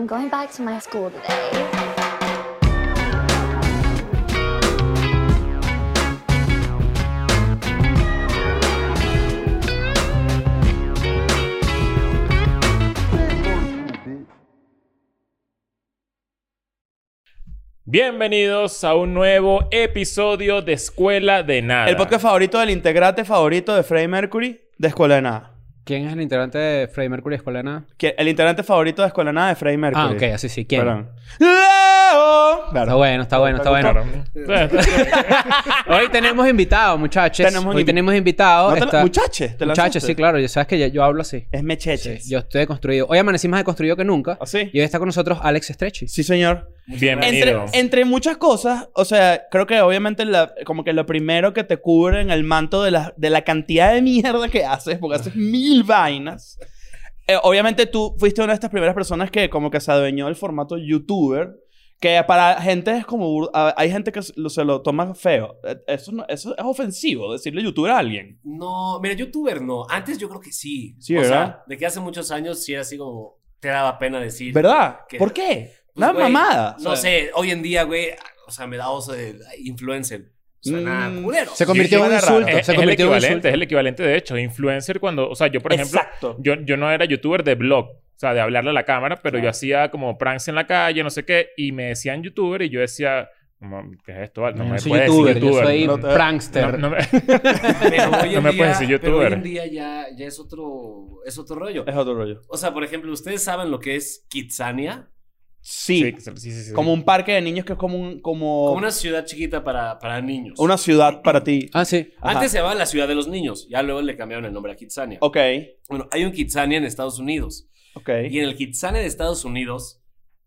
I'm going back to my school today. Bienvenidos a un nuevo episodio de Escuela de Nada. El podcast favorito del integrante favorito de Freddie Mercury de Escuela de Nada. ¿Quién es el integrante de Freddy Mercury Escuela de Nada? Que- El integrante favorito de Escuela de Nada de Freddie Mercury. Ah, ok, así sí. ¿Quién? Perdón. ¡Leo! Está bueno, está bueno, está bueno. Hoy tenemos invitados, muchachos. Tenemos un Hoy invi- tenemos invitados. No te la- Está- Muchaches, te lanzaste. Muchachos, sí, claro. Yo sabes que ya- yo hablo así. Es mecheches. Yo estoy deconstruido. Hoy amanecí más deconstruido que nunca. ¿Ah, sí? Y hoy está con nosotros Alex Estrechi. Sí, señor. Entre, Bienvenido. entre muchas cosas, o sea, creo que obviamente la- como que lo primero que te cubre en el manto de la, de la cantidad de mierda que haces, porque haces mil vainas. Eh, obviamente tú fuiste una de estas primeras personas que como que se adueñó del formato youtuber, que para gente es como... bur- a- Hay gente que se lo- se lo toma feo. Eh, Eso, no- eso es ofensivo, decirle youtuber a alguien. No, mira, youtuber no. Antes yo creo que sí. Sí, o ¿verdad? sea, de que hace muchos años sí era así como te daba pena decir. ¿Verdad? ¿Qué? ¿Por qué? Pues, Una güey, mamada. No o sea. sé, hoy en día, güey, o sea, me da oso de ay, influencer. Suena Mm. culero. Se convirtió en Sí, un sí, era raro. insulto. Es, Se es el convirtió en un equivalente, insulto. es el equivalente de hecho. Influencer cuando, o sea, yo por ejemplo, Exacto. yo, yo no era youtuber de blog, o sea, de hablarle a la cámara, pero yo hacía como pranks en la calle, no sé qué, y me decían youtuber y yo decía, "No, ¿qué es esto? vale? No, Yo me soy puedes decir youtuber. Yo youtuber. soy No te- No- prankster. no me- Pero hoy en No me día, puedes decir pero hoy youtuber. en día ya, ya es otro, es otro rollo. Es otro rollo. O sea, por ejemplo, ¿ustedes saben lo que es Kitsania? Sí. Sí, sí, sí, sí. Como un parque de niños que es como un... Como... Como una ciudad chiquita para, para niños. Oh. Una ciudad para ti. Ah, sí. Ajá. Antes se llamaba la ciudad de los niños. Ya luego le cambiaron el nombre a Kitsania. Ok, Bueno, hay un Kitsania en Estados Unidos. ok. Y en el Kitsane de Estados Unidos,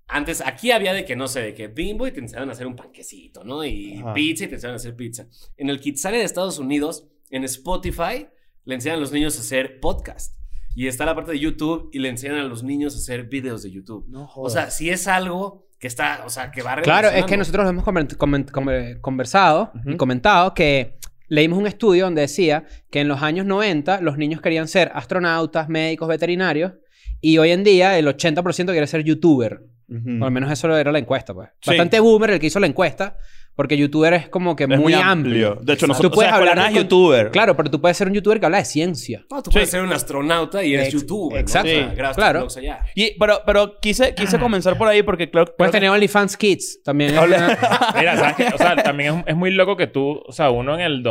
antes aquí había de que, no sé, de que bimbo y te enseñaban a hacer un panquecito, ¿no? Y Ajá. pizza y te enseñaban a hacer pizza. En el Kitsane de Estados Unidos, en Spotify, le enseñan a los niños a hacer podcast. Y está la parte de YouTube y le enseñan a los niños a hacer videos de YouTube. No O sea, si es algo que está, o sea, que va Claro, es que relacionando. nosotros hemos comen- comen- come- conversado y Ujú. comentado que leímos un estudio donde decía que en los años 90 los niños querían ser astronautas, médicos, veterinarios y hoy en día el 80% quiere ser youtuber. O al menos eso era la encuesta, pues. Mm. Sí. Bastante boomer el que hizo la encuesta porque youtuber es como que es muy amplio. De hecho, Exacto. nosotros Tú o puedes sea, hablar Escuela Nada de es youtuber. Claro, pero tú puedes ser un youtuber que habla de ciencia. No, tú Sí. puedes ser un astronauta y eres Ex- youtuber. exacto. ¿no? O sea, Sí. grabas tus Claro. vlogs allá. Y- pero, pero quise, quise comenzar por ahí porque creo, Ah. Puedes creo que- tener OnlyFans Kids también. Mira, ¿sabes qué? O sea, también es, es muy loco que tú, o sea, uno en el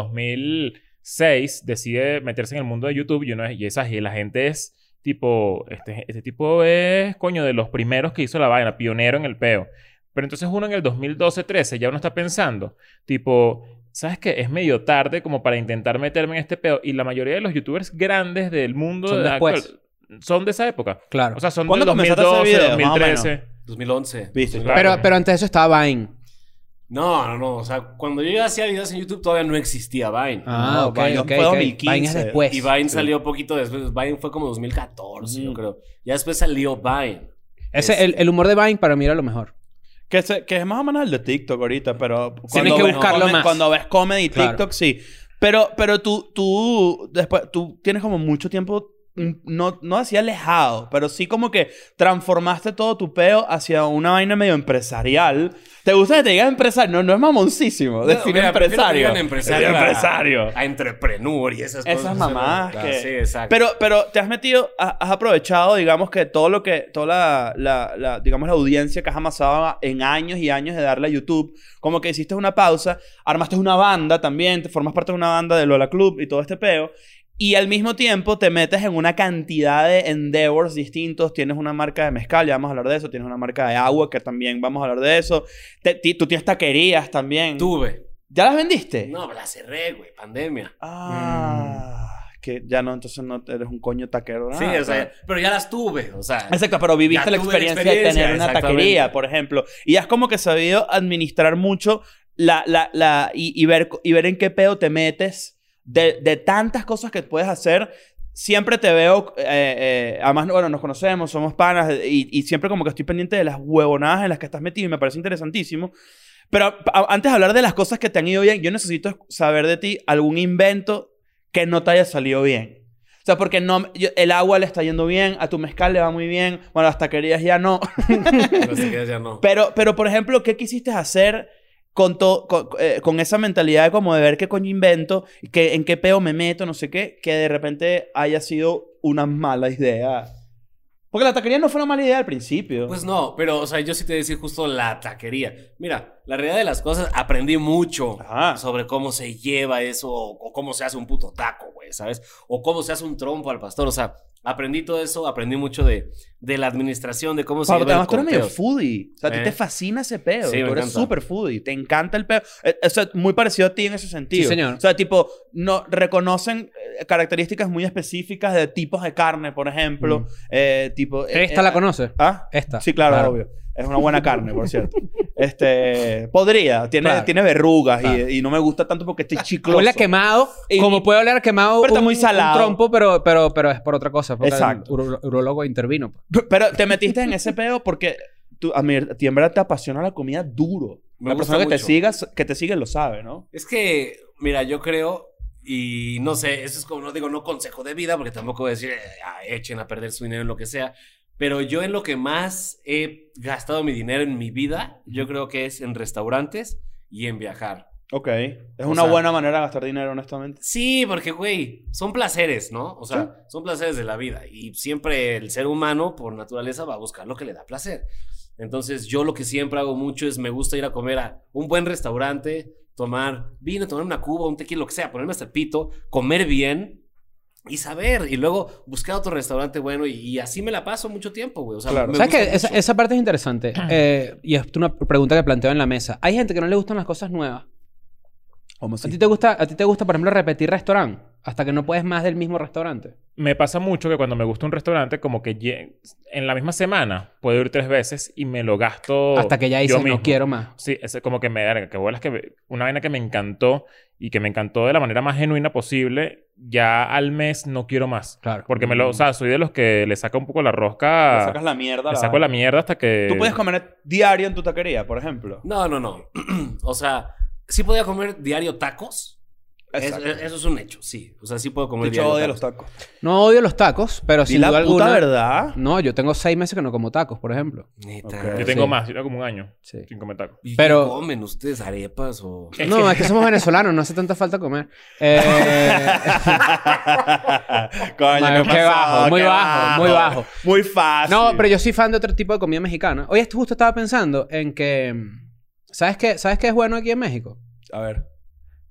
2006 decide meterse en el mundo de YouTube y, uno es- y, esa, y la gente es tipo, este, este tipo es, coño, de los primeros que hizo la vaina, pionero en el peo. Pero entonces uno en el 2012-13 ya uno está pensando, tipo, ¿sabes qué? Es medio tarde como para intentar meterme en este peo. Y la mayoría de los youtubers grandes del mundo Son de la después. son de esa época. claro. O sea, son del ¿Cuándo comenzaste a hacer 2012, videos, más o menos? 2013. 2011. Viste, claro. pero, pero antes de eso estaba Vine. No, no, no. O sea, cuando yo hacía videos en YouTube todavía no existía Vine. Ah, No, ok, Vine ok, fue ok. 2015. Vine es después. Y Vine salió poquito después. Vine fue como 2014, yo Mm. creo. Ya después salió Vine. Ese, el, el humor de Vine para mí era lo mejor. que, se- que es más o menos el de TikTok ahorita, pero... Tienes cuando que ves buscarlo comedy- más. Cuando ves comedy y Claro. TikTok, sí. Pero, pero tú, tú, después, tú tienes como mucho tiempo, mm, no, no así alejado, pero sí como que transformaste todo tu peo hacia una vaina medio empresarial. ¿Te gusta que te digan empresario? No, no es mamoncísimo decir mira, prefiero que empresario. digan empresario Decir a- empresario. A Entrepreneur y esas cosas. Esas mamadas Claro, que- Sí, exacto. Pero, pero te has metido, ha- has aprovechado, digamos, que todo lo que, toda la, la- la, digamos, la audiencia que has amasado en años y años de darle a YouTube, como que hiciste una pausa, armaste una banda también, te formas parte de una banda de Lola Club y todo este peo, y al mismo tiempo te metes en una cantidad de endeavors distintos, tienes una marca de mezcal, ya vamos a hablar de eso, tienes una marca de agua que también vamos a hablar de eso, Te- ti- tú tienes taquerías también. tuve. ¿Ya las vendiste? No, me la cerré, güey. Pandemia. Ah, que ya no, entonces no eres un coño taquero. Mm. sí, nada. o sea, pero ya las tuve. O sea, Exacto, pero viviste Ya la tuve la experiencia, de experiencia, tener una exactamente. taquería, por ejemplo. Y has como que sabido administrar mucho la, la, la, y, y ver, y ver en qué pedo te metes de, de tantas cosas que puedes hacer. Siempre te veo, eh, eh, además, bueno, nos conocemos, somos panas, eh, y, y siempre como que estoy pendiente de las huevonadas en las que estás metido y me parece interesantísimo. Pero a- antes de hablar de las cosas que te han ido bien, yo necesito saber de ti algún invento que no te haya salido bien. O sea, porque no, yo- el agua le está yendo bien, a tu mezcal le va muy bien, bueno, las taquerías ya no. Pero hasta que ya no. Pero, pero por ejemplo, ¿qué quisiste hacer con, to- con, eh, con esa mentalidad como de ver qué coño invento, que, en qué peo me meto, no sé qué, que de repente haya sido una mala idea? Porque la taquería no fue una mala idea al principio. Pues no, pero, o sea, yo sí te voy a decir justo la taquería. Mira, la realidad de las cosas, aprendí mucho Ajá. sobre cómo se lleva eso, o, o cómo se hace un puto taco, güey, ¿sabes? O cómo se hace un trompo al pastor, o sea, aprendí todo eso, aprendí mucho de, de la administración, de cómo se Pablo, lleva el además tú eres medio conteo. foodie. O sea, a ti Eh. te fascina ese peo. Sí, me tú eres encanta. súper foodie. Te encanta el peo. Eh, O sea, muy parecido a ti en ese sentido. Sí, señor. O sea, tipo, no reconocen eh, características muy específicas de tipos de carne, por ejemplo. Mm. Eh, tipo... eh, Esta eh, la conoce. ¿Ah? Esta. Sí, claro, obvio. Es una buena carne, por cierto. Este... Podría. Tiene, Claro. tiene verrugas y- Claro. y, no me gusta tanto porque estoy chicloso. Huele a quemado, Y- como puede oler a quemado Pero está un, muy salado. un trompo, pero, pero, pero es por otra cosa. Porque Exacto. Exacto. El uro- urologo intervino. pues. Pero te metiste en ese peo porque... Tú, a, mí, a ti en verdad te apasiona la comida duro. Me la gusta persona que te, mucho. sigas, que te sigue lo sabe, ¿no? Es que, mira, yo creo, y no sé, eso es como, no digo, no consejo de vida, porque tampoco voy a decir, eh, ah, echen a perder su dinero en lo que sea, pero yo en lo que más he gastado mi dinero en mi vida, yo creo que es en restaurantes y en viajar. Ok. Es O una sea- buena manera de gastar dinero, honestamente. Sí, porque, güey, son placeres, ¿no? O sea, son placeres de la vida. Y siempre el ser humano, por naturaleza, va a buscar lo que le da placer. Entonces, yo lo que siempre hago mucho es me gusta ir a comer a un buen restaurante, tomar vino, tomar una cuba, un tequila, lo que sea, ponerme hasta el pito, comer bien y saber. Y luego buscar otro restaurante bueno. Y, y así me la paso mucho tiempo, güey. O sea, Claro. me ¿Sabes gusta qué? Esa, mucho. esa parte es interesante. Eh, y es una pregunta que planteo en la mesa. Hay gente que no le gustan las cosas nuevas. ¿Cómo ¿A ti te gusta, a ti te gusta por ejemplo, repetir restaurante? Hasta que no puedes más del mismo restaurante. me pasa mucho que cuando me gusta un restaurante, como que lle- en la misma semana puedo ir tres veces y me lo Oh, gasto. Hasta que ya yo dices, no mismo". quiero más. Sí, es como que me verga, que bolas que me- una vaina que me encantó y que me encantó de la manera más genuina posible, ya al mes no quiero más. Claro. Porque me lo, o sea, soy de los que le saca un poco la Mm. Le Ah, rosca. sacas la mierda. le saco la mierda hasta que Tú puedes comer diario en tu taquería, por ejemplo. No, no, no. o sea, sí podía comer diario tacos. Es- Exacto. es- eso es un hecho, sí. O sea, sí puedo comer De hecho, diario odio tacos. los tacos. No odio los tacos, pero Y sin la puta duda alguna... verdad. No, yo tengo seis meses que no como tacos, por ejemplo. Neta. Ok. Yo tengo Sí. más, yo tengo como un año Sí. sin comer tacos. ¿Y Pero- qué comen ustedes arepas o...? Eh. No, es que somos venezolanos, no hace tanta falta comer. Eh, Coño, Bueno, ¿qué qué pasó? bajo, muy Qué bajo, muy bajo. Muy Ah, fácil. no, pero yo soy fan de otro tipo de comida mexicana. Hoy est- justo estaba pensando en que... ¿Sabes qué, ¿Sabes qué es bueno aquí en México? A ver,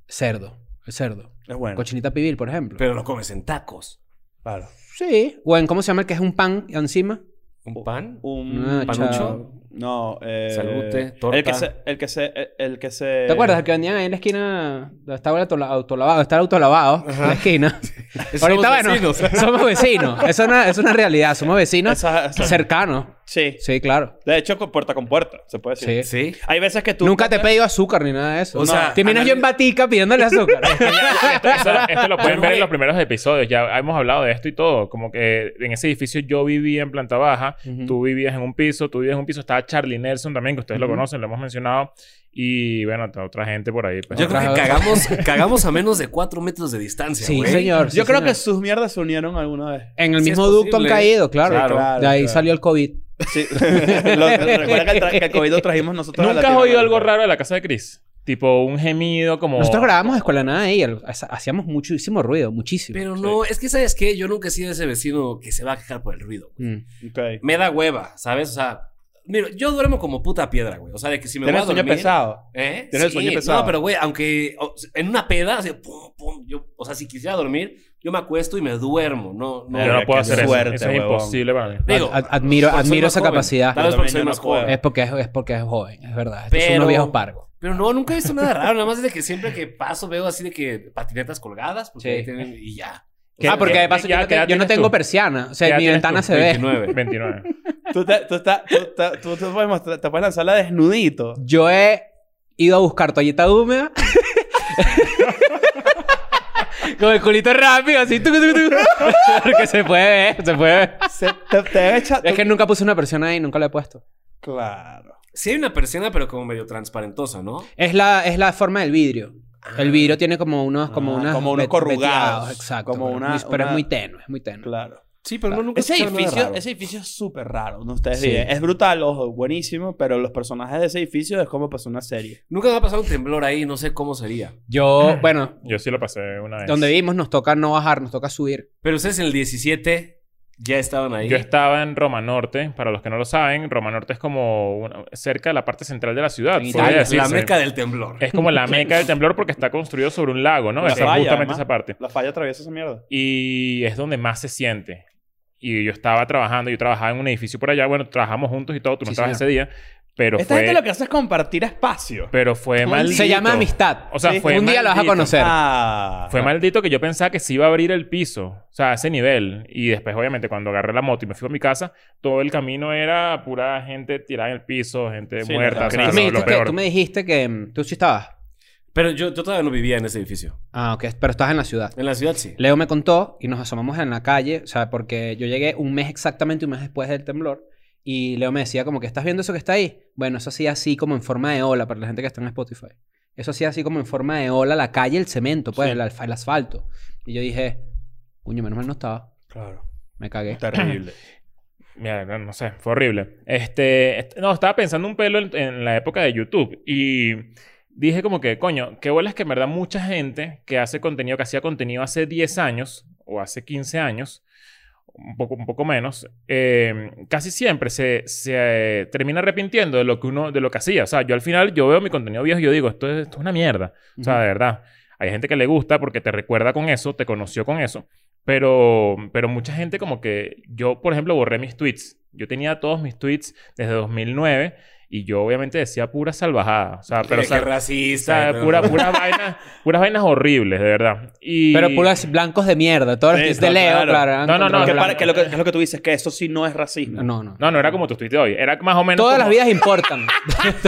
Cerdo. El cerdo. es bueno. Cochinita pibil, por ejemplo. Pero lo comes en tacos. Claro. Sí. O en, ¿cómo se llama el que es un pan encima? ¿Un pan? Un Ah, chao. No, eh. Salute, torta. El que se. El que se. El, el que se Eh. ¿Te acuerdas? El que vendían ahí en la esquina... donde Estaba el autola- autolavado. Está el autolavado en la esquina. Esos Ahorita, somos bueno, vecinos. somos vecinos. Es una, es una realidad. Somos vecinos Esa- esa- cercanos. Sí. Sí, claro. De hecho, con- puerta con puerta, se puede decir. Sí. Sí. Hay veces que tú. Nunca te he pedido azúcar ni nada de eso. O sea, te miras yo en analiza- batica pidiéndole azúcar. Eso lo- esto lo pueden ver Vale. en los primeros episodios. Ya hemos hablado de esto y todo. Como que en ese edificio yo vivía en planta baja, Ujú. tú vivías en un piso, tú vivías en un piso. Estaba Charlie Nelson también, que ustedes lo Ujú. conocen, lo hemos mencionado. Y bueno, otra- otra gente por ahí. pues. Yo creo Otra- que cagamos, cagamos a menos de cuatro metros de distancia, Este sí, güey. señor. sí, Yo creo señor. que sus mierdas se unieron alguna vez. en el sí mismo es ducto han posible. caído, claro. Sí, claro, de ahí claro. salió el COVID. Sí. Lo- recuerda que el, tra- que el COVID lo trajimos nosotros. a ¿Nunca has oído Latinoamérica. algo raro de la casa de Chris? Tipo un gemido como... Nosotros grabamos Escuela de Nada ahí. el- ha- Hacíamos muchísimo ruido, muchísimo. Pero no, es que ¿sabes qué? Yo nunca he sido ese vecino que se va a quejar por el ruido. güey. Mm. Ok. Me da hueva, ¿sabes? O sea, mira, yo duermo como puta piedra, güey. O sea, de que si me voy a ¿Tienes sueño dormir... pesado? ¿Eh? Tienes el sí. sueño pesado. No, pero güey, aunque o- en una peda, así, pum, pum, yo, o sea, si quisiera dormir, yo me acuesto y me duermo, no, no. Yo no Qué puedo hacer suerte, eso. Eso es huevón. imposible para mí. Digo, Ad- admiro- porque soy admiro más esa joven. capacidad. Eh, Tal vez Yo también, porque soy yo no más joven. puedo. Es porque es, es porque es joven, es verdad. Estos son Pero- unos viejos pargos. Pero no, nunca he visto nada raro. Nada más desde que siempre que paso veo así de que patinetas colgadas. Porque Sí. ahí tienen- y ya. ¿Qué- ah, porque qué- de paso ya, yo no, qué te- edad yo no tienes tengo tú? persiana. O ¿Qué sea, edad mi tienes ventana tú? se ve. 29. 29. Tú te, tú estás- tú estás- tú- tú puedes mostrar- te puedes lanzar la desnudito. Yo he ido a buscar toallita húmeda. Con el culito rápido, así. tucu, tucu, tucu. Porque se puede ver, se puede ver. Se- te, te han echado- Es que nunca puse una persona ahí, nunca la he puesto. Claro. Sí hay una persiana, pero como medio transparentosa, ¿no? Es la, es la forma del vidrio. El vidrio tiene como unos, como Ah, unas como unos vet- corrugados. veteados, Exacto. Como Muy- una- pero es una- muy tenue, es muy tenue. Claro. Sí, pero no nunca Ese escucharon nada edificio, raro. ese edificio es súper raro. ¿no? Ustedes Sí. digan. Es brutal, ojo, buenísimo, pero los personajes de ese edificio es como pasó una serie. Nunca me ha pasado un temblor ahí, no sé cómo sería. Yo, bueno, Yo sí lo pasé una vez. donde vivimos nos toca no bajar, nos toca subir. Pero ustedes en el 17 ya estaban ahí. Yo estaba en Roma Norte, para los que no lo saben, Roma Norte es como una- cerca de la parte central de la ciudad. podría En Italia, Es la decirse. meca del Eh. temblor. Es como la meca del temblor porque está construido sobre un lago, ¿no? La Esa- falla, justamente además. esa parte. La falla atraviesa esa mierda. Y es donde más se siente. Y yo estaba trabajando, yo trabajaba en un edificio por allá, bueno, trabajamos juntos y todo, tú no Sí, estabas ese señor. día, pero Esta fue gente lo que hace es compartir espacio. pero fue maldito. Se llama amistad. O sea, Sí. fue un día lo vas a maldito. conocer. Ah. Fue maldito que yo pensaba que se iba a abrir el piso, o sea, a ese nivel. Y después, obviamente, cuando agarré la moto y me fui a mi casa, todo el camino era pura gente tirada en el piso, gente Sí, muerta, no, o Tú sea, me lo- dijiste lo que- peor. tú me dijiste que mm, tú sí estabas. Pero yo, yo todavía no vivía en ese edificio. Ah, ok, pero estás en la ciudad. En la ciudad sí. Leo me contó y nos asomamos en la calle, o sea, porque yo llegué un mes exactamente, un mes después del temblor, y Leo me decía como que, ¿estás viendo eso que está ahí? Bueno, eso hacía así como en forma de ola para la gente que está en Spotify. Eso hacía así como en forma de ola la calle, el cemento, pues, Sí. el, alfa- el asfalto. Y yo dije, coño, menos mal no estaba. Claro. Me cagué. Terrible. Eh, Mira, no, no sé, fue horrible. Este, est- no, estaba pensando un pelo en, en la época de YouTube y dije como que, coño, qué bolas que en verdad mucha gente que hace contenido, que hacía contenido hace 10 años o hace 15 años, un poco, un poco menos, eh, casi siempre se, se, eh, termina arrepintiendo de lo que uno, de lo que hacía. O sea, yo al final, yo veo mi contenido viejo y yo digo, esto es, esto es una mierda. O sea, de verdad. Hay gente que le gusta porque te recuerda con eso, te conoció con eso. Pero, pero mucha gente como que... Yo, por ejemplo, borré mis tweets. Yo tenía todos mis tweets desde 2009 y yo obviamente decía pura salvajada. O sea, pero... Pero o sea, o racista. sea, ¿no? pura, puras vainas, puras vainas horribles, de verdad. Y... Pero puros blancos de mierda, todos los Sí, tweets no, de Leo, claro. claro. eran No, no, contra no, los que, claro. para- blancos. que lo que, que es lo que tú dices, que eso sí no es racismo. No, no. No, no era como tus tweets de hoy. Era más o menos Todas como- las vidas importan.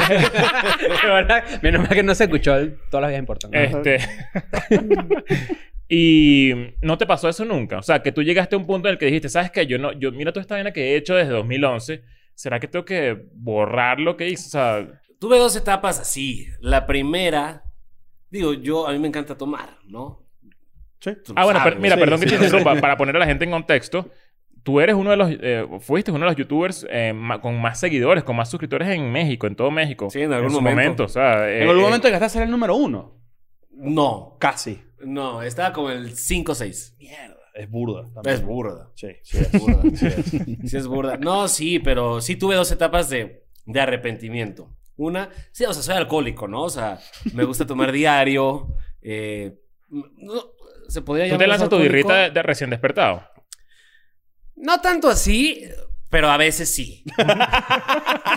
De verdad, Menos mal que no se escuchó el todas las vidas importan. Ajá. Este. y no te pasó eso nunca. O sea, que tú llegaste a un punto en el que dijiste, ¿sabes qué? Yo no, yo, mira toda esta vaina que he hecho desde 2011. ¿Será que tengo que borrar lo que hice? O sea, Tuve dos etapas así. La primera, digo, yo a mí me encanta tomar, ¿no? Sí. Tú lo ah, bueno, sabes. per- mira, sí, perdón que sí. te interrumpa. Para poner a la gente en contexto, tú eres uno de los, eh, fuiste uno de los youtubers eh, ma- con más seguidores, con más suscriptores en México, en todo México. Sí, en algún su momento. o sea, eh, en algún eh, momento llegaste a ser el número uno. No, Casi. no, estaba como el 5 6. Mierda. Es burda. también. Es burda. Sí. Sí, es burda. sí, es- sí es burda. No, sí, pero sí tuve dos etapas de, de arrepentimiento. Una, sí, o sea, soy alcohólico, ¿no? O sea, me gusta tomar diario. eh, no, se podría eh, Tú llamar. te lanzas tu alcohólico? birrita de, de recién despertado. No tanto así, pero a veces sí.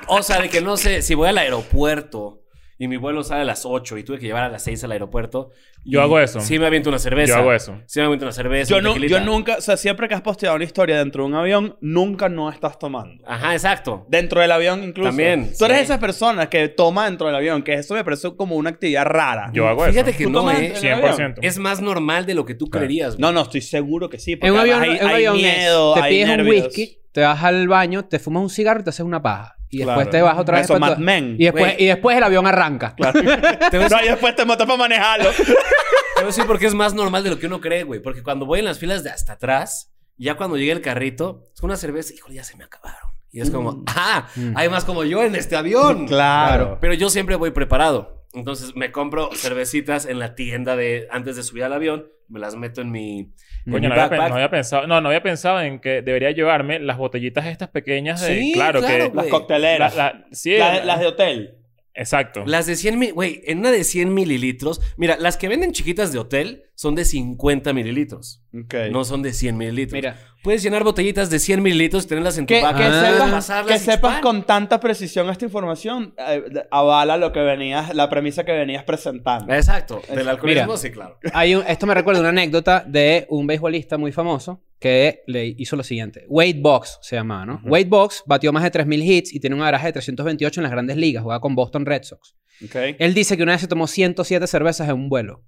o sea, de que no sé, si voy al aeropuerto y mi vuelo sale a las 8 y tuve que llevar a las 6 al aeropuerto. Yo y hago eso. Sí me aviento una cerveza. Yo hago eso. Sí me aviento una cerveza. Yo, un nu- tequilita. yo nunca, o sea, siempre que has posteado una historia dentro de un avión, nunca no estás tomando. Ajá, exacto. Dentro del avión incluso. También, Tú eres sí. esas personas que toma dentro del avión, que eso me parece como una actividad rara. Yo hago Fíjate eso. que ¿Tú no, tomas eh. en el 100%. Es más normal de lo que tú Claro. creerías. No, no, estoy seguro que sí. porque En un avión, además hay, en hay un avión es, miedo, te hay pides un nervios. whisky, te vas al baño, te fumas un cigarro y te haces una paja. Y después Claro. te vas otra vez. Eso, pa' Mad tu- Men. Y después, Güey. y después el avión arranca. No, y después te matas para manejarlo. Te voy a decir por qué es más normal de lo que uno cree, güey. Porque cuando voy en las filas de hasta atrás, ya cuando llega el carrito, es una cerveza, híjole, ya se me acabaron. Y es como, ah, Mm. hay más como yo en este avión. Claro. Pero yo siempre voy preparado. Entonces me compro cervecitas en la tienda de antes de subir al avión, me las meto en mi, en mi Coño, no había, pe- backpack. no había pensado, no, no había pensado en que debería llevarme las botellitas estas pequeñas de, Sí, claro, claro, pues. que güey. Las cocteleras. la- la- sí, La- la- las de hotel. exacto. Las de 100 mil, güey, en una de 100 mililitros, mira, las que venden chiquitas de hotel son de 50 mililitros. Ok. No son de 100 mililitros. Mira. Puedes llenar botellitas de 100 mililitros y tenerlas en tu Que, pack. que Ah. sepas, Pasarlas que y sepas chupar. con tanta precisión esta información eh, de- avala lo que venías, la premisa que venías presentando. Exacto. Del Mira. alcoholismo, sí, claro. Hay un- esto me recuerda una anécdota de un beisbolista muy famoso que le hizo lo siguiente. Wade Box se llamaba, ¿no? Wade Box batió más de 3.000 hits y tiene un average de 328 en las grandes ligas. Jugaba con Boston Red Sox. Ok. Él dice que una vez se tomó 107 cervezas en un vuelo.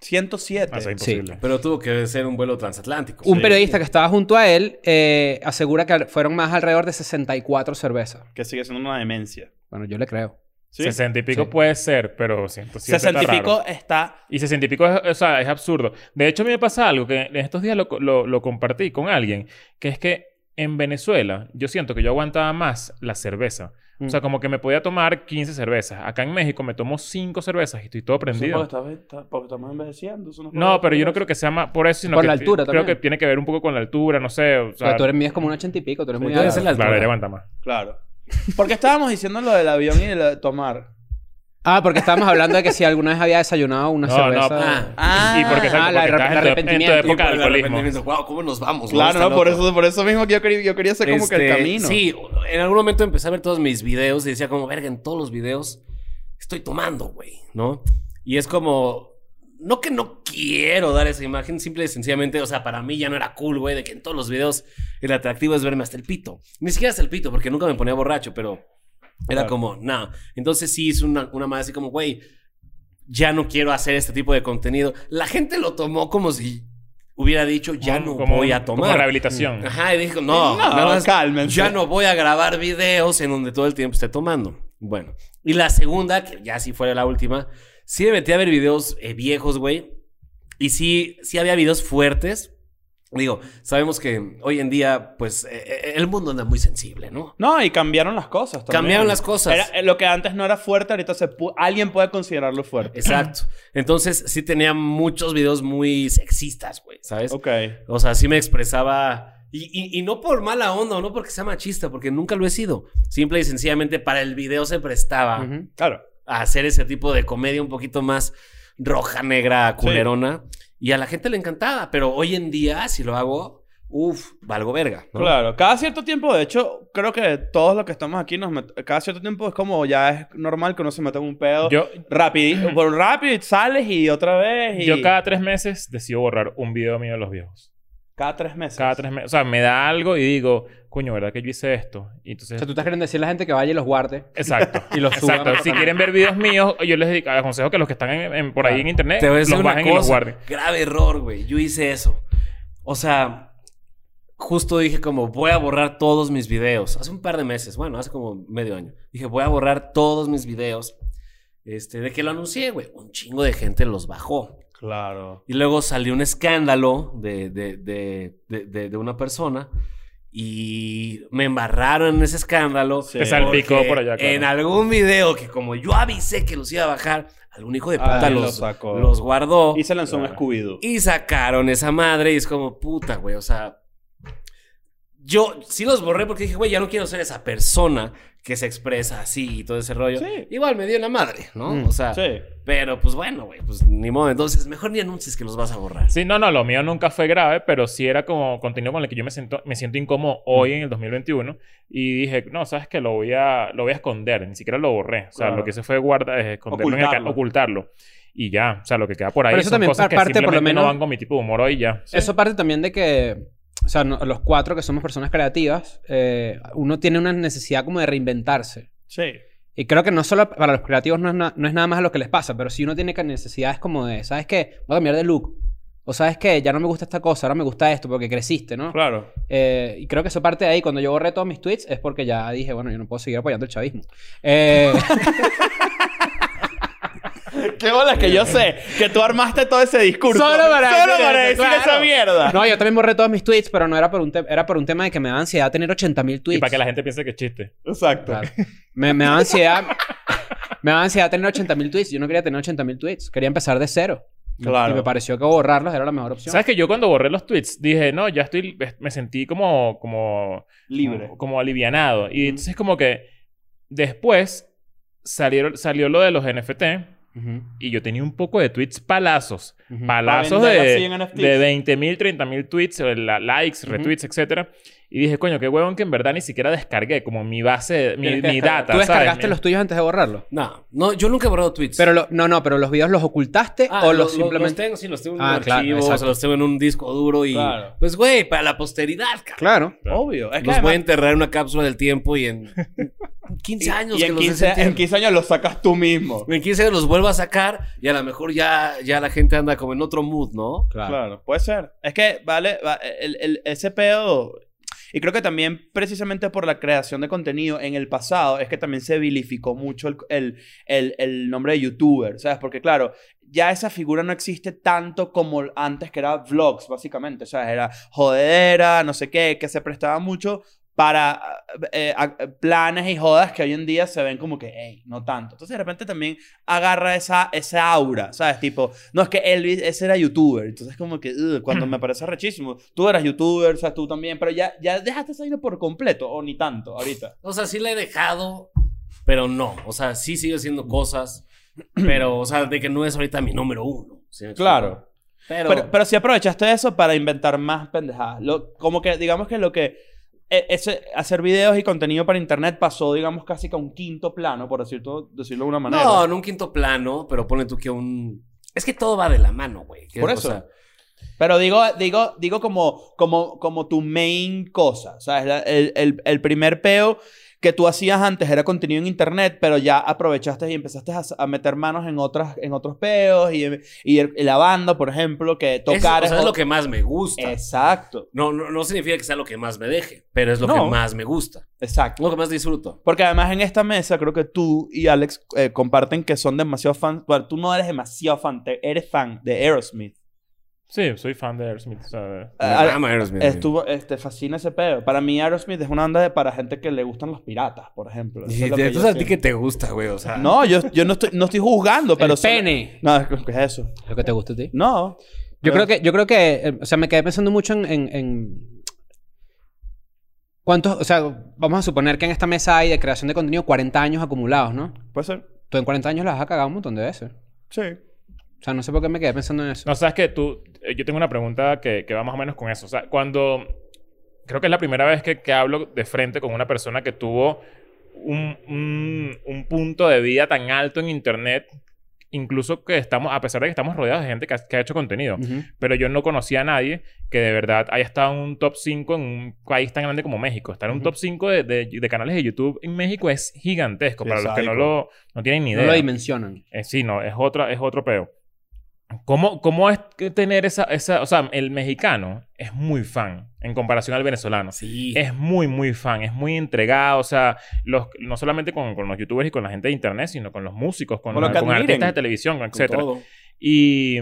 107. Ah, eso es Sí. imposible. Pero tuvo que ser un vuelo transatlántico. Un periodista que estaba junto a él eh, asegura que al- fueron más alrededor de 64 cervezas. Que sigue siendo una demencia. Bueno, yo le creo. ¿Sí? 60 y pico Sí. puede ser, pero siento siempre está Sesenta y raro. pico está... Y 60 y pico es, o sea, es absurdo. De hecho, a mí me pasa algo que en estos días lo, lo- lo compartí con alguien, que es que en Venezuela yo siento que yo aguantaba más la cerveza. O Mm. sea, como que me podía tomar 15 cervezas. Acá en México me tomo 5 cervezas y estoy todo prendido. porque estamos envejeciendo. No, pero yo no creo que sea más por eso, sino Por que la ti- altura creo también. que tiene que ver un poco con la altura, no sé. O sea, Pero tú eres mío como un ochenta y pico, tú eres Sí, muy tú Debe alto. ser la altura. Claro, ella aguanta más. Claro. Porque estábamos diciendo lo del avión y de la- tomar. Ah, porque estábamos hablando de que si alguna vez había desayunado una No, no, cerveza. ah, Ah, y porque, porque ah, estás la- en el tu- en tu arrepentimiento. pues, época Y por de el alcoholismo. arrepentimiento, Wow, ¿cómo nos vamos? Claro, Está no, por loco. eso, por eso mismo que yo quería, yo quería ser como que el Este, camino. Sí, en algún momento empecé a ver todos mis videos y decía como, verga, en todos los videos estoy tomando, güey, ¿no? Y es como, no que no quiero dar esa imagen, simple y sencillamente, o sea, para mí ya no era cool, güey, de que en todos los videos el atractivo es verme hasta el pito. Ni siquiera hasta el pito, porque nunca me ponía borracho, pero era Claro. como, no. Entonces sí hice una, una madre así como, güey, ya no quiero hacer este tipo de contenido. La gente lo tomó como si hubiera dicho, ya no voy a tomar. Mm, Como rehabilitación. Ajá, y dijo, no, No, nada más, cálmense. ya no voy a grabar videos en donde todo el tiempo esté tomando. Bueno, y la segunda, que ya sí fue la última, sí me metí a ver videos eh, viejos, güey. Y sí, sí había videos fuertes. Digo, sabemos que hoy en día, pues, eh, eh, el mundo anda muy sensible, ¿no? No, y cambiaron las cosas también. Cambiaron las cosas. Era- eh, lo que antes no era fuerte, ahorita se pu- alguien puede considerarlo fuerte. Exacto. Entonces, sí tenía muchos videos muy sexistas, güey, ¿sabes? Ok. O sea, sí me expresaba. Y, y- y no por mala onda, no porque sea machista, porque nunca lo he sido. Simple y sencillamente para el video se prestaba Ujú. Claro. a hacer ese tipo de comedia un poquito más roja, negra, culerona. Y a la gente le encantaba, pero hoy en día, si lo hago, uff, valgo verga. ¿no? Claro, cada cierto tiempo, de hecho, creo que todos los que estamos aquí, nos met- cada cierto tiempo es como ya es normal que uno se meta en un pedo. Yo, Rápido, por rápido, y sales y otra vez. Y... yo cada tres meses decido borrar un video mío de los viejos. cada tres meses. Cada tres meses. O sea, me da algo y digo, coño, ¿verdad que yo hice esto? Y entonces. O sea, tú estás queriendo decir a la gente que vaya y los guarde. Exacto. Y los suba. Exacto. Si quieren ver videos míos, yo les digo- aconsejo que los que están en- en- por ahí en internet Te voy a decir los una bajen y cosa, los guarden. Grave error, güey. Yo hice eso. O sea, justo dije como voy a borrar todos mis videos. Hace un par de meses, bueno, hace como medio año. Dije voy a borrar todos mis videos. Este, de que lo anuncié, güey. Un chingo de gente los bajó. Claro. Y luego salió un escándalo de, de, de, de, de- de una persona. Y me embarraron en ese escándalo. Sí. Te salpicó porque por allá. claro. En algún video que como yo avisé que los iba a bajar, algún hijo de puta Ay, lo los, sacó. los guardó. Y se lanzó un Claro. Scooby-Doo. Y sacaron esa madre y es como, puta, güey, o sea... Yo sí los borré porque dije, güey, ya no quiero ser esa persona que se expresa así y todo ese rollo. Sí. Igual me dio en la madre, ¿no? Mm, o sea, Sí. pero pues bueno, güey, pues ni modo. Entonces, mejor ni anuncies que los vas a borrar. Sí, no, no, lo mío nunca fue grave, pero sí era como contenido con el que yo me siento, me siento incómodo hoy en el 2021 y dije, no, sabes que lo voy a, lo voy a esconder, ni siquiera lo borré, o sea, Claro. lo que hice fue guardar, es esconderlo, en el ca- Ocultarlo. ocultarlo y ya, o sea, lo que queda por ahí Pero eso son también cosas que parte, por lo simplemente no menos- van con mi tipo de humor hoy y ya. Eso parte también de que, o sea, no- los cuatro que somos personas creativas, eh, uno tiene una necesidad como de reinventarse. Sí. Y creo que no solo para los creativos no es, na- no es nada más a lo que les pasa, pero si uno tiene que- necesidades como de, ¿sabes qué? Voy a cambiar de look. O sabes qué, ya no me gusta esta cosa, ahora me gusta esto porque creciste, ¿no? Claro. Eh, y creo que eso parte de ahí. Cuando yo borré todos mis tweets es porque ya dije, bueno, yo no puedo seguir apoyando el chavismo. Eh, Qué bolas que yo sé que tú armaste todo ese discurso. Solo para Solo decir para eso, decir claro. esa mierda. no, yo también borré todos mis tweets, pero no era por un, te- era por un tema de que me da ansiedad tener 80 mil tweets. Y para que la gente piense que es chiste. Exacto. Claro. Me, me daba ansiedad. me daba ansiedad tener 80.000 tweets. Yo no quería tener 80.000 tweets. Quería empezar de cero. Claro. Y me pareció que borrarlos era la mejor opción. ¿Sabes que yo cuando borré los tweets dije, no, ya estoy, me sentí como, como Libre. Como, como alivianado. Y entonces como que después salieron, salió lo de los NFT Ujú, y yo tenía un poco de tweets palazos. ujú. Palazos Pa' de, vender así en NFTs. de 20 mil, 30 mil tweets, o la- likes, Ujú. retweets, etcétera. Y dije, coño, qué huevón que en verdad ni siquiera descargué como mi base, mi, Tienes que mi descargar. data. Tú ¿sabes? descargaste Mi- los tuyos antes de borrarlos. No, no, yo nunca he borrado tweets. Pero lo- no, no, pero los videos los ocultaste Ah, o lo- los lo- simplemente. tengo, sí, los tengo en Ah, un claro, archivo, o exacto. sea, los tengo en un disco duro y... Claro. Pues, güey, para la posteridad, Claro. cabrón. Obvio. Es que los además- voy a enterrar en una cápsula del tiempo y en 15 años y que en los 15, desentierro. en 15 años lo sacas tú mismo. En 15 años los vuelvo a sacar y a lo mejor ya, ya la gente anda como en otro mood, ¿no? Claro. Claro, puede ser. Es que, vale, va- el, el- ese pedo. Y creo que también precisamente por la creación de contenido en el pasado es que también se vilificó mucho el, el, el- el nombre de youtuber, ¿sabes? Porque claro, ya esa figura no existe tanto como antes que era vlogs, básicamente, ¿sabes? Era jodedera, no sé qué, que se prestaba mucho para eh, a- planes y jodas que hoy en día se ven como que, hey, no tanto. Entonces de repente también agarra esa, esa aura, ¿sabes? Tipo, no es que Elvis, ese era youtuber. Entonces, como que, "Ugh", cuando me parece rechísimo, tú eras youtuber, o sea, tú también, pero ya, ya dejaste esa vaina por completo, o ni tanto, ahorita. O sea, sí la he dejado, pero no. O sea, sí sigo haciendo cosas, pero, o sea, de que no es ahorita mi número uno. ¿sí me explico? Claro. Pero, Pero, pero sí aprovechaste eso para inventar más pendejadas. Lo, como que, digamos que lo que. e- ese- hacer videos y contenido para internet pasó, digamos, casi que a un quinto plano, por decirlo, decirlo de una manera. no, en un quinto plano, pero ponle tú que un... Es que todo va de la mano, güey. Que, Por o eso. sea, Pero digo, digo, digo como, como, como tu main cosa. ¿sabes? La- el, el, el primer peo que tú hacías antes era contenido en internet, pero ya aprovechaste y empezaste a, a meter manos en, otras, en otros peos y, y, el- y la banda, por ejemplo, que tocar es, o sea, es ot- lo que más me gusta. Exacto, No, no, no significa que sea lo que más me deje, pero es lo No. que más me gusta. exacto. Lo que más disfruto. Porque además en esta mesa creo que tú y Alex eh, comparten que son demasiado fans. Bueno, tú no eres demasiado fan, te- eres fan de Aerosmith. Sí, soy fan de Aerosmith. o sea, Ah, ah, Me mama Aerosmith. Estuvo, este, fascina ese pedo. Para mí Aerosmith es una onda de, para gente que le gustan los piratas, por ejemplo. Eso Y es lo que entonces yo a ti siento. que te gusta, güey. O sea, No, yo, yo no, estoy, no estoy juzgando, pero... el solo- pene. No, es que- ¿qué es eso? Lo que te gusta a ti. No. Yo creo que, yo creo que, eh, o sea, me quedé pensando mucho en, en- en- ¿Cuántos, o sea, vamos a suponer que en esta mesa hay de creación de contenido 40 años acumulados, ¿no? Puede ser. Tú en 40 años las has cagado un montón de veces. Sí. O sea, no sé por qué me quedé pensando en eso. No, sabes que tú. eh, Yo tengo una pregunta que, que va más o menos con eso. O sea, cuando. Creo que es la primera vez que, que hablo de frente con una persona que tuvo un, un- un punto de vida tan alto en Internet. Incluso que estamos, a pesar de que estamos rodeados de gente que ha, que ha hecho contenido. Ujú. Pero yo no conocía a nadie que de verdad haya estado en un top 5 en un país tan grande como México. Estar en un Ujú. top 5 de, de- de canales de YouTube en México es gigantesco. Sí, para es los que no sádico. lo no tienen ni idea. No lo dimensionan. Eh, sí, no, es otra, es otro peo. ¿Cómo, cómo es que tener esa, esa... O sea, el mexicano es muy fan en comparación al venezolano. Sí. Es muy, muy fan, es muy entregado. O sea, los, no solamente con, con los youtubers y con la gente de internet, sino con los músicos, con, Con lo que con admiren. artistas de televisión, con con etcétera. todo. Y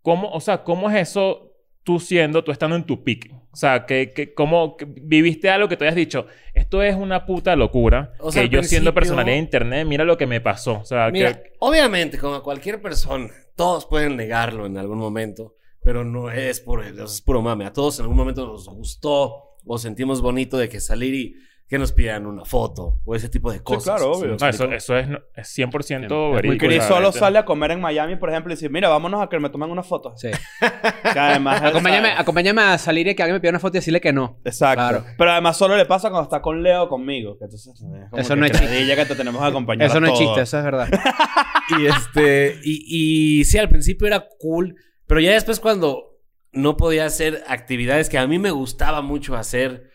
cómo, o sea, ¿cómo es eso tú siendo, tú estando en tu pick? O sea, que, que- ¿cómo que viviste algo que te hayas dicho? Esto es una puta locura. O sea, que yo al siendo principio- personalidad de internet, mira lo que me pasó. O sea, Mira, que... obviamente, como a cualquier persona, todos pueden negarlo en algún momento, pero no es por es puro mame. A todos en algún momento nos gustó o sentimos bonito de que salir y que nos pidan una foto o ese tipo de cosas. claro, ¿sí me No, obvio. eso, explico? eso es, no- es 100% Es muy verídico. Chris o sea, solo este- sale a comer en Miami, por ejemplo, y dice, mira, vámonos a que me tomen una foto. Sí. Que además... acompáñame, ¿sabes? acompáñame a salir y que alguien me pida una foto y decirle que no. Exacto. Claro. Pero además solo le pasa cuando está con Leo o conmigo. que entonces, Eso no es chiste. Ya que te tenemos que acompañar Eso a no es todo. chiste, eso es verdad. Y este, y, y sí, al principio era cool, pero ya después cuando no podía hacer actividades que a mí me gustaba mucho hacer,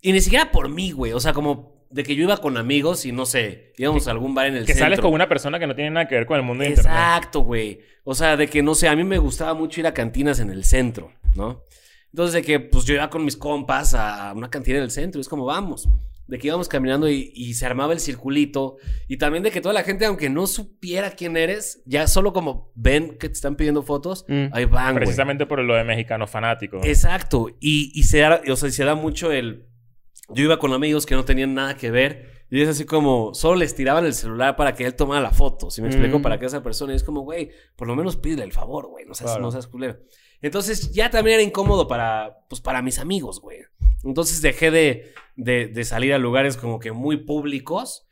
y ni siquiera por mí, güey, o sea, como de que yo iba con amigos y no sé, íbamos a algún bar en el Que centro. sales con una persona que no tiene nada que ver con el mundo de internet. Exacto, güey. O sea, de que no sé, a mí me gustaba mucho ir a cantinas en el centro, ¿no? Entonces, de que pues yo iba con mis compas a una cantina en el centro, y es como vamos. De que íbamos caminando y, y se armaba el circulito. Y también de que toda la gente, aunque no supiera quién eres, ya solo como ven que te están pidiendo fotos, Mm. ahí van, güey. Precisamente por lo de mexicano fanático. Exacto. Y, y se, da, o sea, se da mucho el... Yo iba con amigos que no tenían nada que ver. Y es así como, solo les tiraban el celular para que él tomara la foto. Si me explico, Mm. para que esa persona. Y es como, güey, por lo menos pídele el favor, güey. No seas, Claro. no seas culero. Entonces, ya también era incómodo para, pues, para mis amigos, güey. Entonces, dejé de, de, de salir a lugares como que muy públicos.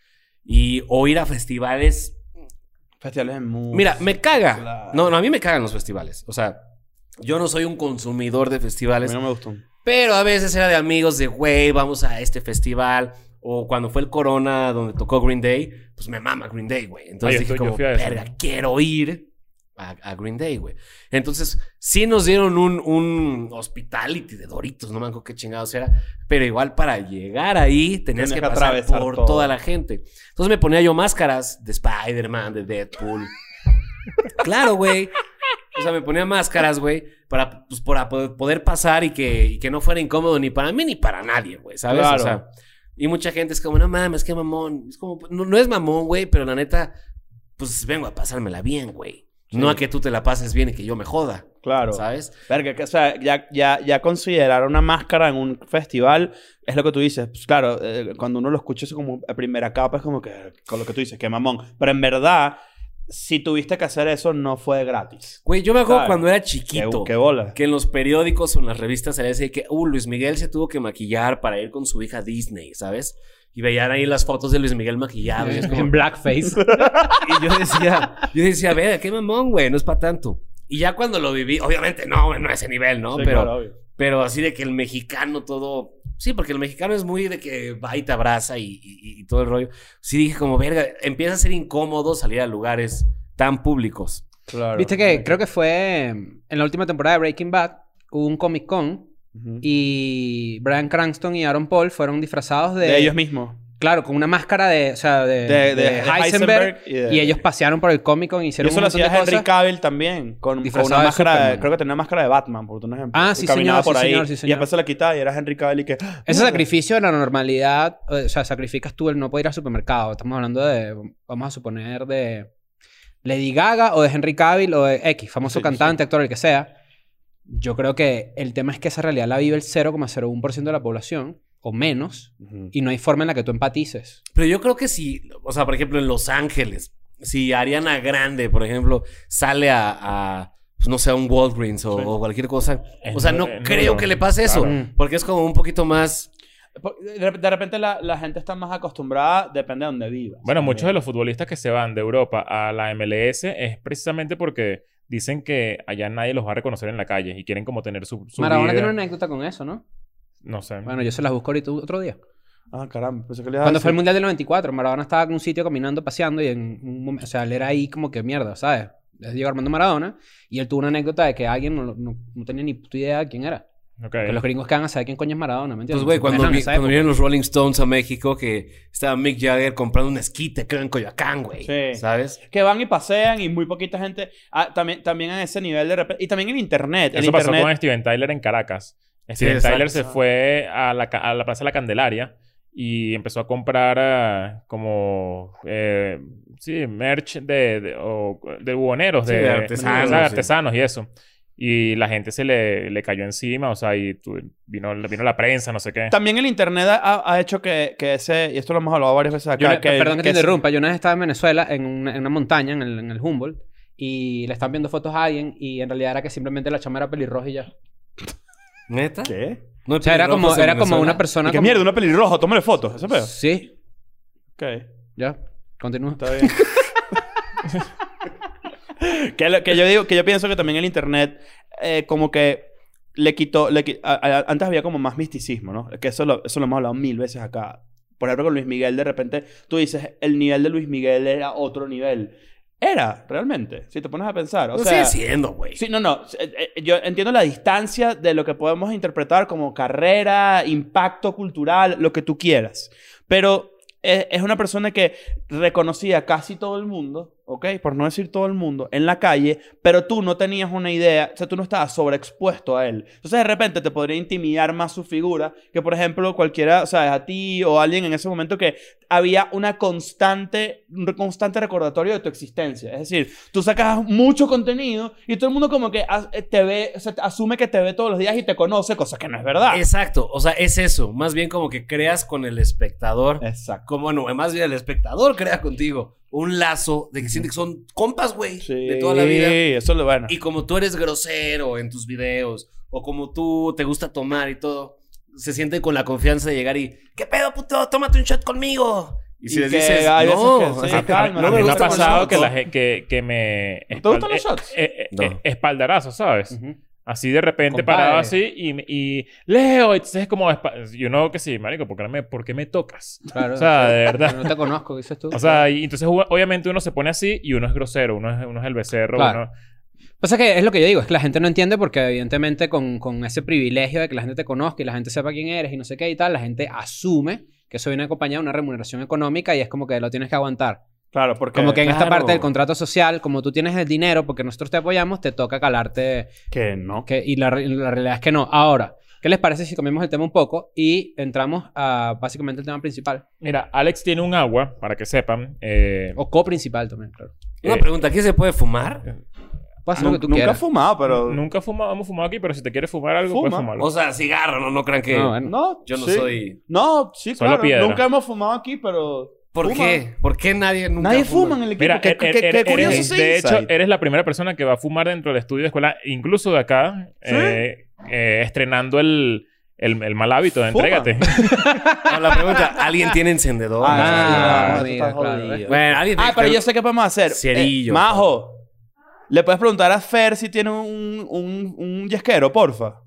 Y, o ir a festivales Festivales en Mood. Mira, me caga. Claro. No, no, a mí me cagan los festivales. O sea, yo no soy un consumidor de A festivales, mí no me gustó. pero a veces era de amigos de, güey, vamos a este festival. O cuando fue el Corona, donde tocó Green Day, pues me mama Green Day, güey. Ah, yo Entonces dije estoy- yo como, fui a eso. verga, quiero ir a, a Green Day, güey. Entonces, sí nos dieron un, un hospitality de Doritos, no me acuerdo qué chingados era. Pero igual para llegar ahí Tenías tenías que que pasar atravesar por todo. toda la gente. Entonces me ponía yo máscaras de Spider-Man, de Deadpool. claro, güey. O sea, me ponía máscaras, güey, para, pues, para po- poder pasar y que, y que no fuera incómodo ni para mí ni para nadie, güey, ¿sabes? Claro. O sea, y mucha gente es como, no mames, qué mamón. Es como, pues, no, no es mamón, güey, pero la neta, pues vengo a pasármela bien, güey. No a que tú te la pases bien y que yo me joda, Claro. ¿sabes? Verga, que, o sea, ya, ya, ya considerar una máscara en un festival es lo que tú dices. Pues claro, eh, cuando uno lo escucha eso como a primera capa es como que con lo que tú dices, que mamón. Pero en verdad, si tuviste que hacer eso, no fue gratis. Güey, yo me acuerdo Claro. cuando era Qué, chiquito. qué bola. Que en los periódicos o en las revistas salía así de que, uh, Luis Miguel se tuvo que maquillar para ir con su hija a Disney, ¿sabes? Y veían ahí las fotos de Luis Miguel maquillado. Y, Ah, pues, es como- En blackface. y yo decía, yo decía, ver, qué mamón, güey, no es para tanto. Y ya cuando lo viví, obviamente no, güey, no a ese nivel, ¿no? Sí, pero, claro, obvio. pero así de que el mexicano todo. Sí, porque el mexicano es muy de que va y te abraza y, y- y todo el rollo. Sí dije, como, verga, empieza a ser incómodo salir a lugares tan públicos. Claro. Viste que creo que fue em, en la última temporada de Breaking Bad, hubo un Comic Con Ujú. y Brian Cranston y Aaron Paul fueron disfrazados de, de ellos mismos. Claro, con una máscara de, o sea, de, De- de- de de Heisenberg, Heisenberg y de- y ellos pasearon por el Comic Con y Pero hicieron eso un lo montón hacía de Henry cosas. Cavill también. Con, con Disfrazado una de máscara. de- Superman. creo que tenía una máscara de Batman, por un ejemplo. Ah, Y sí, caminaba señor, por sí, ahí. señor, sí, Y señor. después se la quitaba y era Henry Cavill y que. Ese sacrificio de la normalidad, eh, o sea, sacrificas tú el no poder ir al supermercado. Estamos hablando de, vamos a suponer, de Lady Gaga o de Henry Cavill o de X, famoso Sí, cantante, actor, el que sea. Yo creo que el tema es que esa realidad la vive el 0,01% de la población o menos Ujú. y no hay forma en la que tú empatices. Pero yo creo que si, o sea, por ejemplo, en Los Ángeles, si Ariana Grande, por ejemplo, sale a, a, pues, no sé, a un Walgreens o, Sí. o cualquier cosa, Es o sea, muy- no es muy creo bueno. que le pase eso, Claro. Mm. porque es como un poquito más... Por- De de repente la, la gente está más acostumbrada, depende de Eh, donde viva. Bueno, muchos de eh. los futbolistas que se van de Europa a la MLS es precisamente porque dicen que allá nadie los va a reconocer en la calle y quieren como tener su, su Maradona vida. tiene una anécdota con eso, ¿no? No sé. Bueno, yo se las busco ahorita otro día. Ah, caramba. Pensé que le ibas a Cuando fue decir- el Mundial del 94, Maradona estaba en un sitio caminando, paseando y en un momento, o sea, él era ahí como que mierda, ¿sabes? Es Diego Armando Maradona y él tuvo una anécdota de que alguien no, no- no tenía ni puta idea de quién era. Ok. Que los gringos que van a saber quién coño es Maradona, ¿me entiendes? Entonces, Pues, güey, cuando, Eran vi- esa cuando época. vinieron los Rolling Stones a México, que estaba Mick Jagger comprando un esquite, creo, en Coyoacán, güey. Sí. ¿Sabes? Que van y pasean y muy poquita gente. Ah, también, también a ese nivel de repente. Y también en internet. en Eso pasó internet. con Steven Tyler en Caracas. Steven exacto. Tyler se fue a la, ca- a la Plaza de la Candelaria y empezó a comprar ah, como eh, sí, merch de, de, o de buhoneros, Sí, de, de artesanos, de sí. artesanos y eso. Y la gente se le, le cayó encima, o sea, y tu- vino, vino la prensa, no sé qué. También el internet ha, ha hecho que, que ese. Y esto lo hemos hablado varias veces acá. Yo una- que, perdón que te que- interrumpa. Yo una vez estaba en Venezuela, en una, en una montaña, en el, en el Humboldt, y le están viendo fotos a alguien y en realidad era que simplemente la chama era pelirroja y ya. ¿Neta? ¿Qué? No hay O sea, era pelirrojos como, en era como Venezuela. una persona... Y que como- mierda, una pelirroja, tómale fotos. Ese pedo. Sí, Ok. ya. Continúa. Está bien. que, lo- que yo digo, que yo pienso que también el internet eh, como que le quitó, le qui- a- a- antes había como más misticismo, ¿no? Que eso lo, eso lo hemos hablado mil veces acá. Por ejemplo, con Luis Miguel, de repente, tú dices, el nivel de Luis Miguel era otro nivel. Era, realmente, si te pones a pensar. O No sea, sigue siendo, güey. Sí, no, no. Eh, eh, Yo entiendo la distancia de lo que podemos interpretar como carrera, impacto cultural, lo que tú quieras. Pero eh, es una persona que reconocía a casi todo el mundo, ¿ok? Por no decir todo el mundo, en la calle, pero tú no tenías una idea, o sea, tú no estabas sobreexpuesto a él. Entonces, de repente te podría intimidar más su figura que, por ejemplo, cualquiera, o sea, a ti o a alguien en ese momento que había una constante, un re- constante recordatorio de tu existencia. Es decir, tú sacas mucho contenido y todo el mundo como que as- eh, te ve, o sea, te- asume que te ve todos los días y te conoce, cosa que no es verdad. Exacto. O sea, es eso. Más bien como que creas con el espectador. Exacto. como no, más bien el espectador crea contigo un lazo de que siente que son compas, güey, de toda la vida. Sí, eso es lo bueno. Y como tú eres grosero en tus videos, o como tú te gusta tomar y todo, se sienten con la confianza de llegar y, ¿qué pedo, puto? Tómate un shot conmigo. Y si Y les que dices, hay veces no, que sí, A- así, a- calma, a no mí me me ha gustan los pasado shots, que, ¿no? la ge- que, que me... ¿Te gustan espal- los shots? eh, eh, eh, No. espaldarazos, ¿sabes? Ujú. Así de repente Compadre. parado así y, y Leo, entonces es como yo no que sí, marico, ¿por qué me, por qué me tocas? Claro. O sea, de verdad. No te conozco, dices tú. O sea, y entonces u- obviamente uno se pone así y uno es grosero, uno es, uno es el becerro, Claro. uno- Pasa que es lo que yo digo, es que la gente no entiende porque evidentemente con, con ese privilegio de que la gente te conozca y la gente sepa quién eres y no sé qué y tal, la gente asume que eso viene acompañado de una remuneración económica y es como que lo tienes que aguantar. Claro, porque... Como que en esta Claro. parte del contrato social, como tú tienes el dinero porque nosotros te apoyamos, te toca calarte. Que no. que- y la, re- la realidad es que no. Ahora, ¿qué les parece si comemos el tema un poco y entramos a básicamente el tema principal? Mira, Alex tiene un agua, para que sepan. eh, O co-principal también, claro. Una Eh. pregunta, ¿qué se puede fumar? Puedes hacer Nun- Ah, lo que tú Ah, nunca he quieras. fumado, pero... Nunca fuma- hemos fumado aquí, pero si te quieres fumar algo, Fuma. puedes fumarlo. O sea, cigarro, no, no crean que... No, bueno. No, Yo no sí. soy... No, sí, Solo claro. piedra. Nunca hemos fumado aquí, pero... ¿Por fuman. qué? ¿Por qué nadie nunca Nadie fuma en el equipo. Mira, qué, er- qué- er- qué er- curioso eres- ese de hecho, insight. eres la primera persona que va a fumar dentro del estudio de escuela, incluso de acá, eh, eh, estrenando el, el, el mal hábito de Fuma. entrégate. No, la pregunta, ¿alguien tiene encendedor? Ah, Ah, mira, está claro. eh, jodido. Bueno, alguien Ah, pero yo sé qué podemos hacer. Cerillo. Eh, Majo, le puedes preguntar a Fer si tiene un, un, un yesquero, porfa.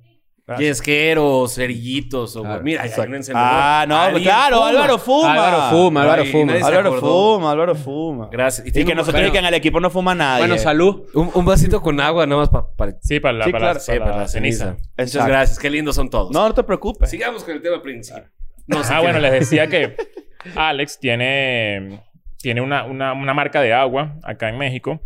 Yesqueros, cerillitos. O... Claro, Mira, hay Exacto. un encendedor. Ah, no, ¿Alguien claro, fuma? Álvaro fuma. Álvaro fuma, Álvaro Ay, fuma. nadie se Álvaro acordó. fuma, Álvaro fuma. Gracias. Y que nosotros bueno. y que en el equipo no fuma nadie. Bueno, salud. Un, un vasito con agua nada más pa- para... Sí, para la, Sí, para claro. la- Sí, para para la ceniza. Muchas Exacto. gracias. Qué lindos son todos. No, pues. no te preocupes. Sigamos con el tema principal. ah, bueno, les decía que Alex tiene, tiene una, una, una marca de agua acá en México,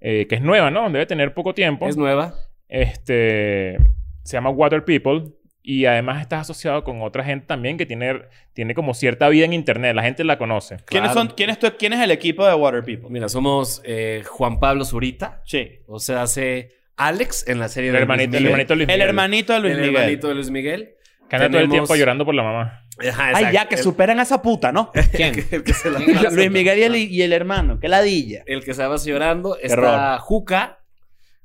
eh, que es nueva, ¿no? Debe tener poco tiempo. Es nueva. Este, se llama Water People. Y además está asociado con otra gente también que tiene, tiene como cierta vida en internet. La gente la conoce. ¿Quiénes Claro. son, quién, es tu- ¿Quién es el equipo de Water People? Mira, somos eh, Juan Pablo Zurita. Sí. O sea, hace Alex en la serie El de hermanito, Luis el Miguel. hermanito Luis El Miguel, hermanito de Luis El Miguel. hermanito de Luis Miguel. Que anda todo el Tenemos- tiempo llorando por la mamá. Ajá, Ay, exacto. ya, que El- superan a esa puta, ¿no? ¿Quién? el que se la pasa. Luis Miguel y el, y el hermano. Qué ladilla. El que se la pasa llorando. Está error. Juca.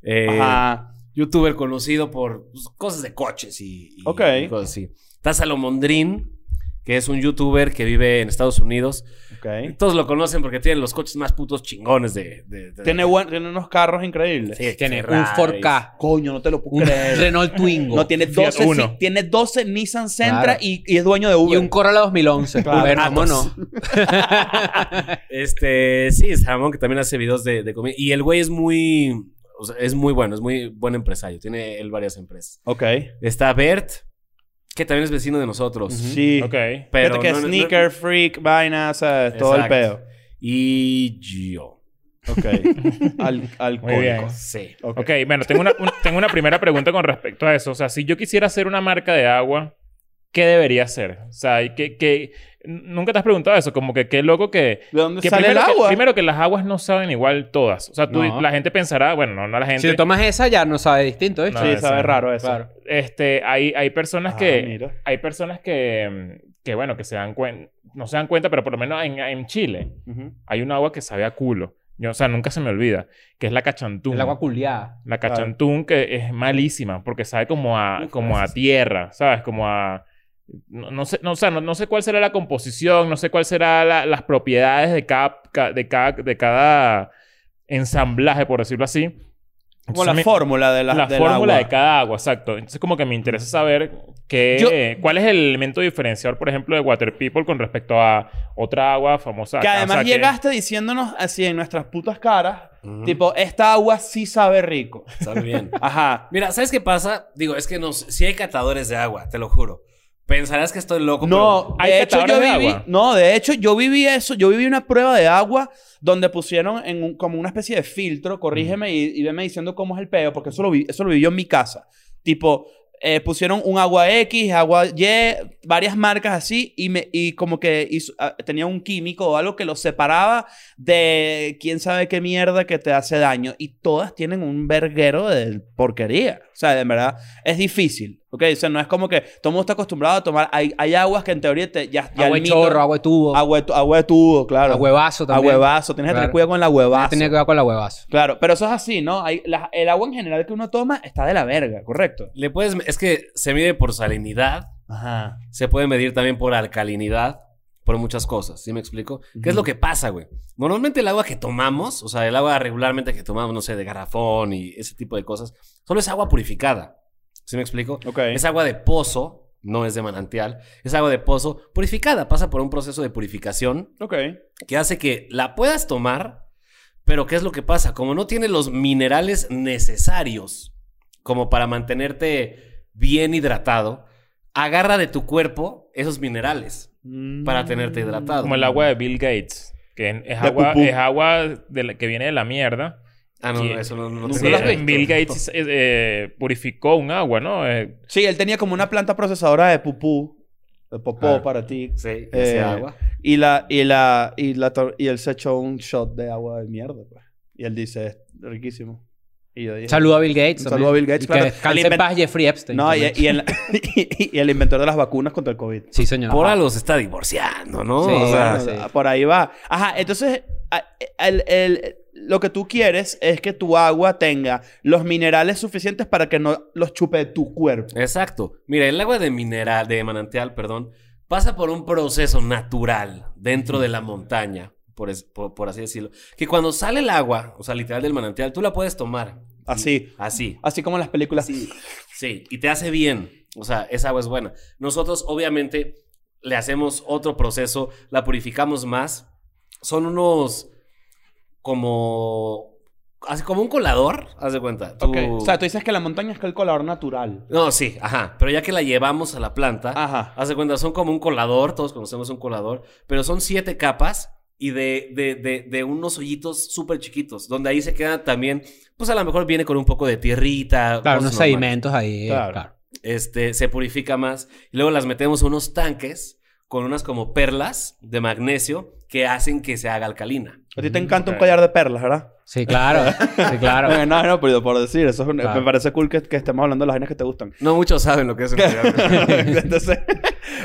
eh, Ajá. youtuber conocido por pues, cosas de coches y, y- Ok. y cosas así. Está Salomondrín, que es un youtuber que vive en Estados Unidos. Ok. Todos lo conocen porque tiene los coches más putos chingones de... de- de- Tiene, buen- tiene unos carros increíbles. Sí, Tiene un Ferraris. 4K. Coño, no te lo Un puedo creer. Renault Twingo. Eh, No, tiene Fiat 12, Uno. sí, tiene 12 Nissan Sentra Claro. y, y es dueño de Y Uber. un Corolla 2011. Claro. Ah, Pero cómo no. Este, sí, es Salomón que también hace videos de, de comida. Y el güey es muy... o sea, es muy bueno, es muy buen empresario. Tiene él varias empresas. Ok. Está Bert, que también es vecino de nosotros. Sí. Ok. Pero Fíjate que no- no- no- sneaker, freak, vaina, ¿sabes? Todo el Exacto. peo. Y yo. Ok. Al, alcohólico. bien. Sí. Ok. Ok, bueno, tengo una, un- tengo una primera pregunta con respecto a eso. O sea, si yo quisiera hacer una marca de agua, ¿qué debería hacer? O sea, ¿y qué, qué- nunca te has preguntado eso, como que qué loco que... ¿De dónde que sale el primero que- agua? primero que las aguas no saben igual todas. O sea, tú- No. la gente pensará, bueno, no, no la pues, gente. Si te tomas esa, ya no sabe distinto, ¿viste? No, sí, esa sabe no. raro eso. Claro. este, hay, hay personas Ah, que... mira. Hay personas que, mm, que, bueno, que se dan cuenta, no se dan cuenta, pero por lo menos en, en Chile Ujú. hay un agua que sabe a culo. Yo, o sea, nunca se me olvida, que es la cachantún. El agua culiada. La Claro. cachantún que es malísima porque sabe como a, Uf, como a gracias. tierra, ¿sabes? Como a... No, no sé, no, o sea, no, no sé cuál será la composición, no sé cuál será la- las propiedades de cada, ca- de cada, de cada ensamblaje, por decirlo así. Como Entonces, la me- fórmula de la, la del fórmula agua. Mm. de cada agua, exacto. Entonces como que me interesa saber qué, Yo- cuál es el elemento diferenciador, por ejemplo, de Water People con respecto a otra agua famosa. Que acá. O además sea, llegaste diciéndonos así en nuestras putas caras, tipo, esta agua sí sabe rico. Está muy bien. Ajá. Mira, ¿sabes qué pasa? Digo, es que no, si hay catadores de agua, te lo juro. Pensarás que estoy loco. No, ¿Hay de hecho yo catadores de viví, agua? no, de hecho yo viví eso, yo viví una prueba de agua donde pusieron en un- como una especie de filtro, corrígeme y, y veme diciendo cómo es el peo, porque eso lo vi, eso lo viví yo en mi casa. Tipo, eh, pusieron un agua X, agua Y, varias marcas así y me y como que hizo- ah, tenía un químico o algo que los separaba de quién sabe qué mierda que te hace daño y todas tienen un verguero de porquería. O sea, de verdad es difícil, ¿ok? O sea, no es como que todo el mundo está acostumbrado a tomar. Hay, hay aguas que en teoría te, ya, ya Agua el de mito- chorro, agua de tubo. agua, de tu- agua de tubo, claro. A huevazo A también. huevazo. Tienes que tener Claro. cuidado con la Yo huevazo. tenía que ver con la huevazo. Claro, pero eso es así, ¿no? Hay, la- el agua en general que uno toma está de la verga, correcto. Le puedes, es que se mide por salinidad, Ajá. se puede medir también por alcalinidad, por muchas cosas, ¿sí me explico? ¿Qué es lo que pasa, güey? Normalmente el agua que tomamos, o sea, el agua regularmente que tomamos, no sé, de garrafón y ese tipo de cosas, solo es agua purificada, ¿sí me explico? Ok. Es agua de pozo, no es de manantial, es agua de pozo purificada, pasa por un proceso de purificación Ok. que hace que la puedas tomar, pero ¿qué es lo que pasa? Como no tiene los minerales necesarios como para mantenerte bien hidratado, agarra de tu cuerpo esos minerales para tenerte hidratado. Como el agua de Bill Gates. que es, es De agua, pupú. es agua de la- que viene de la mierda. Ah, no, Sí. no, eso no, no Nunca Sí, tenía lo has idea. visto. Bill Gates eh, eh, purificó un agua, ¿no? Eh, Sí, él tenía como una planta procesadora de pupú, de popó Ah. para ti. Sí, ese Eh, agua. Y la, y la, y la, tor- y él se echó un shot de agua de mierda, pues. Y él dice, es riquísimo. Y yo dije, Saludo a Bill Gates. Un también. saludo a Bill Gates, Y claro. Que descanse El en invent- paz Jeffrey Epstein. No, y, también. y el, y el inventor de las vacunas contra el COVID. Sí, señor. Por algo se está divorciando, ¿no? Sí, o sea, sí. Bueno, Por ahí va. Ajá, entonces a- el- el- lo que tú quieres es que tu agua tenga los minerales suficientes para que no los chupe tu cuerpo. Exacto. Mira, el agua de mineral, de manantial, perdón, pasa por un proceso natural dentro de la montaña, por, es- por, por así decirlo. Que cuando sale el agua, o sea, literal del manantial, tú la puedes tomar. Así. Así. Así como en las películas. Sí, y te hace bien. O sea, esa agua es buena. Nosotros, obviamente, le hacemos otro proceso, la purificamos más. Son unos como. Así como un colador, haz de cuenta. Tú- Ok. O sea, tú dices que la montaña es que el colador natural. No, sí, ajá. Pero ya que la llevamos a la planta, Ajá. Haz de cuenta, son como un colador, todos conocemos un colador, pero son siete capas y de, de, de, de unos hoyitos súper chiquitos, donde ahí se queda también, pues a lo mejor viene con un poco de tierrita. Claro, unos cosas normales. sedimentos ahí. eh, Claro. Claro. Este, se purifica más. Y luego las metemos a unos tanques con unas como perlas de magnesio que hacen que se haga alcalina. A ti te encanta Ok. un collar de perlas, ¿verdad? Sí, claro. Sí, claro. Eh, No, no, pero por decir, eso es un- Claro. me parece cool que, que estemos hablando de las vainas que te gustan. No muchos saben lo que es un collar. Entonces,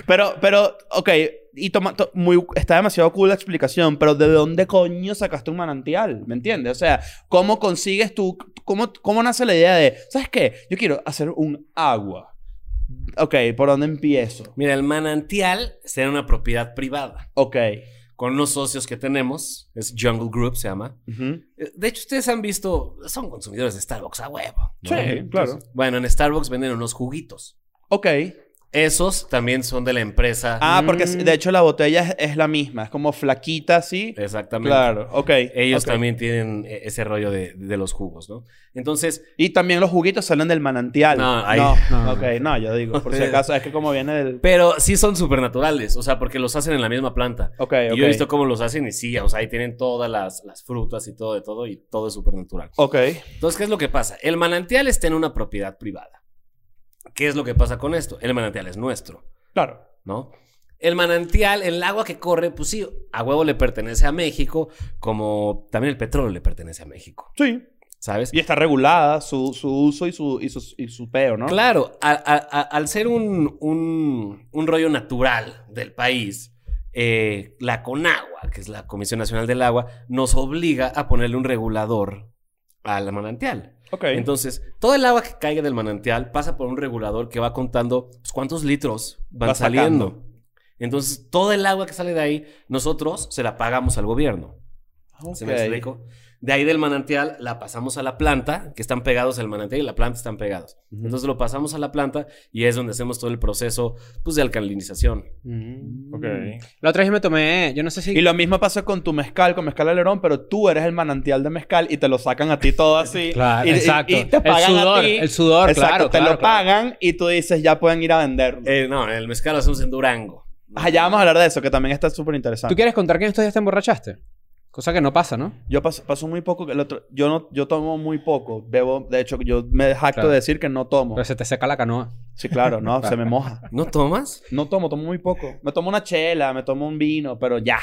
pero, pero, ok, y toma, to- muy, está demasiado cool la explicación, pero ¿de dónde coño sacaste un manantial? ¿Me entiendes? O sea, ¿cómo consigues tú, cómo, cómo nace la idea de, ¿sabes qué? Yo quiero hacer un agua. Ok, ¿por dónde empiezo? Mira, el manantial será una propiedad privada. Ok. Con unos socios que tenemos, es Jungle Group, se llama. Ujú. Eh, De hecho, ustedes han visto, son consumidores de Starbucks a huevo. ¿no? Sí, claro. Bueno, en Starbucks venden unos juguitos. Ok. Esos también son de la empresa. Ah, porque de hecho la botella es, es la misma, es como flaquita así. Exactamente. Claro, ok. Ellos ok. también tienen eh, ese rollo de, de los jugos, ¿no? Entonces, Y también los juguitos salen del manantial. No, ahí- no, no. ok, no, yo digo, por si acaso, es que como viene del... pero sí son supernaturales, o sea, porque los hacen en la misma planta. Ok, Y Eh, ok. yo he visto cómo los hacen y sí, o sea, ahí tienen todas las, las frutas y todo de todo y todo es supernatural. Ok. Entonces, ¿qué es lo que pasa? El manantial está en una propiedad privada. ¿Qué es lo que pasa con esto? El manantial es nuestro. Claro. ¿no? El manantial, el agua que corre, pues sí, a huevo le pertenece a México, como también el petróleo le pertenece a México, Sí. ¿sabes? Y está regulada su, su uso y su, y su, y su peo, ¿no? Claro, a- a- a- al ser un, un- un rollo natural del país, eh, la CONAGUA, que es la Comisión Nacional del Agua, nos obliga a ponerle un regulador al manantial. Ok. Entonces, todo el agua que caiga del manantial pasa por un regulador que va contando pues, cuántos litros van Va sacando. saliendo. Entonces, toda el agua que sale de ahí, nosotros se la pagamos al gobierno. ¿Se me Ok. explico? De ahí del manantial la pasamos a la planta, que están pegados el manantial y la planta están pegados. Ujú. Entonces lo pasamos a la planta y es donde hacemos todo el proceso pues, de alcalinización. ok. Mm. Mm. La otra vez yo me tomé, yo no sé si... Y lo mismo pasa con tu mezcal, con mezcal alerón, pero tú eres el manantial de mezcal y te lo sacan a ti todo así. Claro, Y- y- exacto. Y, te el pagan sudor, a ti. el sudor, Exacto, claro, te claro, lo claro. pagan y tú dices, ya pueden ir a venderlo. Eh, no, el mezcal lo hacemos en Durango. Ajá, Ah, ya vamos a hablar de eso, que también está súper ¿Tú interesante. quieres contar que en estos días te emborrachaste? Cosa que no pasa, ¿no? Yo paso, paso muy poco. El otro, yo no, yo tomo muy poco. Bebo, de hecho, yo me jacto Claro. Pues. de decir que no tomo. Pero se te seca la canoa. Sí, claro, no, se me moja. ¿No tomas? No tomo, tomo muy poco. Me tomo una chela, me tomo un vino, pero ya.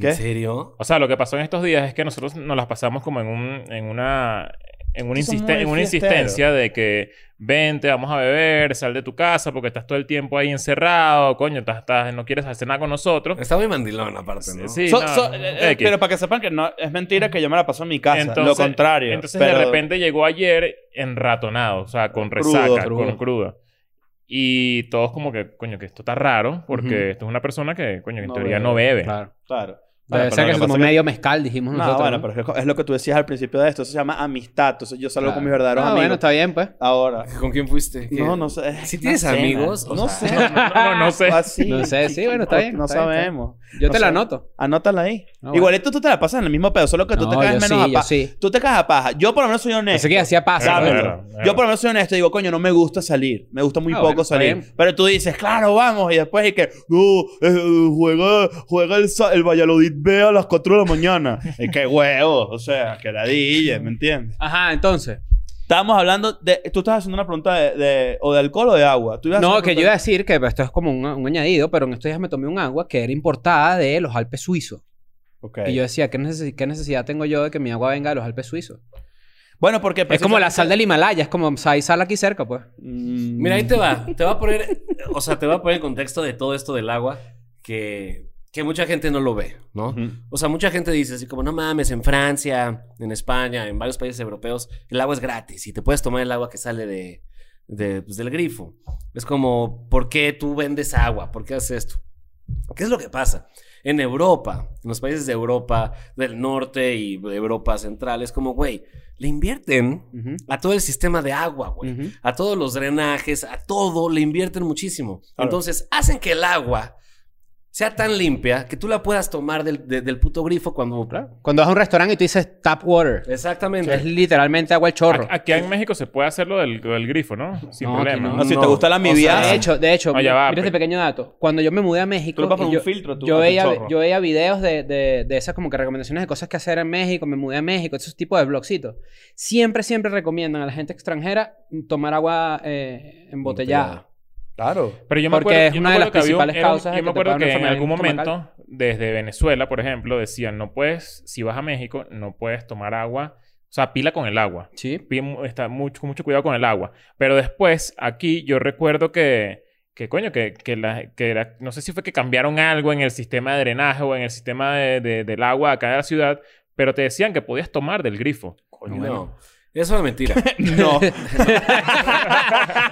¿Qué? ¿En serio? O sea, lo que pasó en estos días es que nosotros nos las pasamos como en un, en una, en una, Tú sos insiste- muy en una fiestero. insistencia de que vente, vamos a beber, sal de tu casa porque estás todo el tiempo ahí encerrado, coño, estás, estás- no quieres hacer nada con nosotros. Está muy mandilón aparte, ¿no? Sí, So- no, so- eh, eh, X. pero para que sepan que no es mentira que yo me la paso en mi casa. lo contrario. Entonces pero- de repente llegó ayer enratonado, o sea, con Crudo, resaca, crudo. con cruda. Y todos como que, coño, que esto está raro, porque Ujú. esto es una persona que, coño, que en No teoría bebe. no bebe. Claro. Claro. Debe Bueno, ser pero que lo se pasa tomó es que- medio mezcal, dijimos No, nosotros. bueno, pero es lo- es lo que tú decías al principio de esto. Eso se llama amistad. Entonces yo salgo Claro. con mis verdaderos Ah, amigos. bueno, está bien, pues. Ahora. ¿Con quién fuiste? ¿Qué? No, no sé. Si Una tienes cena. amigos, o no sé. sea- No, no, no sé. Así, No sé, sí, bueno, está no- bien, No está bien, está sabemos. Yo O te sea, la anoto. Anótala ahí. No, bueno. Igualito tú te la pasas en el mismo pedo, solo que tú te No, caes yo menos sí, a Eh. yo paja. sí. Tú te caes a paja. Yo por lo menos soy honesto. Pensé que hacía pues. pasa. Sábado. Sábelo. Claro, claro. Yo por lo menos soy honesto. Digo, coño, no me gusta salir. Me gusta muy Ah, poco bueno, está salir. bien. Pero tú dices, claro, vamos. Y después y que, no, eh, eh, juega, juega el, Sa- el Valladolid veo a las 4 de la mañana. Es que huevo, o sea, que la DJ, ¿me entiendes? Ajá, entonces. Estábamos hablando de. Tú estás haciendo una pregunta de, de- o de alcohol o de agua. ¿Tú ibas a hacer No, una que yo iba a pregunta- decir que pues, esto es como un, un añadido, pero en estos días me tomé un agua que era importada de los Alpes suizos. Ok. Y yo decía, ¿qué, necesi- qué necesidad tengo yo de que mi agua venga de los Alpes suizos? Bueno, porque. Es como la sal del Himalaya, es como o sea, hay sal aquí cerca, pues. Mm. Mira, ahí te va. Te va a poner, o sea, te va a poner el contexto de todo esto del agua que, que mucha gente no lo ve, ¿no? Ujú. O sea, mucha gente dice así como, no mames, en Francia, en España, en varios países europeos, el agua es gratis y te puedes tomar el agua que sale de, de, pues, del grifo. Es como, ¿por qué tú vendes agua? ¿Por qué haces esto? ¿Qué es lo que pasa? En Europa, en los países de Europa del norte y de Europa central, es como, güey, le invierten Ujú, a todo el sistema de agua, güey ujú. a todos los drenajes, a todo, le invierten muchísimo. Claro. Entonces, hacen que el agua sea tan limpia que tú la puedas tomar del, de- del puto grifo cuando... Cuando vas a un restaurante y tú dices tap water, Exactamente. es literalmente agua al chorro. Aquí en México se puede hacer lo del, lo del grifo, ¿no? Sin No, aquí problema. no. No, si te gusta la mi mibiada- De hecho, de hecho, No, ya va, mira este pe- pequeño dato. Cuando yo me mudé a pues. Tú México, le pasas y un yo, filtro. Tú, yo a tu veía, chorro. yo veía videos de, de- de esas como que recomendaciones de cosas que hacer en México, me mudé a México, esos tipos de blogcitos. Siempre, siempre recomiendan a la gente extranjera tomar agua eh, embotellada. Claro. Pero yo me Porque acuerdo, es yo me una de acuerdo las que había un- principales era un- causas de Yo que te me acuerdo pueda que dar una en algún enfermedad momento, desde Venezuela, por ejemplo, decían, no puedes, si vas a México, no puedes tomar agua, o sea, pila con el agua. Sí. Pide mu- está mucho, con mucho cuidado con el agua. Pero después, aquí yo recuerdo que, que coño, que, que, la- que era- no sé si fue que cambiaron algo en el sistema de drenaje o en el sistema de- de- del agua acá de la ciudad, pero te decían que podías tomar del grifo. No, eso es mentira. No.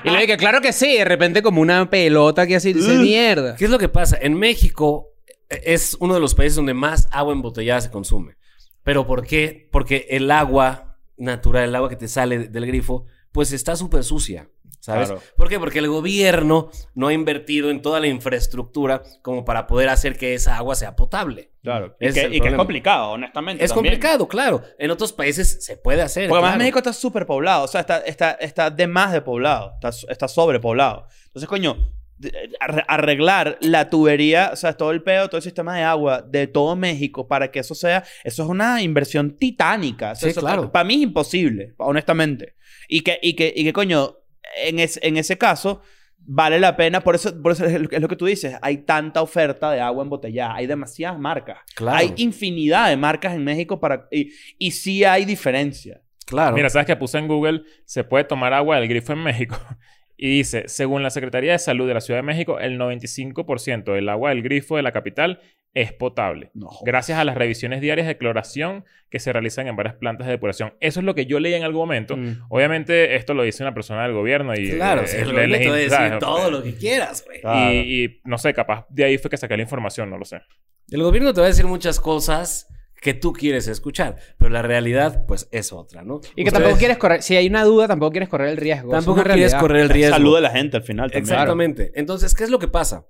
Y le dije, claro que sí, de repente como una pelota que así dice Uh. mierda. ¿Qué es lo que pasa? En México eh, es uno de los países donde más agua embotellada se consume. ¿Pero por qué? Porque el agua natural, el agua que te sale de- del grifo, pues está súper sucia. ¿Sabes? Claro. ¿Por qué? Porque el gobierno no ha invertido en toda la infraestructura como para poder hacer que esa agua sea potable. Claro. Y, Ese que, es y el que es problema. complicado, honestamente. Es también. complicado, claro. En otros países se puede hacer. Porque además claro. México está súper poblado, o sea, está, está, está de más de poblado, está, está sobrepoblado. Entonces, coño, de- arre- arreglar la tubería, o sea, todo el pedo, todo el sistema de agua de todo México para que eso sea, eso es una inversión titánica. O sea, Sí, eso- claro. Para mí es imposible, honestamente. Y que, y que, y que coño, en, es- en ese caso... Vale la pena, por eso, por eso es lo que- es lo que tú dices, hay tanta oferta de agua embotellada, hay demasiadas marcas, Claro. hay infinidad de marcas en México para, y, y sí hay diferencia. Claro. Mira, sabes que puse en Google, se puede tomar agua del grifo en México. Y dice, según la Secretaría de Salud de la Ciudad de México, el 95% del agua del grifo de la capital es potable. No. jodas. Gracias a las revisiones diarias de cloración que se realizan en varias plantas de depuración. Eso es lo que yo leí en algún momento. Mm. Obviamente, esto lo dice una persona del gobierno y... claro. eh, o sea, eh, el gobierno te va a decir ¿sabes? todo lo que quieras, güey. Claro. Y, y no sé, capaz de ahí fue que saqué la información, no lo sé. El gobierno te va a decir muchas cosas que tú quieres escuchar, pero la realidad, pues, es otra, ¿no? Y que Ustedes- tampoco quieres correr, si hay una duda, tampoco quieres correr el riesgo. Es Tampoco una quieres realidad. correr el La riesgo. salud de la gente al final también. Exactamente. Entonces, ¿qué es lo que pasa?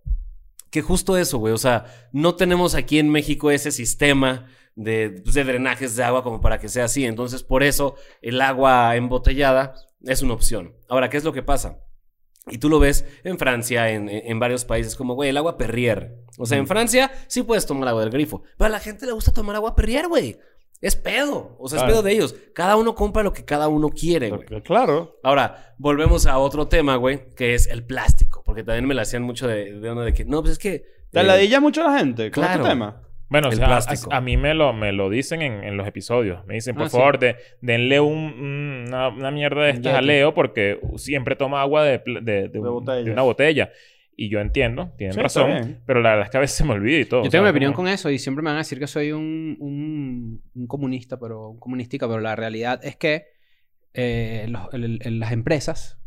Que justo eso, güey. O sea, no tenemos aquí en México ese sistema de, pues, de drenajes de agua como para que sea así. Entonces, por eso el agua embotellada es una opción. Ahora, ¿qué es lo que pasa? Y tú lo ves en Francia, en, en- en varios países, como, güey, el agua Perrier. O sea, en Francia sí puedes tomar agua del grifo, pero a la gente le gusta tomar agua Perrier, güey. Es pedo. O sea, es Claro. pedo de ellos. Cada uno compra lo que cada uno quiere, güey. Claro. Ahora, volvemos a otro tema, güey, que es el plástico. Porque también me la hacían mucho de, de onda de que, no, pues es que. ¿Te eh, ladilla mucho la gente con claro. este tema? Bueno, o El sea, a- plástico. A, mí me lo, me lo dicen en, en los episodios. Me dicen, por Ah, sí. favor, de- denle un, un- una, una mierda de Un estas a yate. Leo porque siempre toma agua de, pl- de, de un- de botella. una botella. Y yo entiendo, tienen Sí, está razón, bien. pero la verdad es que a veces se me olvida y todo. Yo tengo mi ¿sabes? opinión Como- con eso y siempre me van a decir que soy un, un, un comunista, pero un comunistica, pero la realidad es que eh, los- el- el- las empresas,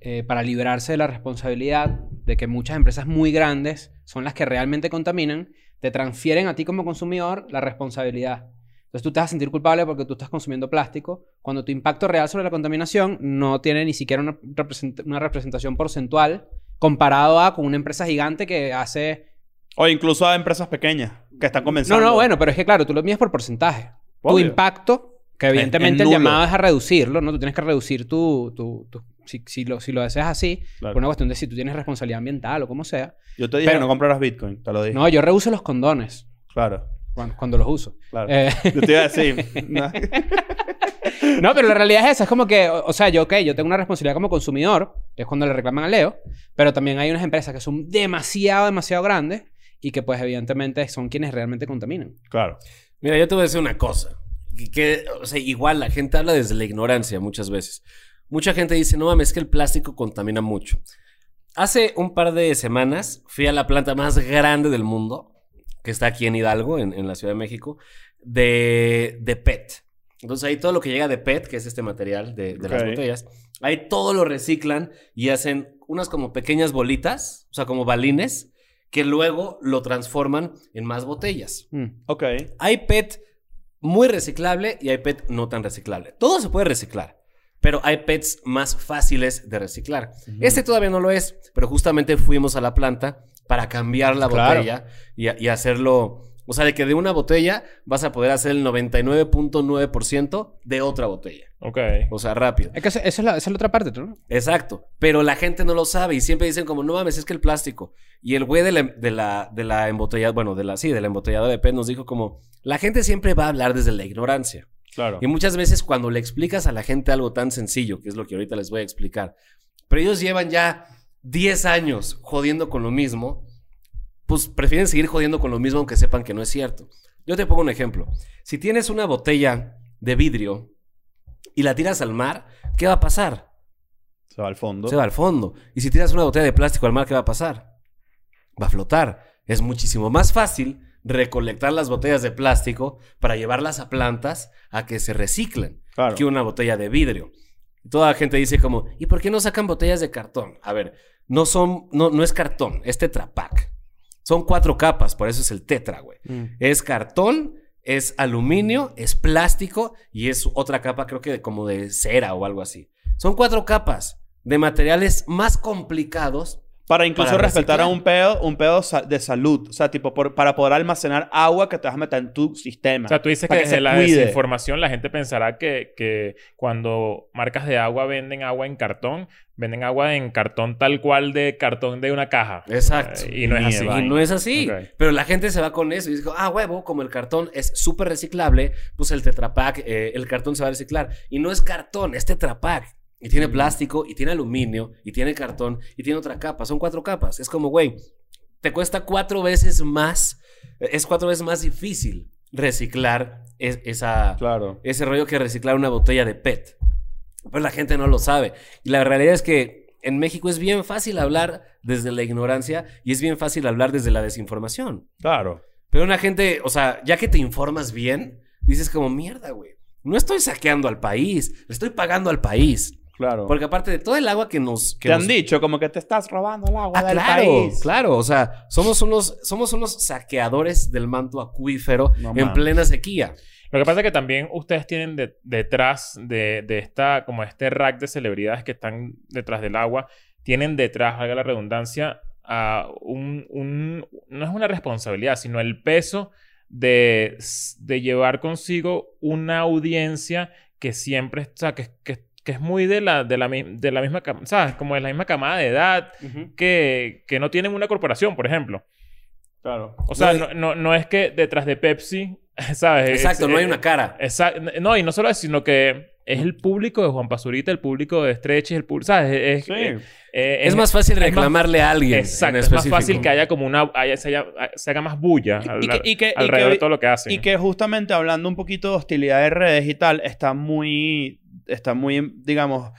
eh, para librarse de la responsabilidad de que muchas empresas muy grandes son las que realmente contaminan, te transfieren a ti como consumidor la responsabilidad. Entonces tú te vas a sentir culpable porque tú estás consumiendo plástico, cuando tu impacto real sobre la contaminación no tiene ni siquiera una, represent- una representación porcentual comparado a con una empresa gigante que hace O incluso a empresas pequeñas que están no, comenzando. no, bueno, pero es que claro, tú lo mides por porcentaje. Obvio. Tu impacto, que evidentemente es el nulo. llamado es a reducirlo, ¿no? Tú tienes que reducir tu... tu, tu- si, si lo, si lo haces así, Claro. por una cuestión de si tú tienes responsabilidad ambiental o como sea. Yo te dije que Pero- no compraras Bitcoin, te lo dije. No, yo reuso los condones. Claro. cuando, cuando los uso. Claro. Eh, Yo te iba a decir. no. no, pero la realidad es esa. Es como que, o, o sea, yo, ok, yo tengo una responsabilidad como consumidor, que es cuando le reclaman a Leo, pero también hay unas empresas que son demasiado, demasiado grandes y que, pues, evidentemente son quienes realmente contaminan. Claro. Mira, yo te voy a decir una cosa. Que, que, o sea, igual la gente habla desde la ignorancia muchas veces. Mucha gente dice, no mames, es que el plástico contamina mucho. Hace un par de semanas fui a la planta más grande del mundo, que está aquí en Hidalgo, en, en la Ciudad de México, de, de PET. Entonces ahí todo lo que llega de PET, que es este material de, de las Ok. botellas, ahí todo lo reciclan y hacen unas como pequeñas bolitas, o sea, como balines, que luego lo transforman en más botellas Mm. Ok. hay PET muy reciclable y hay PET no tan reciclable. Todo se puede reciclar, pero hay PETs más fáciles de reciclar. Este todavía no lo es, pero justamente fuimos a la planta para cambiar la Claro. botella y, a- y hacerlo. O sea, de que de una botella vas a poder hacer el 99.9% de otra botella. Ok. O sea, rápido. Es que eso, eso es la, esa es la otra parte, ¿no? Exacto. Pero la gente no lo sabe y siempre dicen como, no mames, es que el plástico. Y el güey de la, de la, de la embotellada, bueno, de la, sí, de la embotelladora de PET nos dijo como, la gente siempre va a hablar desde la ignorancia. Claro. Y muchas veces cuando le explicas a la gente algo tan sencillo, que es lo que ahorita les voy a explicar, pero ellos llevan ya 10 años jodiendo con lo mismo, pues prefieren seguir jodiendo con lo mismo aunque sepan que no es cierto. Yo te pongo un ejemplo. Si tienes una botella de vidrio y la tiras al mar, ¿qué va a pasar? Se va al fondo. Se va al fondo. Y si tiras una botella de plástico al mar, ¿qué va a pasar? Va a flotar. Es muchísimo más fácil recolectar las botellas de plástico para llevarlas a plantas a que se reciclen Claro. que una botella de vidrio. Toda la gente dice como, ¿y por qué no sacan botellas de cartón? A ver, no son, no, no es cartón, es tetrapack. Son cuatro capas, por eso es el tetra, güey. Mm. Es cartón, es aluminio, es plástico y es otra capa, creo que de- como de cera o algo así. Son cuatro capas de materiales más complicados. Para incluso Para respetar a reciclar. un pedo, un pedo sa- de salud. O sea, tipo, por- para poder almacenar agua que te vas a meter en tu sistema. O sea, tú dices que Para que desde se la cuide. desinformación la gente pensará que, que cuando marcas de agua venden agua en cartón, venden agua en cartón tal cual de cartón de una caja. Exacto. Eh, Y no es así. Y no es así. Ok. Pero la gente se va con eso y dice, ah, huevo, como el cartón es súper reciclable, pues el tetrapack, el cartón se va a reciclar. Y no es cartón, es tetrapack. Y tiene plástico, y tiene aluminio, y tiene cartón, y tiene otra capa. Son cuatro capas. Es como, güey, te cuesta cuatro veces más, es cuatro veces más difícil reciclar es- esa, Claro. ese rollo que reciclar una botella de PET. Pero la gente no lo sabe. Y la realidad es que en México es bien fácil hablar desde la ignorancia y es bien fácil hablar desde la desinformación. Claro. Pero una gente, o sea, ya que te informas bien, dices como mierda, güey. No estoy saqueando al país, le estoy pagando al país. Claro. Porque aparte de todo el agua que nos... Que te han nos- dicho como que te estás robando el agua Ah, del claro, país. claro. O sea, somos unos, somos unos saqueadores del manto acuífero No en mames. plena sequía. Lo que pasa es que también ustedes tienen de- detrás de, de esta, como este rack de celebridades que están detrás del agua, tienen detrás, haga la redundancia, a un, un- no es una responsabilidad, sino el peso de, de llevar consigo una audiencia que siempre está, que, que- que es muy de la, de la, mi- de la misma, cam- ¿sabes? Como de la misma camada de edad, que, que no tienen una corporación, por ejemplo. Claro. O sea, no, no, no es que detrás de Pepsi, Eh, ¿sabes? Exacto, Es- eh, no hay es- una cara. Exacto. No, y no solo eso, sino que es el público de Juan Pazurita, el público de Stretch, el público, ¿sabes? Es, Sí. es- eh, Es más fácil es más- reclamarle a alguien. Exacto. en Es más específico. fácil que haya como una... haya- se, haya- se haga más bulla al- Y que- y que- y que alrededor de ahorita- todo lo que hacen. Y que justamente hablando un poquito de hostilidad de redes y tal, está muy, está muy, digamos,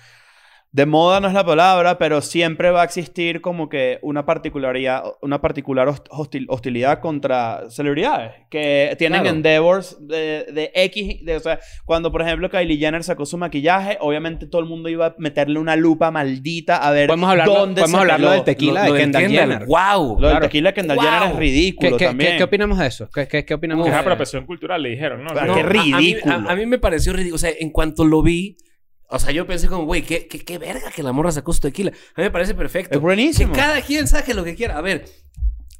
de moda no es la palabra, pero siempre va a existir como que una particularidad, una particular host- hostil- hostilidad contra celebridades que tienen Claro. endeavors de, de X, de- o sea, cuando por ejemplo Kylie Jenner sacó su maquillaje, obviamente todo el mundo iba a meterle una lupa maldita a ver Podemos hablarlo- dónde podemos se hablarlo peló. del tequila. Lo, de lo Kendall entiendan. Jenner. ¡Wow! Lo del Claro. tequila de Kendall Jenner es Wow. ¿Qué, ridículo qué- también. qué- qué opinamos de eso? ¿Qué, qué- qué opinamos Que es de apropiación cultural, le dijeron, ¿no? Ah, No, qué a- a mí- ridículo. A, a mí me pareció ridículo. O sea, en cuanto lo vi, o sea, yo pensé como, güey, qué, qué, qué verga que la morra sacó su tequila. A mí me parece perfecto. Es buenísimo. Que cada quien saque lo que quiera. A ver,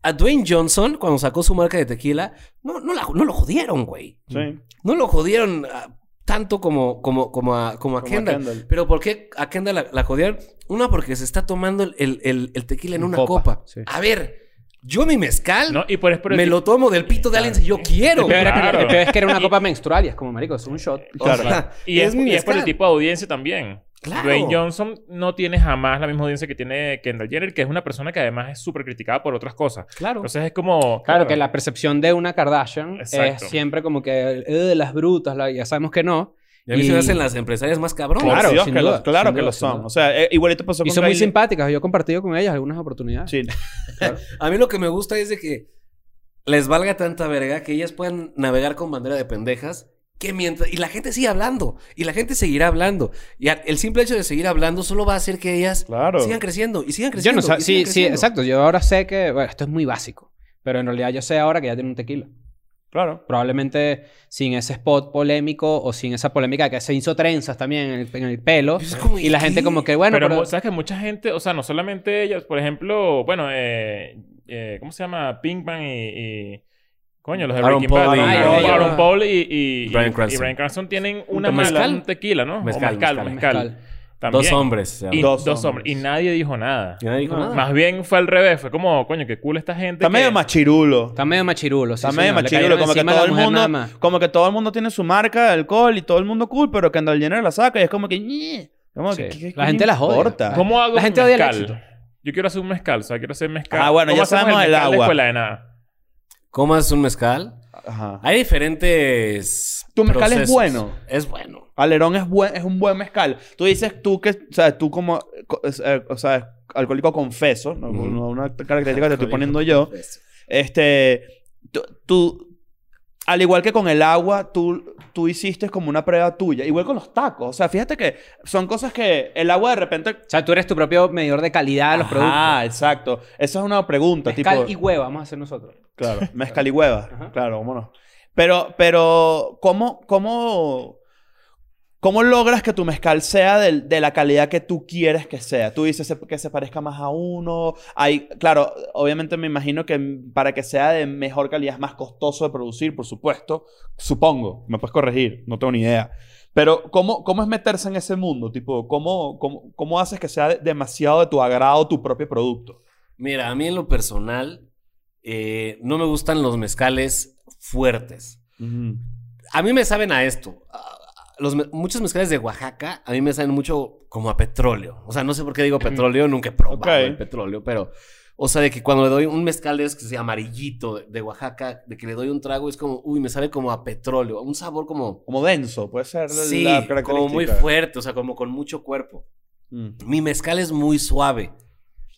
a Dwayne Johnson, cuando sacó su marca de tequila, no, no, la- no lo jodieron, güey. Sí. No lo jodieron ah, tanto como, como, como, a, como Como a a Kendall. Kendall. Pero ¿por qué a Kendall la, la jodieron? Una, porque se está tomando el, el- el- el tequila en En una copa, copa. sí. A ver, Yo mi mezcal No, y por eso... por el me lo tomo del pito de alguien si yo quiero. El peor, era que- Claro. el peor es que era una copa menstrual y es como, marico, es un shot. O sea, Y es, y es por el mezcal. tipo de audiencia también. Claro. Dwayne Johnson no tiene jamás la misma audiencia que tiene Kendall Jenner, que es una persona que además es súper criticada por otras cosas. Claro. Entonces es como... Claro, que la percepción de una Kardashian Exacto. es siempre como que "Eh, las brutas, la- ya sabemos que no. Y a mí Y- se me hacen las empresarias más cabronas. Claro, Por Dios sin que duda, lo- claro sin que duda, lo sin son. duda. O sea, eh, igualito pasó con Y son muy Kylie- simpáticas. Yo he compartido con ellas algunas oportunidades. Sí. A mí lo que me gusta es de que les valga tanta verga que ellas puedan navegar con bandera de pendejas. Que mientras, y la gente sigue hablando, y la gente seguirá hablando. Y a- el simple hecho de seguir hablando solo va a hacer que ellas Claro. sigan creciendo y sigan Yo no creciendo. y sé, sí, sigan sí, creciendo. exacto. Yo ahora sé que, bueno, esto es muy básico. Pero en realidad yo sé ahora que ya tiene un tequila. Claro. Probablemente sin ese spot polémico o sin esa polémica que se hizo trenzas también en el, en el pelo. Es como, Y la gente ¿qué? como que, bueno, pero, pero... mu- sabes que mucha gente, o sea, no solamente ellos, por ejemplo, bueno, eh, eh, ¿cómo se llama? Pinkman y, y- Coño, los de Aaron Breaking Paul Bad. y- Aaron, Ay, Aaron ay, Paul y, y, y- Bryan y Cranston. Bryan Cranston tienen una mezcal? mala un tequila, ¿no? O Mezcal, mezcal, mezcal. mezcal. Mezcal. También. Dos hombres. se Y llaman. Dos dos, hombres. hombres. Y nadie dijo nada. Y nadie dijo nada. Más bien fue al revés. Fue como, coño, qué cool esta gente. Está que- medio machirulo. Está medio machirulo. sí, Está medio señor. Le machirulo. cayeron Como que encima a la todo el mujer nada mundo... más. Como que todo el mundo tiene su marca de alcohol y todo el mundo cool, pero Kendall Jenner la saca y es como que... "Ñe". Como Sí. que, ¿qué- La qué gente me la jode. importa? ¿Cómo hago La gente odia el mezcal? éxito. Yo quiero hacer un mezcal. O sea, quiero hacer mezcal. Ah, bueno, ¿Cómo ya hacemos sabemos el mezcal de agua. escuela de nada? Comas un mezcal. Ajá. Hay diferentes. Tu mezcal es procesos. bueno. Es bueno. Alerón es, buen, es un buen mezcal. Tú dices tú que, o sea, tú como, co- es- eh, o sea, alcohólico confeso, no, Ujú. no una característica que te estoy poniendo yo. Este, tú, tú- al igual que con el agua, tú, tú hiciste como una prueba tuya. Igual con los tacos. O sea, fíjate que son cosas que el agua de repente. O sea, tú eres tu propio medidor de calidad de los Ah, exacto. Esa es una pregunta, productos. Mezcal pues, tipo. y hueva vamos a hacer nosotros. Claro, mezcal y hueva. Ajá. Claro, vámonos. Pero, pero, ¿cómo, cómo, cómo logras que tu mezcal sea del- de, la calidad que tú quieres que sea? Tú dices se- que se parezca más a uno. Hay, claro, obviamente me imagino que m- para que sea de mejor calidad es más costoso de producir, por supuesto. Supongo, me puedes corregir, no tengo ni idea. Pero, ¿cómo, cómo es meterse en ese mundo? Tipo, ¿cómo, cómo, cómo haces que sea de- demasiado de tu agrado tu propio producto? Mira, a mí en lo personal, eh, no me gustan los mezcales fuertes. A mí me saben a esto. A- a- Los, me- muchos mezcales de Oaxaca a mí me saben mucho como a petróleo. O sea, no sé por qué digo petróleo, nunca he probado Ok. el petróleo, pero... O sea, de que cuando le doy un mezcal de esos que sea amarillito de, de Oaxaca, de que le doy un trago, es como, uy, me sabe como a petróleo, un sabor como... Como denso, puede ser la- Sí, la característica. como muy fuerte, o sea, como con mucho cuerpo. Mm. Mi mezcal es muy suave.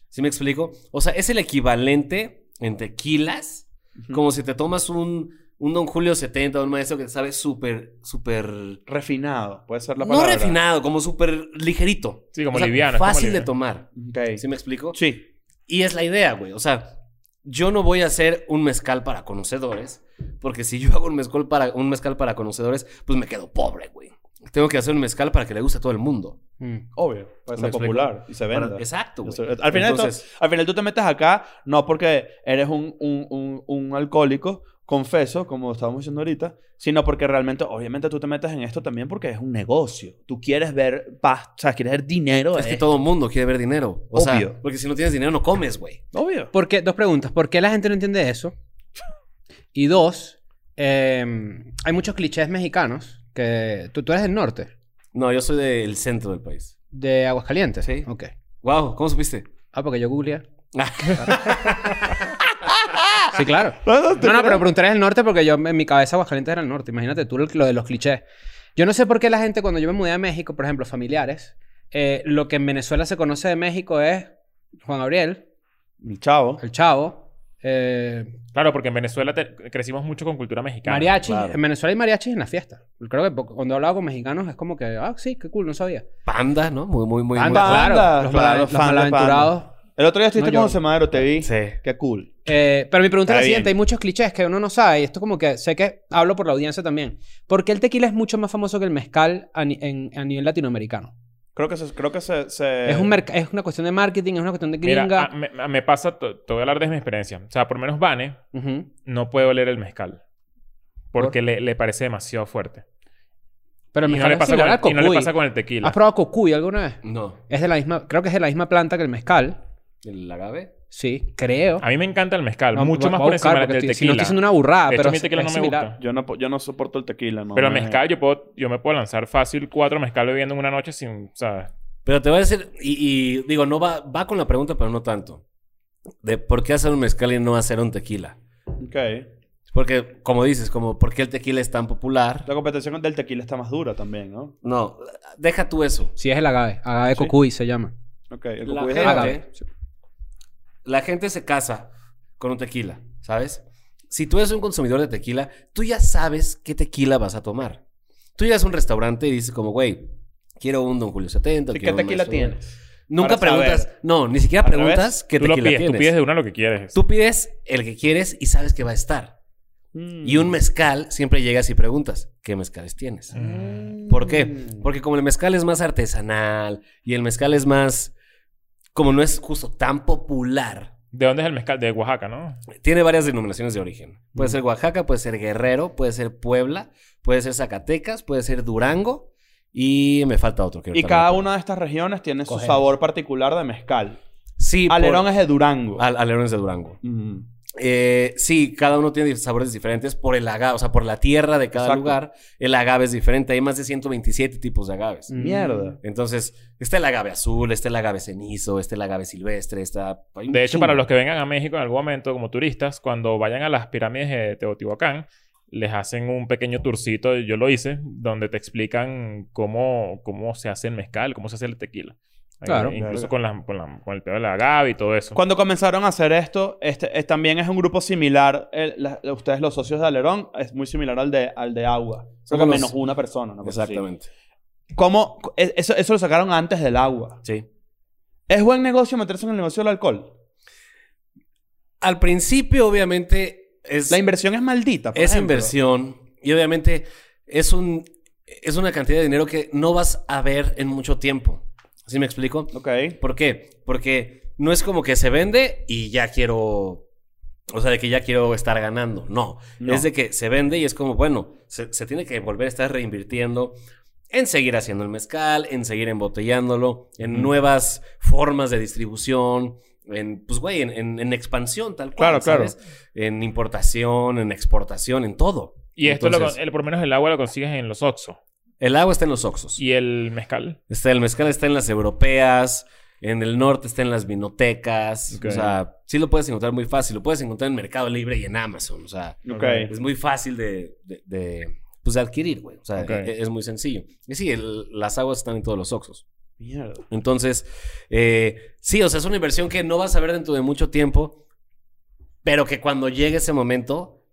¿Sí me explico? O sea, es el equivalente en tequilas. Ujú. Como si te tomas un, un Don Julio 70, un maestro que sabe súper, súper... Refinado, puede ser la No palabra. refinado, como súper ligerito. Sí, como O sea, liviano, es como Fácil de liviano. tomar. Ok. ¿Sí me explico? Sí. Y es la idea, güey. O sea, yo no voy a hacer un mezcal para conocedores, porque si yo hago un mezcal para, un mezcal para conocedores, pues me quedo pobre, güey. Tengo que hacer un mezcal para que le guste a todo el mundo. Mm. obvio. Puede ¿Me ser explico? popular y se Para- venda. exacto, güey. Al final, tú- Entonces- al final tú te metes acá, no porque eres un, un, un, un alcohólico, confeso, como estábamos diciendo ahorita, sino porque realmente, obviamente tú te metes en esto también porque es un negocio. Tú quieres ver paz, o sea, quieres ver dinero. eh. Es de que esto. todo el mundo quiere ver dinero. O Obvio. sea, porque si no tienes dinero no comes, güey. Obvio. ¿Por qué? Dos preguntas. ¿Por qué la gente no entiende eso? Y dos, eh, hay muchos clichés mexicanos que... ¿Tú, tú eres del norte, No, yo soy del centro del país. de Aguascalientes. Sí. Ok. Wow, ¿cómo supiste? Ah, porque yo googleé. Ah, Sí, claro. No, no, pero preguntaré el norte porque yo en mi cabeza Aguascalientes era el norte. Imagínate tú lo de los clichés. Yo no sé por qué la gente cuando yo me mudé a México, por ejemplo, familiares, eh, lo que en Venezuela se conoce de México es Juan Gabriel, El chavo. el Chavo, eh, Claro, porque en Venezuela te- crecimos mucho con cultura mexicana. mariachi. claro. En Venezuela hay mariachis en la fiesta. Creo que po- cuando he hablado con mexicanos es como que, ah, sí, qué cool, no sabía. Panda, ¿no? Muy, muy, muy. Panda, muy- Panda, claro. Los, claro, mala- los fan de malaventurados. El otro día estuviste No, yo- con Semadero, te vi. Sí. Qué cool. Eh, pero mi pregunta Está es la bien. siguiente. Hay muchos clichés que uno no sabe. Y esto como que sé que hablo por la audiencia también. ¿Por qué el tequila es mucho más famoso que el mezcal a, ni- en- a nivel latinoamericano? Creo que se... Creo que se, se- es, un merc- es una cuestión de marketing, es una cuestión de Eh, Mira, gringa. a- me, a- me pasa... to- Te voy a hablar de mi experiencia. O sea, por lo menos Vane Ujú. no puede oler el mezcal. Porque ¿Por? le, le parece demasiado fuerte. Pero el Y no, mezcal le es pasa con el, similar al y no le cocuy. pasa con el tequila. ¿Has probado cocuy alguna vez? No. Es de la misma, creo que es de la misma planta que el mezcal. ¿El agave? Sí, creo. A mí me encanta el mezcal, Vamos- Ah, mucho más voy a por buscar, encima porque del tequila. estoy- Si no estoy haciendo una burrada, De hecho, pero mi es- tequila no es me similar. gusta. Yo no, po- yo no soporto el tequila, no. Pero el me- mezcal, yo, puedo, yo me puedo lanzar fácil cuatro mezcal bebiendo en una noche sin, ¿sabes? Pero te voy a decir, y, y digo, no va, va con la pregunta, pero no tanto. De por qué hacer un mezcal y no hacer un tequila. Ok. Porque, como dices, como por qué el tequila es tan popular. La competición del tequila está más dura también, ¿no? No, deja tú eso. Sí, es el agave. Agave cocuy se llama. Ok. El La cucuy es- gente- Agave. Sí. La gente se casa con un tequila, ¿sabes? Si tú eres un consumidor de tequila, tú ya sabes qué tequila vas a tomar. Tú llegas a un restaurante y dices como, güey, quiero un Don Julio 70. ¿Y ¿Qué quiero un tequila Maestro". tienes? Nunca Para preguntas, saber. no, ni siquiera Al preguntas qué Tú lo tequila pides, tienes. tú pides de una lo que quieres. Tú pides el que quieres y sabes que va a estar. Mm. Y un mezcal siempre llegas y preguntas, ¿qué mezcales tienes? Ah. ¿Por qué? Porque como el mezcal es más artesanal y el mezcal es más, como no es justo tan popular, ¿De dónde es el mezcal? De Oaxaca, ¿no? tiene varias denominaciones de origen. Mm. Puede ser Oaxaca, puede ser Guerrero, puede ser Puebla, puede ser Zacatecas, puede ser Durango y me falta otro. que Y ahorita no cada me acuerdo. una de estas regiones tiene su Cogemos. sabor particular de mezcal. Sí, por- Ah. Alerón es de Durango. Al- Alerón es de Durango. Mm. Eh, sí, cada uno tiene sabores diferentes por el agave, o sea, por la tierra de cada Exacto. lugar. El agave es diferente. Hay más de 127 tipos de agaves. Mm. Mierda. Entonces, está el agave azul, está el agave cenizo, está el agave silvestre, está... hay un De hecho, chingo. para los que vengan a México en algún momento como turistas, cuando vayan a las pirámides de Teotihuacán, les hacen un pequeño tourcito, yo lo hice, donde te explican cómo, cómo se hace el mezcal, cómo se hace el tequila. Ahí, Claro. Incluso con, las- con, la- con el peor de la agave y todo eso. Cuando comenzaron a hacer esto, este, eh, también es un grupo similar. el- la- la- ustedes, los socios de Alerón, es muy similar al de, al de Agua. Creo que Somos- menos una persona. una cosa así. Exactamente. ¿Cómo? e- Eso, eso lo sacaron antes del agua. Sí. ¿Es buen negocio meterse en el negocio del alcohol? Al principio, obviamente, es... La inversión es maldita. por Esa ejemplo. inversión. Y obviamente es un es una cantidad de dinero que no vas a ver en mucho tiempo. ¿Sí me explico? Ok. ¿Por qué? Porque no es como que se vende y ya quiero. O sea, de que ya quiero estar ganando. No. No. Es de que se vende y es como, bueno, se, se tiene que volver a estar reinvirtiendo en seguir haciendo el mezcal, en seguir embotellándolo, en nuevas formas de distribución, en, pues, güey, en, en- en expansión tal cual. Claro, claro. ¿sabes? En importación, en exportación, en todo. y esto, lo Entonces, con- el- por lo menos el agua lo consigues en los Oxxo. el agua está en los oxos. Y el mezcal. Está, el mezcal está en las europeas, en el norte está en las vinotecas. Ok. O sea, sí lo puedes encontrar muy fácil. Lo puedes encontrar en Mercado Libre y en Amazon. O sea, Ok. es muy fácil de, de- de, pues, de adquirir, güey. O sea, Ok. e- es, muy sencillo. Y sí, el- las aguas están en todos los oxos. Mierda. Entonces, eh, sí, o sea, es una inversión que no vas a ver dentro de mucho tiempo, pero que cuando llegue ese momento,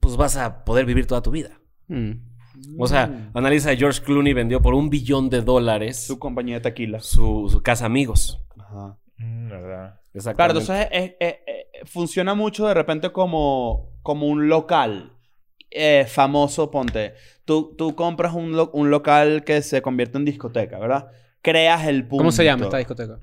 pues vas a poder vivir toda tu vida. Mm. O sea, analiza George Clooney vendió por un billón de dólares Su compañía de tequila. su, su casa amigos. Ajá. Mm, ¿Verdad? Claro, Exactamente. entonces es- es- es- funciona mucho de repente como, como un local eh, famoso, ponte. Tú, tú compras un, lo- un local que se convierte en discoteca, ¿verdad? Creas el punto. ¿Cómo se llama esta discoteca?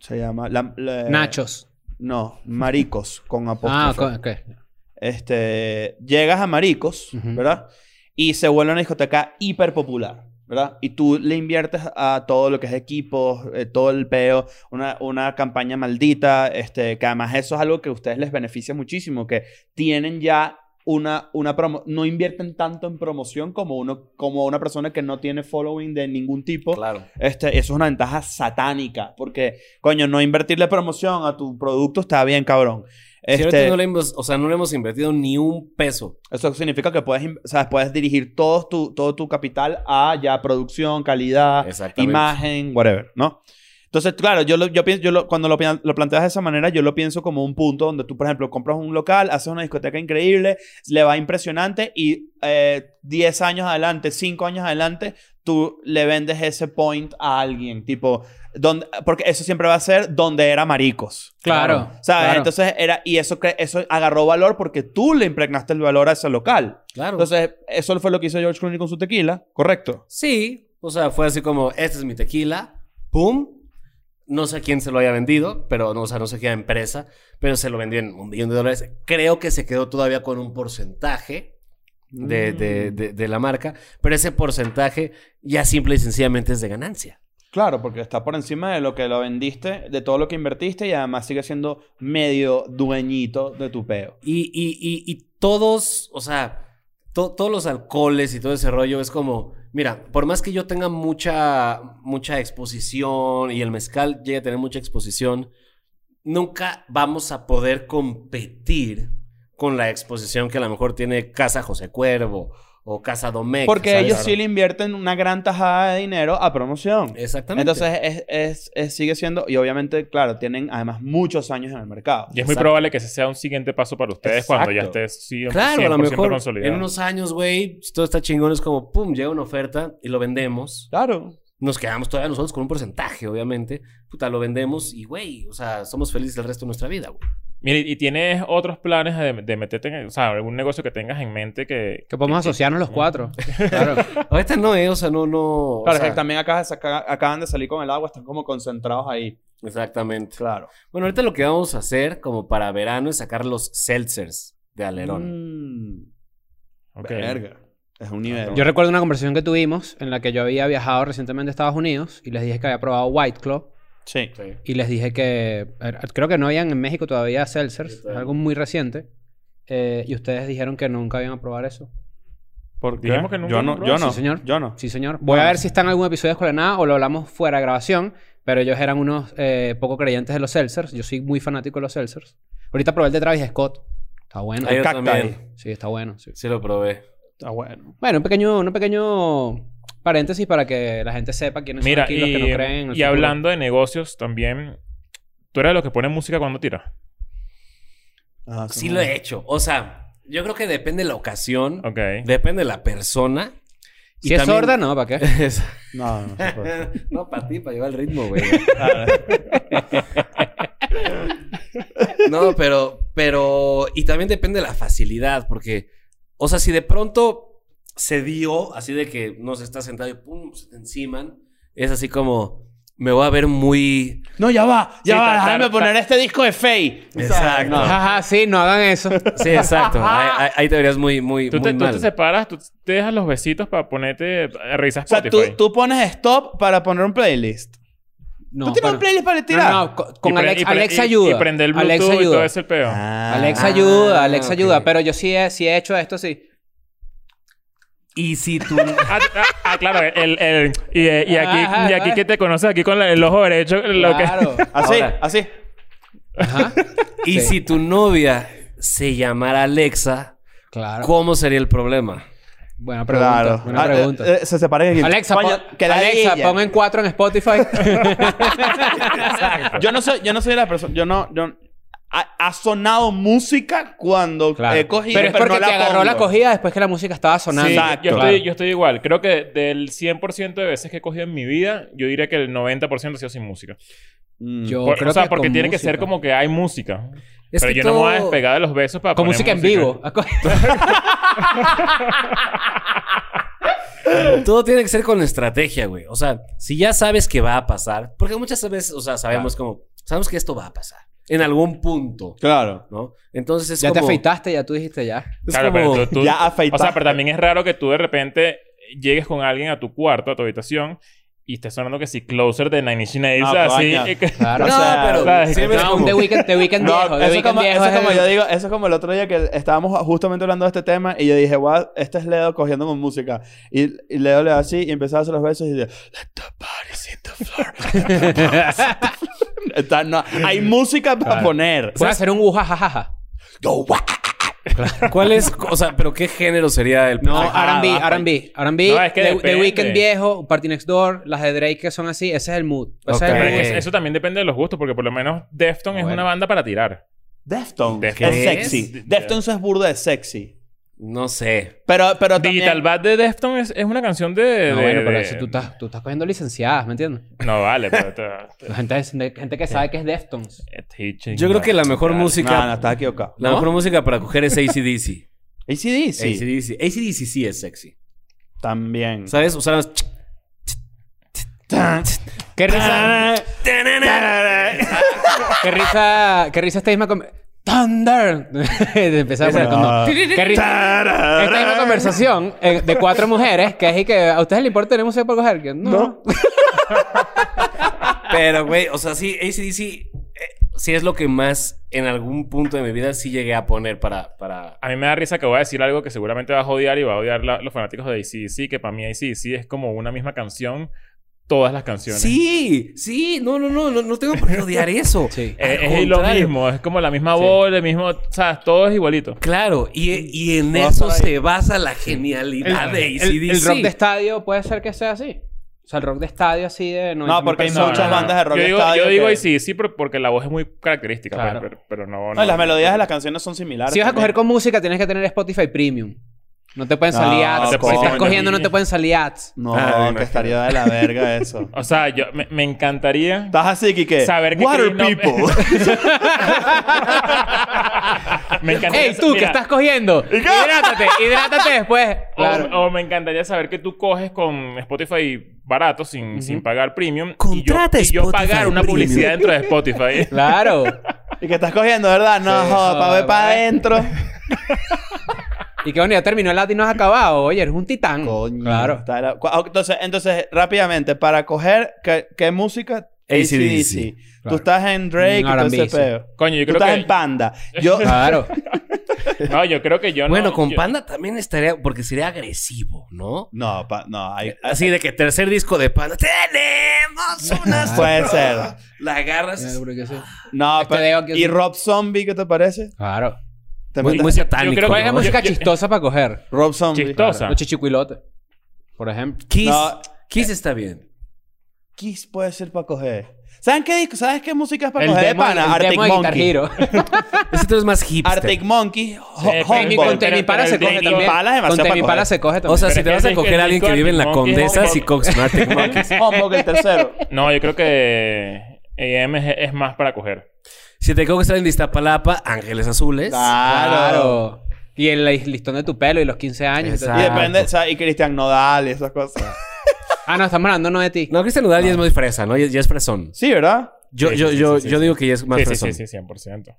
Se llama... la- Eh, la- Nachos. No, Maricos, con Ah, apóstrofe. co- ok. Este, llegas a Maricos, Ujú. ¿verdad? Y se vuelve una discoteca hiper popular, ¿verdad? Y tú le inviertes a todo lo que es equipos, eh, todo el peo, una, una campaña maldita, este, que además eso es algo que a ustedes les beneficia muchísimo, que tienen ya una, una promo, no invierten tanto en promoción como, uno, como una persona que no tiene following de ningún tipo. Claro. Este, eso es una ventaja satánica, porque, coño, no invertirle promoción a tu producto está bien, cabrón. Si ahorita Este, no le hemos, o sea, no le hemos invertido ni un peso. eso significa que puedes, in- o sea, puedes dirigir todo tu, todo tu capital a ya producción, calidad, Exactamente. imagen, whatever, ¿no? Entonces, claro, yo, lo- yo, pienso, yo lo- cuando lo, pian- lo planteas de esa manera, yo lo pienso como un punto donde tú, por ejemplo, compras un local, haces una discoteca increíble, le va impresionante y eh, 10 años adelante, 5 años adelante, tú le vendes ese point a alguien, tipo, donde, porque eso siempre va a ser donde era maricos. Claro. ¿Sabes? claro. Entonces era, y eso, cre- eso agarró valor porque tú le impregnaste el valor a ese local. Claro. Entonces, eso fue lo que hizo George Clooney con su tequila, correcto. sí. O sea, fue así como, esta es mi tequila. ¡Pum! No sé a quién se lo haya vendido, pero no, o sea, no sé qué empresa, pero se lo vendió en un billón de dólares. Creo que se quedó todavía con un porcentaje Mm. de, de- de- de la marca, pero ese porcentaje ya simple y sencillamente es de ganancia. Claro, porque está por encima de lo que lo vendiste, de todo lo que invertiste y además sigue siendo medio dueñito de tu peo. Y, y, y, y todos, o sea, to- todos los alcoholes y todo ese rollo es como, mira, por más que yo tenga mucha, mucha exposición y el mezcal llegue a tener mucha exposición, nunca vamos a poder competir con la exposición que a lo mejor tiene Casa José Cuervo o Casa Domecq. Porque ¿sabes? ellos sí le invierten una gran tajada de dinero a promoción. Exactamente. Entonces es- es- es- sigue siendo, y obviamente, claro, tienen además muchos años en el mercado. Y es muy Exacto. probable que ese sea un siguiente paso para ustedes cuando ya Exacto. estés sí, Claro, a lo 100% mejor consolidado. en unos años, güey, si todo está chingón, es como, pum, llega una oferta y lo vendemos. Claro. Nos quedamos todavía nosotros con un porcentaje, obviamente. Puta, lo vendemos y, güey, o sea, somos felices el resto de nuestra vida, güey. Mire, ¿y tienes otros planes de, de meterte en... O sea, algún negocio que tengas en mente que... Que podemos asociarnos los cuatro. Claro. Ahorita Este, no, eh, o sea, no, no. o Claro, sea, que también acá se aca- acaban de salir con el agua, están como concentrados ahí. Exactamente. Claro. Bueno, ahorita lo que vamos a hacer, como para verano, es sacar los seltzers de Alerón. Mm, Ok. Verga. Es un nivel. Yo recuerdo una conversación que tuvimos en la que yo había viajado recientemente a Estados Unidos y les dije que había probado White Claw sí. Sí. y les dije que er, creo que no habían en México todavía Sí, seltzers, es todavía algo muy reciente. Eh, y ustedes dijeron que nunca iban a probar eso. ¿Por qué? Dijimos que nunca yo no, yo no, Sí, señor. yo no. Sí, señor. Voy a ver si está en algún episodio de Escuela de Nada o lo hablamos fuera de grabación, pero ellos eran unos eh, poco creyentes de los seltzers. Yo soy muy fanático de los seltzers. Ahorita probé el de Travis Scott. Está bueno. Ah, yo cacti. también. Sí, está bueno. sí. Sí, lo probé. Está bueno. Bueno, un pequeño, un pequeño paréntesis para que la gente sepa quiénes Mira, son aquí los y, que no creen. en el y futuro. hablando de negocios también... ¿Tú eres de los que ponen música cuando tira? Ah, Sí como- lo he hecho. O sea, yo creo que depende de la ocasión, Ok. depende de la persona. y Si es también- sorda, no, ¿para qué? Es- No, no, no se puede. no, para ti, para llevar el ritmo, güey. no, pero, pero, y también depende de la facilidad, porque, o sea, si de pronto se dio, así de que no se está sentado y pum, se te enciman, es así como, me voy a ver muy. No, ya va, ya Sí, va, ta- ta- déjame ta- poner este disco de Faye. Exacto. Ajá, sí, no hagan eso. Sí, exacto. ahí, ahí- ahí te verías muy, muy, Tú muy te, tú mal. te separas, tú te dejas los besitos para ponerte a revisar O sea, Spotify. tú, tú pones stop para poner un playlist. No, ¿Tú tienes pero- un playlist para No, tirar? no, co- Y con pre- Alex, y pre- Alex y- ayuda. Y prende el Alex Bluetooth y ayuda. todo ese peo. Ah. Alex ayuda, Alex ok. ayuda. Pero yo sí he, sí he hecho esto, sí. Y si tú. Ah, ah, ah, claro. el- el- y, eh, y aquí, Ajá, y aquí ajá. que te conoces, aquí con la- el ojo derecho, lo que... Ah, Claro. Así, Ahora. así. Ajá. y Sí. si tu novia se llamara Alexa, Claro. ¿cómo sería el problema? Buena pregunta. Buena Ah, pregunta. eh, eh, se separa aquí. Alexa, Coño, pon- que la Alexa, ella. pon en cuatro en Spotify. Yo no soy, yo no soy la persona. Yo no, yo. Ha, ha sonado música cuando Claro. he cogido. pero es porque no te agarró la pongo. cogida después que la música estaba sonando. Sí, Exacto. yo, Claro. estoy, yo estoy igual. Creo que del 100% de veces que he cogido en mi vida, yo diría que el 90% ha sido sin música. Mm. Yo Por- creo o sea, que porque con tiene que ser música. como que hay música. Es Pero que yo no me voy a todo- despegar de los besos para Con poner música en vivo. Todo tiene que ser con estrategia, güey. O sea, si ya sabes que va a pasar, porque muchas veces, o sea, sabemos como, sabemos que esto va a pasar en algún punto, Claro. ¿no? Entonces es ya te como- afeitaste, ya tú dijiste ya. es Claro, como- pero tú, tú- Ya O afeitaste. sea, pero también es raro que tú de repente llegues con alguien a tu cuarto, a tu habitación, y esté sonando que si Closer de Nine Inch Nails, Ah, así. coño. y que- Claro. No, O sea, pero ¿sabes? sí ves No, como- un The Weeknd, The Weeknd No, viejo. The eso es Weeknd como, viejo eso es como el- yo digo, eso es como el otro día que estábamos justamente hablando de este tema y yo dije, wow, este es Leo cogiendo con música. Y, y Leo le da así y empezaba a hacer los besos y dice, let the body hit the floor. Let the bodies hit the floor. Está- no, hay música para poner. Puedes hacer un ujajajaja. Go, guau. ¿Cuál es? O sea, pero ¿qué género sería el? No, Ajá, R&B, va, R&B. R&B, No, es que The- The, depende. Weeknd viejo, Party Next Door, las de Drake que son así. Ese es el mood. Ese Ok. es Pero es el que mood. eso- eso también depende de los gustos, porque por lo menos Defton es Bueno. una banda para tirar. Deftones. ¿Qué Es es? sexy. Deftones es burda de sexy. No sé. Pero, pero también... Digital Bad de Defton es, es una canción de. de- No, Ah, bueno, pero de- eso tú estás, tú estás cogiendo licenciadas, ¿me entiendes? No vale, pero. te- La gente, es- gente que sabe que es Deftones. Teaching Yo creo que la mejor Claro. música, No, no, estás equivocado. la mejor música para coger es ACDC. ACDC. sí ACDC. ACDC sí es sexy. También. ¿Sabes? O sea, Ah, Qué risa, qué risa, qué risa esta misma... com- ¡Thunder! Empezaba a poner como... Ah. ¡Qué rico! Esta es una conversación eh, de cuatro mujeres que es y que a ustedes les importa tener museo por coger. Que No. No. Pero, güey, o sea, sí, ACDC, eh, sí es lo que más en algún punto de mi vida sí llegué a poner para. para... A mí me da risa que voy a decir algo que seguramente va a odiar y va a odiar la- los fanáticos de ACDC, que para mí ACDC es como una misma canción, todas las canciones. Sí, sí, no, no, no, no, no tengo por qué odiar eso. Sí. Eh, Al Es, lo contrario. mismo, es como la misma voz, el mismo, o sea, todo es igualito. Claro, y, y en Vas eso Mm. ahí. se basa la genialidad de ACDC. El, el rock este, de estadio puede ser que sea así. O sea, el rock de estadio así de... 90.000 porque hay personas. muchas bandas de rock yo de digo, estadio Yo digo que- ACDC por- porque la voz es muy característica, pues, Claro. pero, pero no, No, y las melodías de las canciones son similares. Si vas a también. coger con música, tienes que tener Spotify Premium. No te pueden No, salir no ads. te si pueden- estás cogiendo, no niña. te pueden salir ads. No, Ah, me que imagino. estaría de la verga eso. O sea, yo, me, me encantaría... Estás así, Kike. Saber que Water Green Up- people. me encantaría... ¡Ey, tú que mira, estás cogiendo! ¡Hidrátate! ¡Hidrátate después! O, Claro. o me encantaría saber que tú coges con Spotify barato, sin, sin pagar premium. Contrata y yo, y yo Spotify pagar una Premium. publicidad dentro de Spotify. Claro. y que estás cogiendo, ¿verdad? No, Sí, joda, pa' joda, ver para vale. adentro. Y qué bueno, ya terminó el latín y no has acabado. Oye, eres un titán. Coño. Mm, Claro. está de la- cu- ah, Entonces, entonces, rápidamente, para coger, ¿qué, qué música? AC/DC. Tú estás en Drake Mm, y todo ese R&B, sí. Ah. peo. Coño, yo Tú creo estás que... en Panda. Yo... Claro. No, yo creo que yo Bueno, no... con yo- Panda también estaría, porque sería agresivo, ¿no? No, pa- no, hay... Así de que tercer disco de Panda. ¡Tenemos unas! Puede ser. La agarras. No, Este pero- de Oki- ¿Y Rob Zombie qué te parece? Claro. ¿Te Muy, metes- muy satánico. Yo creo ¿Cuál es la Yo- música yo- chistosa para coger? Rob Zombie. Chistosa. Los chichicuilotes. Por ejemplo. Kiss. No. Kiss está bien. Kiss puede ser para coger. ¿Saben qué disco? ¿Sabes qué música es para el coger demo, de pana? el Arctic demo de Guitar Monkey. Hero. Ese tú es más hipster. Arctic Monkey. Sí, pero- Hot pero- Boy. Con Temi Pala se pero el coge Tame también. Impala es Con demasiado Temi para Pala coger. se coge también. O sea, si Pero te es vas que a es que coger a alguien que vive en la Arctic Monkey es condesa, Arctic si coges un Arctic Monkey. Homebook el tercero. No, yo creo que AM es, es más para coger. Si te coges a alguien de Iztapalapa, Ángeles Azules. Ah, Claro. Claro. Y el lis- listón de tu pelo y los 15 años. y todo. Y Exacto. depende, o sea, y Cristian Nodal y esas cosas. Ah, no, estamos hablando no de ti. No, Cristian Nodal ya es muy fresa, ¿no? Ya, ya es fresón. Sí, ¿verdad? Yo, Sí, yo, sí, yo, sí, sí, yo sí. digo que ya es más Sí, sí, fresón. sí, sí, 100%.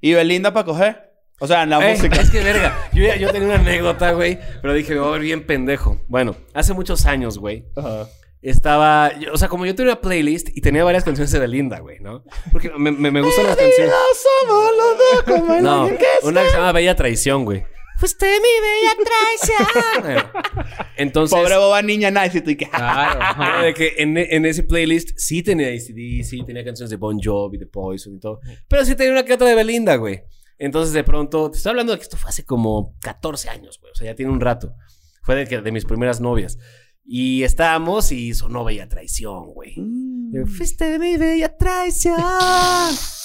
Y Belinda para coger. O sea, en la Ey, música. es que verga. Yo, ya- yo tenía una anécdota, güey. Pero dije, me voy a ver bien pendejo. Bueno, hace muchos años, güey. Ajá. Estaba. yo- o sea, como yo tenía una playlist y tenía varias canciones de Belinda, güey, ¿no? Porque me, me, me gustan las canciones. somos los dos como el No, alguien que es. una que se llama Bella Traición, güey. Usted mi bella traición. Bueno, Entonces. Pobre boba niña nice y tú y que... Claro. Ah, ajá. de que en, en ese playlist sí tenía ACD, sí tenía canciones de Bon Jovi, de Poison y todo. Pero sí tenía una que otra de Belinda, güey. Entonces, de pronto, te estoy hablando de que esto fue hace como 14 años, güey. O sea, ya tiene un rato. Fue de, que, de mis primeras novias. Y estábamos y sonó Bella Traición, güey. Yo, Fuiste mi bella traición.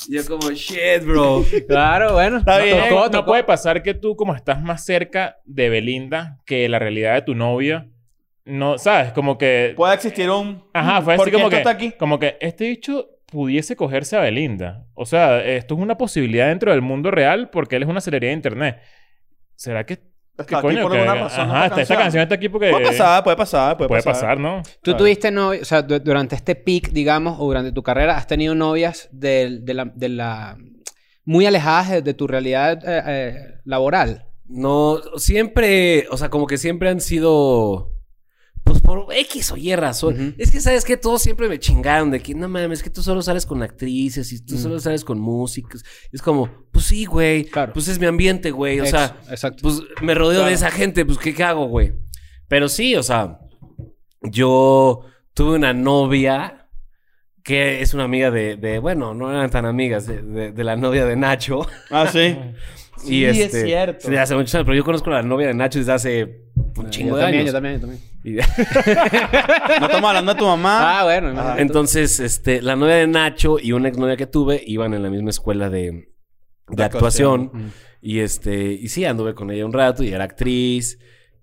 Y yo como, shit, bro. Claro, bueno. Está No bien. Eh, tocó, no tocó. puede pasar que tú, como estás más cerca de Belinda que la realidad de tu novia, no, ¿sabes? Como que... Puede existir un... Ajá, fue así Porque como esto que... está aquí. Como que este bicho pudiese cogerse a Belinda. O sea, esto es una posibilidad dentro del mundo real porque él es una celebridad de internet. ¿Será que... Está que aquí por que- alguna razón. Ajá, esta esta, esta canción está aquí porque... Puede pasar, puede pasar, puede, Puede pasar, ¿no? Tú Claro. tuviste novias, o sea, du- durante este peak, digamos, o durante tu carrera, has tenido novias de, de la, de la- muy alejadas de, de tu realidad eh, eh, laboral. No, siempre, o sea, como que siempre han sido, pues por X o Y razón. Ujú. Es que, ¿sabes que Todos siempre me chingaron de que, no mames, que tú solo sales con actrices y tú solo sales con músicos. Es como, pues sí, güey, Claro. pues es mi ambiente, güey, o Ex- sea, exacto. pues me rodeo de esa gente, pues ¿qué qué hago, güey? Pero sí, o sea, yo tuve una novia que es una amiga de, de- bueno, no eran tan amigas, de- de- de la novia de Nacho. Ah, sí. Sí, Y es este, cierto. Ah, Desde hace muchos años, pero yo conozco a la novia de Nacho desde hace un chingo yo de también, años. yo también, yo también. Y- No estamos hablando de tu mamá. Ah, bueno. imagínate. entonces, este, la novia de Nacho y una exnovia que tuve iban en la misma escuela de, de De actuación. actuación. Mm. Y este, y sí, anduve con ella un rato y era actriz.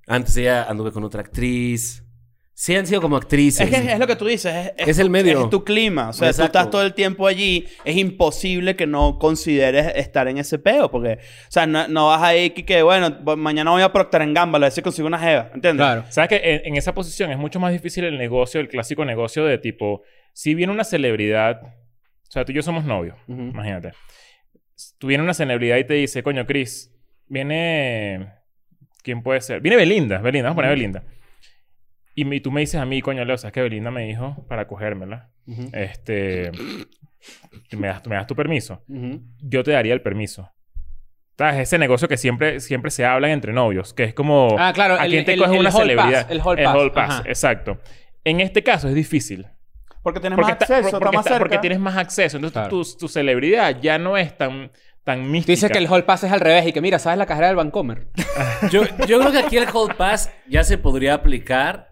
Antes de ella anduve con otra actriz. Sí, han sido como actrices. Es que es lo que tú dices. Es, Es el medio. Es tu clima. O sea, Exacto. tú estás todo el tiempo allí. Es imposible que no consideres estar en ese peo. Porque, o sea, no, no vas ahí que, que, bueno, bo- mañana voy a Procter en Gamble a ver si consigo una jeva. ¿Entiendes? Claro. ¿Sabes que en, en esa posición es mucho más difícil el negocio, el clásico negocio de tipo, si viene una celebridad, o sea, tú y yo somos novios, Ujú. imagínate. tú vienes a una celebridad y te dice, coño, Chris, viene... ¿Quién puede ser? Viene Belinda, Belinda, vamos a poner Belinda. Y me- tú me dices a mí, coño, Leo, ¿sabes que Belinda me dijo para cogérmela? Ujú. Este... ¿Me das, ¿Me das tu permiso? Ujú. Yo te daría el permiso. ¿Sabes? Ese negocio que siempre, siempre se hablan entre novios, que es como... Ah, claro. ¿A el- quién te el- coges el una hall celebridad? pass, el hall pass. ajá. exacto. En este caso es difícil. Porque tienes Porque, más está- acceso, por- está porque más está- cerca. porque tienes más acceso. Entonces Claro. tu, tu celebridad ya no es tan, tan mística. Tú dices que el hall pass es al revés y que mira, ¿sabes la cajera del Bancomer? Yo, yo creo que aquí el Hall Pass ya se podría aplicar,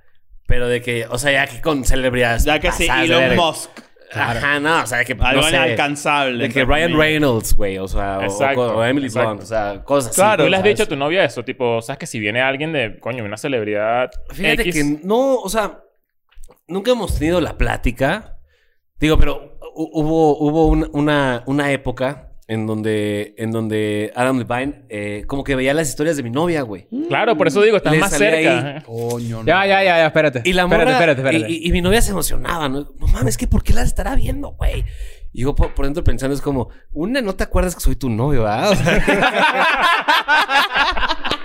pero de que, o sea, ya que con celebridades. Ya que sí, pasadas de Elon verga. Musk. Ajá, no, o sea, que. Algo no sé, inalcanzable. De que entre Ryan comillas. Reynolds, güey, o sea, o- Exacto, o, Emily exacto. Blunt, o sea, cosas así. Claro. Tú le has ¿sabes? dicho a tu novia eso, tipo, sabes que si viene alguien de, coño, una celebridad Fíjate X, que no, o sea, nunca hemos tenido la plática. Digo, pero hu- hubo, hubo un- una, una época en donde, en donde Adam Levine eh, como que veía las historias de mi novia, güey. Claro, por eso digo, estás Le más salía cerca. ¿eh? ahí. Coño, no. ya, ya, ya, ya, espérate. Y la morra, Espérate, espérate, espérate. Y, y- y mi novia se emocionaba, ¿no? No mames, ¿qué, ¿por qué las estará viendo, güey? Y yo por, por dentro pensando es como, una, no te acuerdas que soy tu novio, ¿verdad? O sea,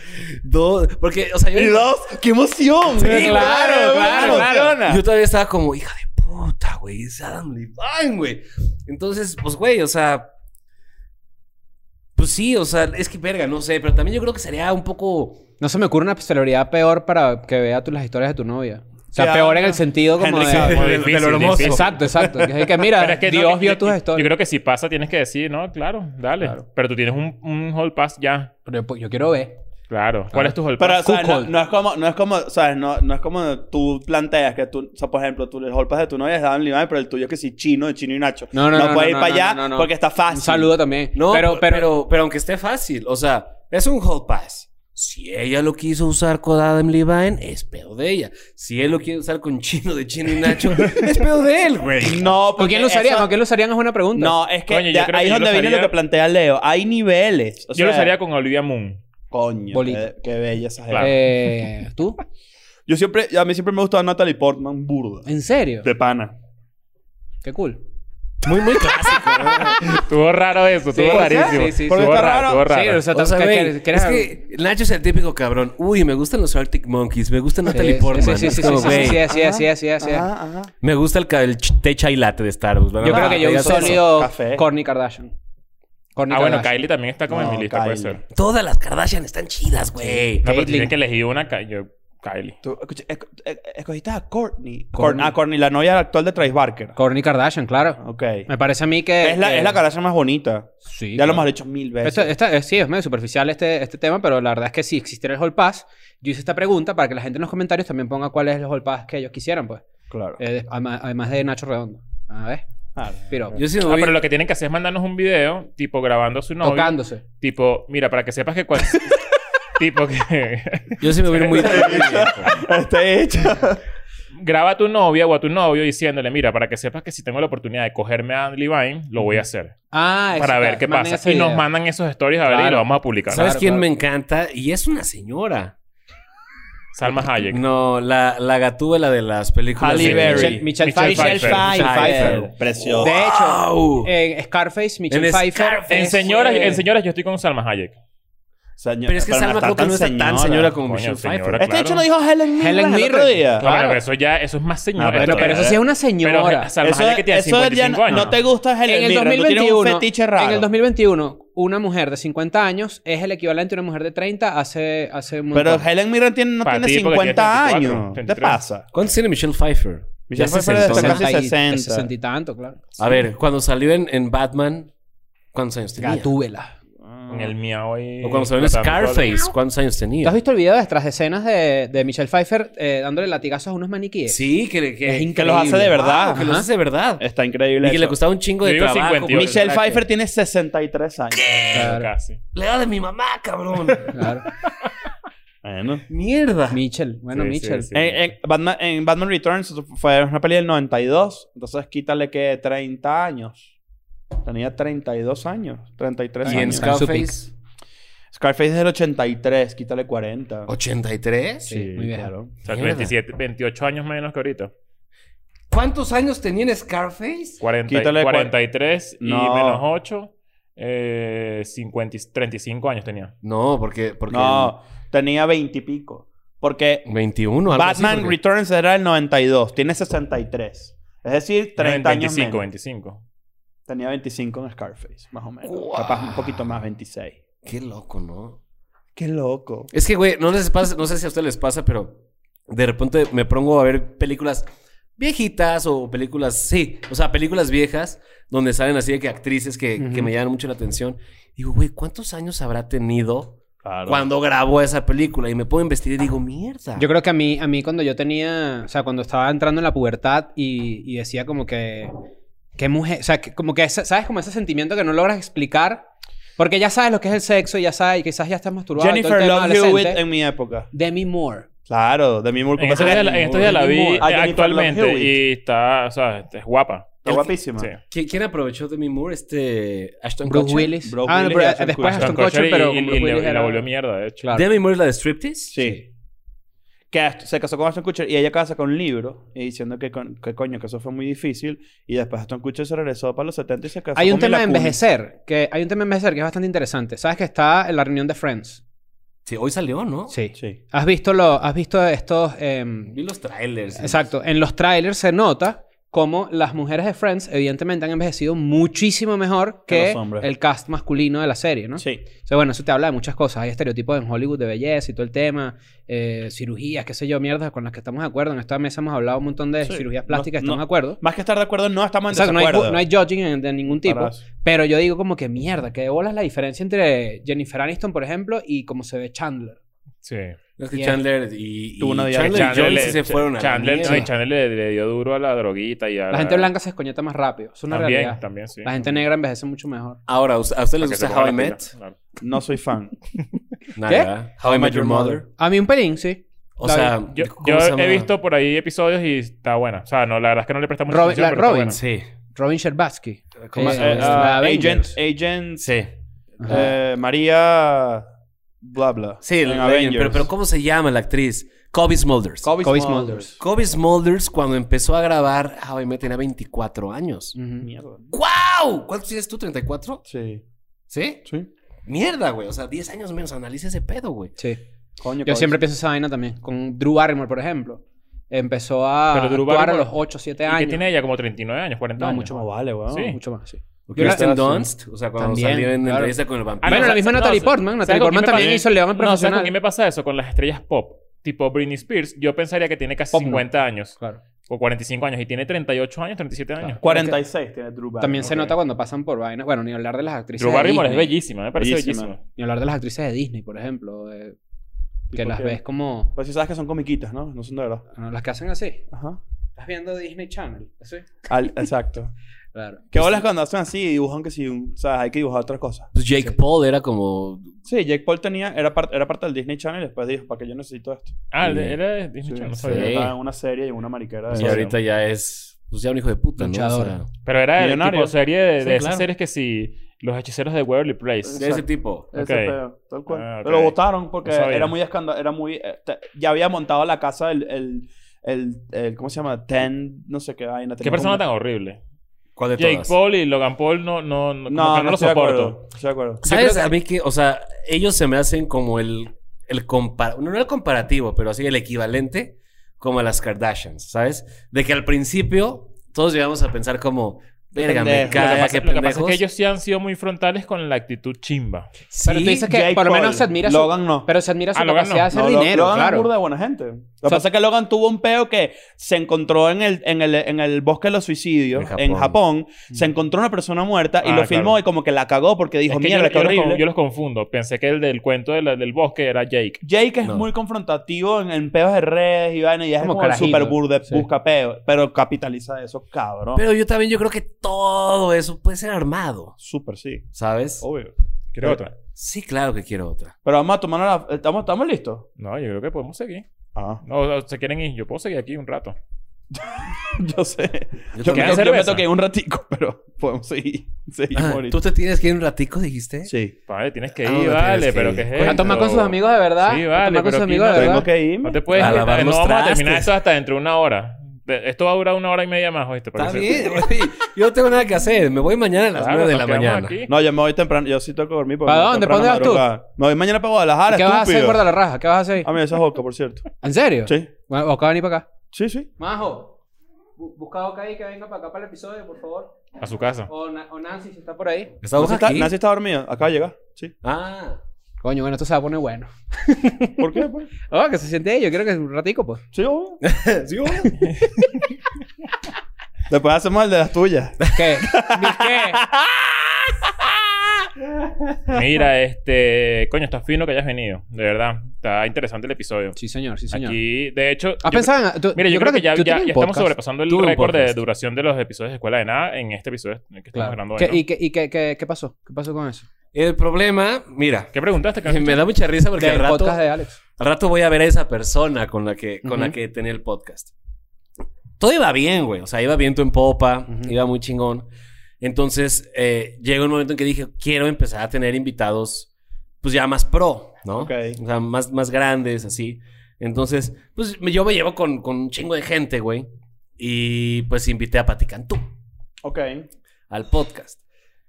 dos, porque, o sea, yo... Y dos, ¡qué emoción! güey! claro, güey, claro, me claro. emociona. Yo todavía estaba como, hija de puta, güey. Es Adam Levine, güey. Entonces, pues, güey, o sea. Pues sí, o sea, es que verga, no sé. Pero también yo creo que sería un poco. No se me ocurre una celebridad peor para que vea tú las historias de tu novia. O sea, Ya, peor en ya. el sentido como Henry de... Cavill. Como De- de difícil, lo hermoso. difícil. Exacto, exacto. Que es que mira, Pero es que no, Dios yo- vio yo- tus Yo historias. creo que si pasa tienes que decir, no, claro, dale. Claro. Pero tú tienes un, un hall pass ya. Pero pues, yo, yo quiero ver. Claro. ¿Cuál es tu hall Pero, pass? o sea, no, Cuckold. no es como, no es como, ¿sabes? No, no es como tú planteas que tú, o sea, por ejemplo, tú el golpes de tu novia es Adam Levine, pero el tuyo es que sí, chino, de chino y Nacho. No, no, no. puede ir no, para no, allá no, no. porque está fácil. Un saludo también. No, pero, pero, aunque esté fácil, o sea, es un hot pass. Si ella lo quiso usar con Adam Levine, es pedo de ella. Si él lo quiere usar con Chino de Chino y Nacho, es pedo de él, güey. No, ¿Con porque quién lo usarían? eso- ¿Con quién lo usarían? Es una pregunta. No, es que Coño, yo de- creo que ahí es yo donde lo viene lo usaría- que plantea Leo. Hay niveles. O Yo lo sea, usaría con Olivia Moon. Coño, Bolita. qué, qué bella esa Claro. gente. Eh, ¿Tú? Yo siempre, a mí siempre me gustaba Natalie Portman, burda. ¿En serio? De pana. Qué cool. Muy, muy clásico. Estuvo raro eso, estuvo ¿por qué? rarísimo. Sí, sí, sí. Estuvo Porque está raro, raro. estuvo raro. Sí, o sea, O sea, que- güey, que- que- es que Nacho es el típico cabrón. Uy, me gustan los Arctic Monkeys, me gusta Natalie Sí, Portman. Sí, sí, sí, Es como, sí, güey, sí, sí, así es, así es, así es, así es. Ajá, ajá. Me gusta el, ca- el ch- té chai latte de Starbucks. Yo creo Ah, que yo ya un sé eso. sonido Café. Kourtney Kardashian. Kourtney Ah, bueno, Kardashian. Kylie también está como en No, mi lista, puede Kylie. ser. Todas las Kardashian están chidas, güey. No, pero Caitlyn. tienes que elegir una. Ka- Yo, Kylie. Tú, escucha, esco- eh, escogiste a Courtney. Courtney. Courtney. Ah, Courtney, la novia actual de Travis Barker. Kourtney Kardashian, claro. Ok. Me parece a mí que... Es la, que- es la Kardashian más bonita. Sí. Ya lo claro. hemos dicho mil veces. Esto- esta- eh, sí, es medio superficial este, este tema, pero la verdad es que si existiera el Hall Pass, yo hice esta pregunta para que la gente en los comentarios también ponga cuál es el Hall Pass que ellos quisieran, pues. Claro. Eh, además, además de Nacho Redondo. A ver, Ah, pero Yo sí me Ah, voy- pero lo que tienen que hacer es mandarnos un video, tipo grabando a su novio. tocándose. Tipo, mira, para que sepas que cual- tipo que. yo sí me voy a ir muy... Está hecho. graba a tu novia o a tu novio diciéndole, mira, para que sepas que si tengo la oportunidad de cogerme a Anne Levine, lo voy a hacer. Ah, para ver qué pasa. Y nos mandan mandan esos stories a ver y Claro. lo vamos a publicar. ¿Sabes Claro, quién claro. me encanta? Y es una señora. Salma Hayek. No, la, la gatúbela de las películas. Halle de- Berry. Michelle, Michelle Michelle Pfeiffer. Pfeiffer. Michelle Pfeiffer. Precioso. De hecho, ¡Wow! en Scarface, Michelle En Pfeiffer. Scarface. En es- señoras, eh, en señoras yo estoy con Salma Hayek. Señor- pero es que pero Salma creo que no está tan señora como Coño, Michelle señora, Pfeiffer. Este claro. hecho no dijo Helen Mirren Helen el otro Mirren. día. No, Claro. Ah, pero eso ya eso es más señora. No, pero- Esto- Pero, pero eso sí es una pero señora. Salma Eso- Hayek que tiene eso ya 55 años. No te gusta Helen en el Mirren. Tú tienes 2021, un fetiche raro. en el 2021, una mujer de 50 años es el equivalente a una mujer de 30 hace, hace un Pero montón. Helen Mirren tiene, no Para tiene ti, porque 50 tiene 34, años. ¿Qué te 33. pasa? ¿Cuántos tiene Michelle Pfeiffer? Michelle Ya Pfeiffer está sesentona. casi y- 60. 60 y tanto, claro. A ver, cuando salió en, en Batman, ¿cuántos años tenía? Gatúbela. En el miau y... O cuando salió en Scarface, ¿cuántos años ¿Tú has tenía? visto el video de tras escenas de, de Michelle Pfeiffer eh, dándole latigazos a unos maniquíes? Sí, que, que, Es que increíble. los hace de verdad. que los Ajá. hace de verdad. Está Y increíble que eso. le costaba un chingo de Yo digo trabajo. 58. güey. Michelle Exacto. Pfeiffer tiene 63 años. Claro, Casi. La edad de mi mamá, cabrón. claro. Bueno. Mierda. Michelle. Bueno, Sí, sí, Michelle. sí. Eh, En, en Batman, en Batman Returns fue una peli del 92. Entonces quítale que 30 años. Tenía 32 años. 33 Y en años. Scar- Scarface, Scarface es del 83. Quítale 40. ¿83? Sí, muy vieja. O sea, Mierda. 27, 28 años menos que ahorita. ¿Cuántos años tenía en Scarface? 40, Quítale cua- 43 y No. menos 8, eh, 50 y- 35 años tenía. No, porque. porque No, tenía 20 y pico. Porque 21, algo así, Batman porque- Returns era el 92, tiene 63. Es decir, 30 años 25, menos. 25. Tenía 25 en Scarface, más o menos. Guau. Capaz un poquito más, 26. Qué loco, ¿no? Qué loco. Es que, güey, no les pasa, no sé si a ustedes les pasa, pero de repente me pongo a ver películas viejitas o películas, sí, o sea, películas viejas donde salen así de que actrices que, que Ujú. me llaman mucho la atención. Digo, güey, ¿cuántos años habrá tenido Claro. cuando grabó esa película? Y me puedo investigar y digo, mierda. Yo creo que a mí, a mí cuando yo tenía, o sea, cuando estaba entrando en la pubertad y, y decía como que, qué mujer, o sea, que- como que, esa- ¿sabes? Como ese sentimiento que no logras explicar, porque ya sabes lo que es el sexo, y ya sabes, y quizás ya estás masturbado. y todo el Jennifer tema Love Hewitt adolescente. en mi época. Demi Moore. Claro, de mi Moore. En estos Pasa que- días la- en estos días la vi Demi Moore. eh, Ah, Jennifer Love actualmente Hewitt. y está, o sea, es guapa. Está guapísima. Sí. ¿Qui- ¿Quién aprovechó de mi Moore? Este. Ashton Bruce Kutcher? Willis. Bruce ah, no, Willis pero y eh, Ashton después Kutcher. Ashton Ashton Kutcher, Kutcher pero y, con y- Bruce y le- Willis y la era- volvió mierda, de hecho. Claro. ¿Demi Moore es la de striptease? Sí. Que hasta- se casó con Aston Kutcher y ella acaba de sacar un libro y diciendo que, con- que coño, que eso fue muy difícil. Y después Aston Kutcher se regresó para los 70 y se casó Hay un con tema de Mila Kunis. envejecer, que hay un tema de envejecer que es bastante interesante. ¿Sabes que está en la reunión de Friends? Sí, hoy salió, ¿no? Sí. ¿Has visto, lo, has visto estos... em, Vi los trailers. Exacto. En los trailers se nota cómo las mujeres de Friends, evidentemente, han envejecido muchísimo mejor Que que los hombres. el cast masculino de la serie, ¿no? Sí. O sea, bueno, eso te habla de muchas cosas. Hay estereotipos en Hollywood de belleza y todo el tema, eh, cirugías, qué sé yo, mierdas con las que estamos de acuerdo. En esta mesa hemos hablado un montón de Sí. cirugías No- plásticas, estamos no- de acuerdo. Más que estar de acuerdo, no estamos en Exacto, no hay, desacuerdo. ju- no hay judging en- de ningún tipo. Para- Pero yo digo como que mierda, que bola es la diferencia entre Jennifer Aniston, por ejemplo, y cómo se ve Chandler. Sí. Es que Yeah. Chandler y, y Tuvo una Chandler, diarrea. y Jones le- sí se fueron a la Chandler, no, y mierda. Chandler le, le dio duro a la droguita y a La gente blanca se escoñeta más rápido. Es una también, realidad. también, sí. La gente negra envejece mucho mejor. Ahora, ¿a ustedes Para les que se gusta ponga How I la Met? pila, claro. No soy fan. Nada. ¿Qué? ¿verdad? How I Met Your Mother. A mí un pelín, sí. O La sea, Yo, ¿cómo yo se llama? he visto por ahí episodios y está buena. O sea, no, la verdad es que no le prestamos Robin- la- Robin, Sí. Robin Sherbatsky. ¿Cómo Eh, se Eh, ah, llama? la ah, agent, Avengers. agent sí. eh, María. Bla bla. Sí, En la- Avengers. pero, pero ¿cómo se llama la actriz? Kobe Smulders. Kobe, Kobe Kobe Smulders. Smulders cuando empezó a grabar How I Met tenía 24 Mm. años. Ujú. Mierda. ¡Guau! ¿Cuántos tienes tú? ¿34? Sí. ¿Sí? Sí. Mierda, güey. O sea, 10 años menos. Analiza ese pedo, güey. Sí. Coño, Yo Kobe siempre Smulders. pienso esa vaina también. Con Drew Barrymore, por ejemplo. Empezó a Pero Drew actuar a Barrymore- los 8, 7 ¿Y años. qué tiene ella? Como 39 años, 40 No, años. mucho No vale, weón. Sí. Mucho más, sí. Yo la- Kristen Dunst. O sea, cuando También, salió en claro. entrevista con el vampiro. Ah, no, Bueno, la ¿sabes- misma Natalie no, Portman. ¿sabes Natalie con quién Portman me también pasa? hizo el León No, ¿sabes con quién Profesional. me pasa eso? Con las estrellas pop. Tipo Britney Spears. Yo pensaría que tiene casi Pop no. 50 años. Claro. O 45 años. Y tiene 38 años, 37 años. 46 tiene Drew Barrymore. También se Ok. nota cuando pasan por vainas. Bueno, ni hablar de las actrices Drew de Barrymore es Disney. bellísima. Me parece Bellísima. bellísima. Ni hablar de las actrices de Disney, por ejemplo. eh, que ¿Tipo las qué? ves como... Pues si sabes que son comiquitas, ¿no? No son de verdad. bueno, las que hacen así. Ajá. Estás viendo Disney Channel. ¿Sí? Al- exacto. Claro. ¿Qué bolas cuando hacen así y dibujan que si... un- O sea, hay que dibujar otras cosas. Pues Jake Paul era como Sí, Jake Paul tenía... Era, parte era parte del Disney Channel y después dijo, ¿para qué yo necesito esto? Ah, Sí. de- era de Disney Sí, Channel, no sí. sabía. Pero estaba en una serie y en una mariquera de... Y ahorita ya es. Pues ya un hijo de puta, ¿no? Luchador. O sea, Pero era de Millonario. tipo serie de, Sí, de esas claro. series que si... Los hechiceros de Waverly Place. de ese tipo. Ese Ok. pedo, tal cual. Ah, ok. Pero votaron porque No sabía. era muy escándalo, era muy... eh, te- ya había montado la casa el, el, el, el- ¿Cómo se llama? Ten... No sé qué vaina. Qué tenía persona como- tan horrible. ¿Cuál de Jake todas? Paul y Logan Paul no, no, no, como No, que no no, lo estoy de soporto. acuerdo. Estoy de acuerdo. ¿Sabes? A mí que, o sea, ellos se me hacen como el. el compar no, no el comparativo, pero así el equivalente como a las Kardashians, ¿sabes? De que al principio todos llegamos a pensar como. Verga, me Pendejo. Lo que caga, pasa- qué lo que pasa es pendejos. que ellos sí han sido muy frontales con la actitud chimba. Sí, Pero tú dices que Jake por lo menos Paul. se admira su... Logan no. Pero se admira su Ah, Logan capacidad de no. hacer No, Lo- dinero, Logan claro. es burda de buena gente. Lo que O sea- pasa es que Logan tuvo un peo que se encontró en el, en el, en el bosque de los suicidios, En en Japón. Japón. Mm. Se encontró una persona muerta y Ah, lo filmó claro. y como que la cagó porque dijo, Es que mierda, yo, qué yo los, horrible. con- yo los confundo. Pensé que el del cuento de la- del bosque era Jake. Jake es No. muy confrontativo en, en peos de redes y vaina y es Como como, el carajito. super burde, Sí. busca peo, pero capitaliza de eso, cabrón. Pero yo también yo creo que todo eso puede ser armado, Súper, sí. ¿sabes? Obvio. ¿Quieres Eh, otra? Sí, claro que quiero otra. Pero vamos a tomar la... ¿Estamos, estamos listos? No, yo creo que podemos seguir. Ah. No, o- se quieren ir. Yo puedo seguir aquí un rato. Yo sé. Yo, me Yo también. ¿Quieren to- yo me cerveza? toqué un ratico, pero podemos seguir. Seguimos Ah, ahorita. ¿Tú te tienes que ir un ratico, dijiste? Sí. Vale, tienes que Ah, ir, no, vale. tienes que pero ir. que es A tomar esto? con sus amigos de verdad. Sí, a vale, tomar con pero sus aquí amigos no de verdad. Tengo que irme. No te puedes A ir. lavar eh, los No vamos a trastes. terminar esto hasta dentro de una hora. te- esto va a durar una hora y media más, ¿oíste? Está Porque- bien, güey. Yo no tengo nada que hacer. Me voy mañana a las Claro, 9 nos de la quedamos mañana. aquí. No, yo me voy temprano. Yo sí tengo que dormir. porque ¿Para me voy dónde? temprano ¿Para dónde vas tú? madrugada. Me voy mañana para Guadalajara, ¿Qué estúpido. vas a hacer, guarda la raja? ¿Qué vas a hacer? Ah, mira, esa es Oca, por cierto. ¿En serio? Sí. Bueno, Oca va a venir para acá. Sí, sí. Majo, bu- busca a Oca ahí que venga para acá para el episodio, por favor. A su casa. O, Na- o Nancy, si está por ahí. ¿Estamos Nancy está, aquí? Nancy está dormida. Acaba de llegar. Sí. Ah. Coño, bueno, esto se va a poner bueno. ¿Por qué, pues? Oh, que se siente ahí. Yo creo que es un ratico, pues. Sí, obvio. ¿Sí, Después hacemos el de las tuyas. ¿Qué? ¿Mis qué? Mira, este. Coño, está fino que hayas venido. De verdad. Está interesante el episodio. Sí, señor, sí, señor. Aquí, de hecho. ¿Has yo- pensado en...? tú- Mira, yo, creo, que, ya, tú ya- tienes un ya estamos podcast. sobrepasando Tuve el un récord de podcast. duración de los episodios de Escuela de Nada en este episodio que estamos grabando Claro. hoy. ¿Qué, ¿no? ¿Y qué, y qué, qué, qué pasó? ¿Qué pasó con eso? El problema, mira, ¿Qué este preguntaste? ¿Qué- me da mucha risa porque al Del rato, podcast de Alex. al rato voy a ver a esa persona con la que, con la Ujú. que tenía el podcast. Todo iba bien, güey. O sea, iba viento en popa, Ujú. iba muy chingón. Entonces, eh, llega un momento en que dije, quiero empezar a tener invitados, pues ya más pro, ¿no? Ok. O sea, más, más grandes, así. Entonces, pues me- yo me llevo con, con un chingo de gente, güey. Y pues invité a Pati Cantú. Ok. al podcast.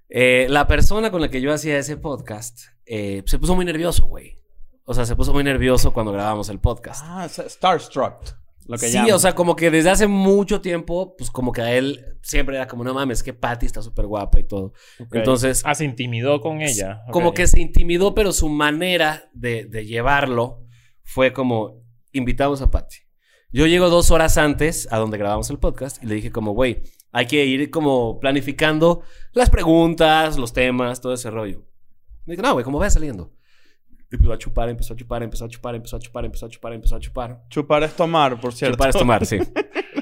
Eh, la persona con la que yo hacía ese podcast eh, se puso muy nervioso, güey. O sea, se puso muy nervioso cuando grabamos el podcast. Ah, es Starstruck. Lo que sí, llaman. o sea, como que desde hace mucho tiempo, pues como que a él siempre era como, no mames, que Patty está súper guapa y todo. Ok. Entonces, Ah, se intimidó con ella. Ok. como que se intimidó, pero su manera de, de llevarlo fue como, invitamos a Patty. Yo llego dos horas antes a donde grabamos el podcast y le dije como, güey, hay que ir como planificando las preguntas, los temas, todo ese rollo. Me dijo, no, güey, ¿cómo va saliendo? Y Empezó a chupar, empezó a chupar, empezó a chupar, empezó a chupar, empezó a chupar, empezó a chupar. Chupar es tomar, por cierto. Chupar es tomar, sí.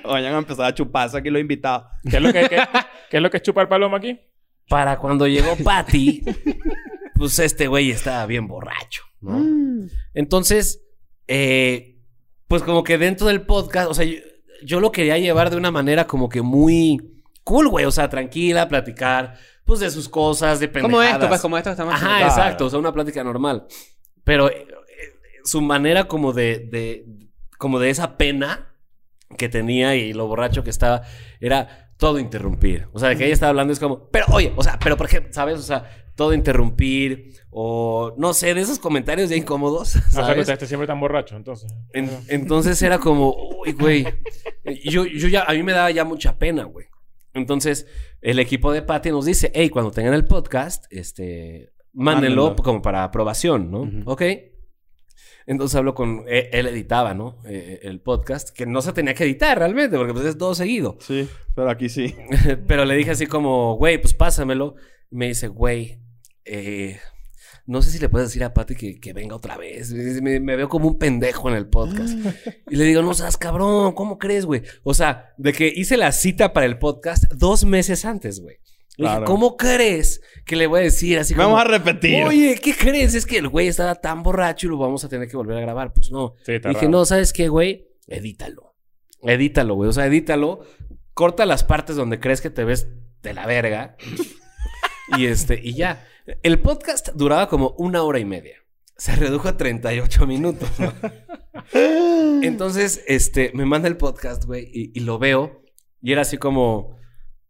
Vayan a empezar a chuparse aquí los invitados. ¿Qué es lo que, qué- qué es, lo que es chupar paloma aquí? Para cuando llegó Patty, pues este güey estaba bien borracho, ¿no? Mm. Entonces, eh, pues como que dentro del podcast, o sea, yo, yo lo quería llevar de una manera como que muy cool, güey. O sea, tranquila, platicar, pues de sus cosas, de pendejadas. Como esto, pues, como esto que estamos Ajá, haciendo. exacto. O sea, una plática normal. Pero eh, eh, su manera como de, de- como de esa pena que tenía y lo borracho que estaba, era todo interrumpir. O sea, de que ella estaba hablando es como, pero oye, o sea, pero por ejemplo, ¿sabes? O sea, todo interrumpir o no sé, de esos comentarios ya incómodos. O sea, que ¿sabes? ustedes siempre están borrachos, entonces. En- entonces era como, uy, güey. Yo, yo ya, a mí me daba ya mucha pena, güey. Entonces, el equipo de Patty nos dice, hey, cuando tengan el podcast, este, mándenlo Mándenlo. como para aprobación, ¿no? Ujú. Ok. Entonces hablo con, eh, él editaba, ¿no? Eh, el podcast, que no se tenía que editar realmente, porque pues es todo seguido. Sí, pero aquí sí. Pero le dije así como, güey, pues pásamelo. Y me dice, güey, eh, no sé si le puedes decir a Pati que, que venga otra vez. Me, dice, "Me- me veo como un pendejo en el podcast. y le digo, no seas cabrón, ¿cómo crees, güey? O sea, de que hice la cita para el podcast dos meses antes, güey. Le dije, Claro. ¿cómo crees que le voy a decir así como... Vamos a repetir. Oye, ¿qué crees? Es que el güey estaba tan borracho y lo vamos a tener que volver a grabar. Pues no. Sí, está Dije, raro. no, ¿sabes qué, güey? Edítalo. Edítalo, güey. O sea, edítalo. Corta las partes donde crees que te ves de la verga. y este, y ya. El podcast duraba como una hora y media. Se redujo a 38 minutos. ¿no? Entonces, este, me manda el podcast, güey, y, y lo veo. Y era así como.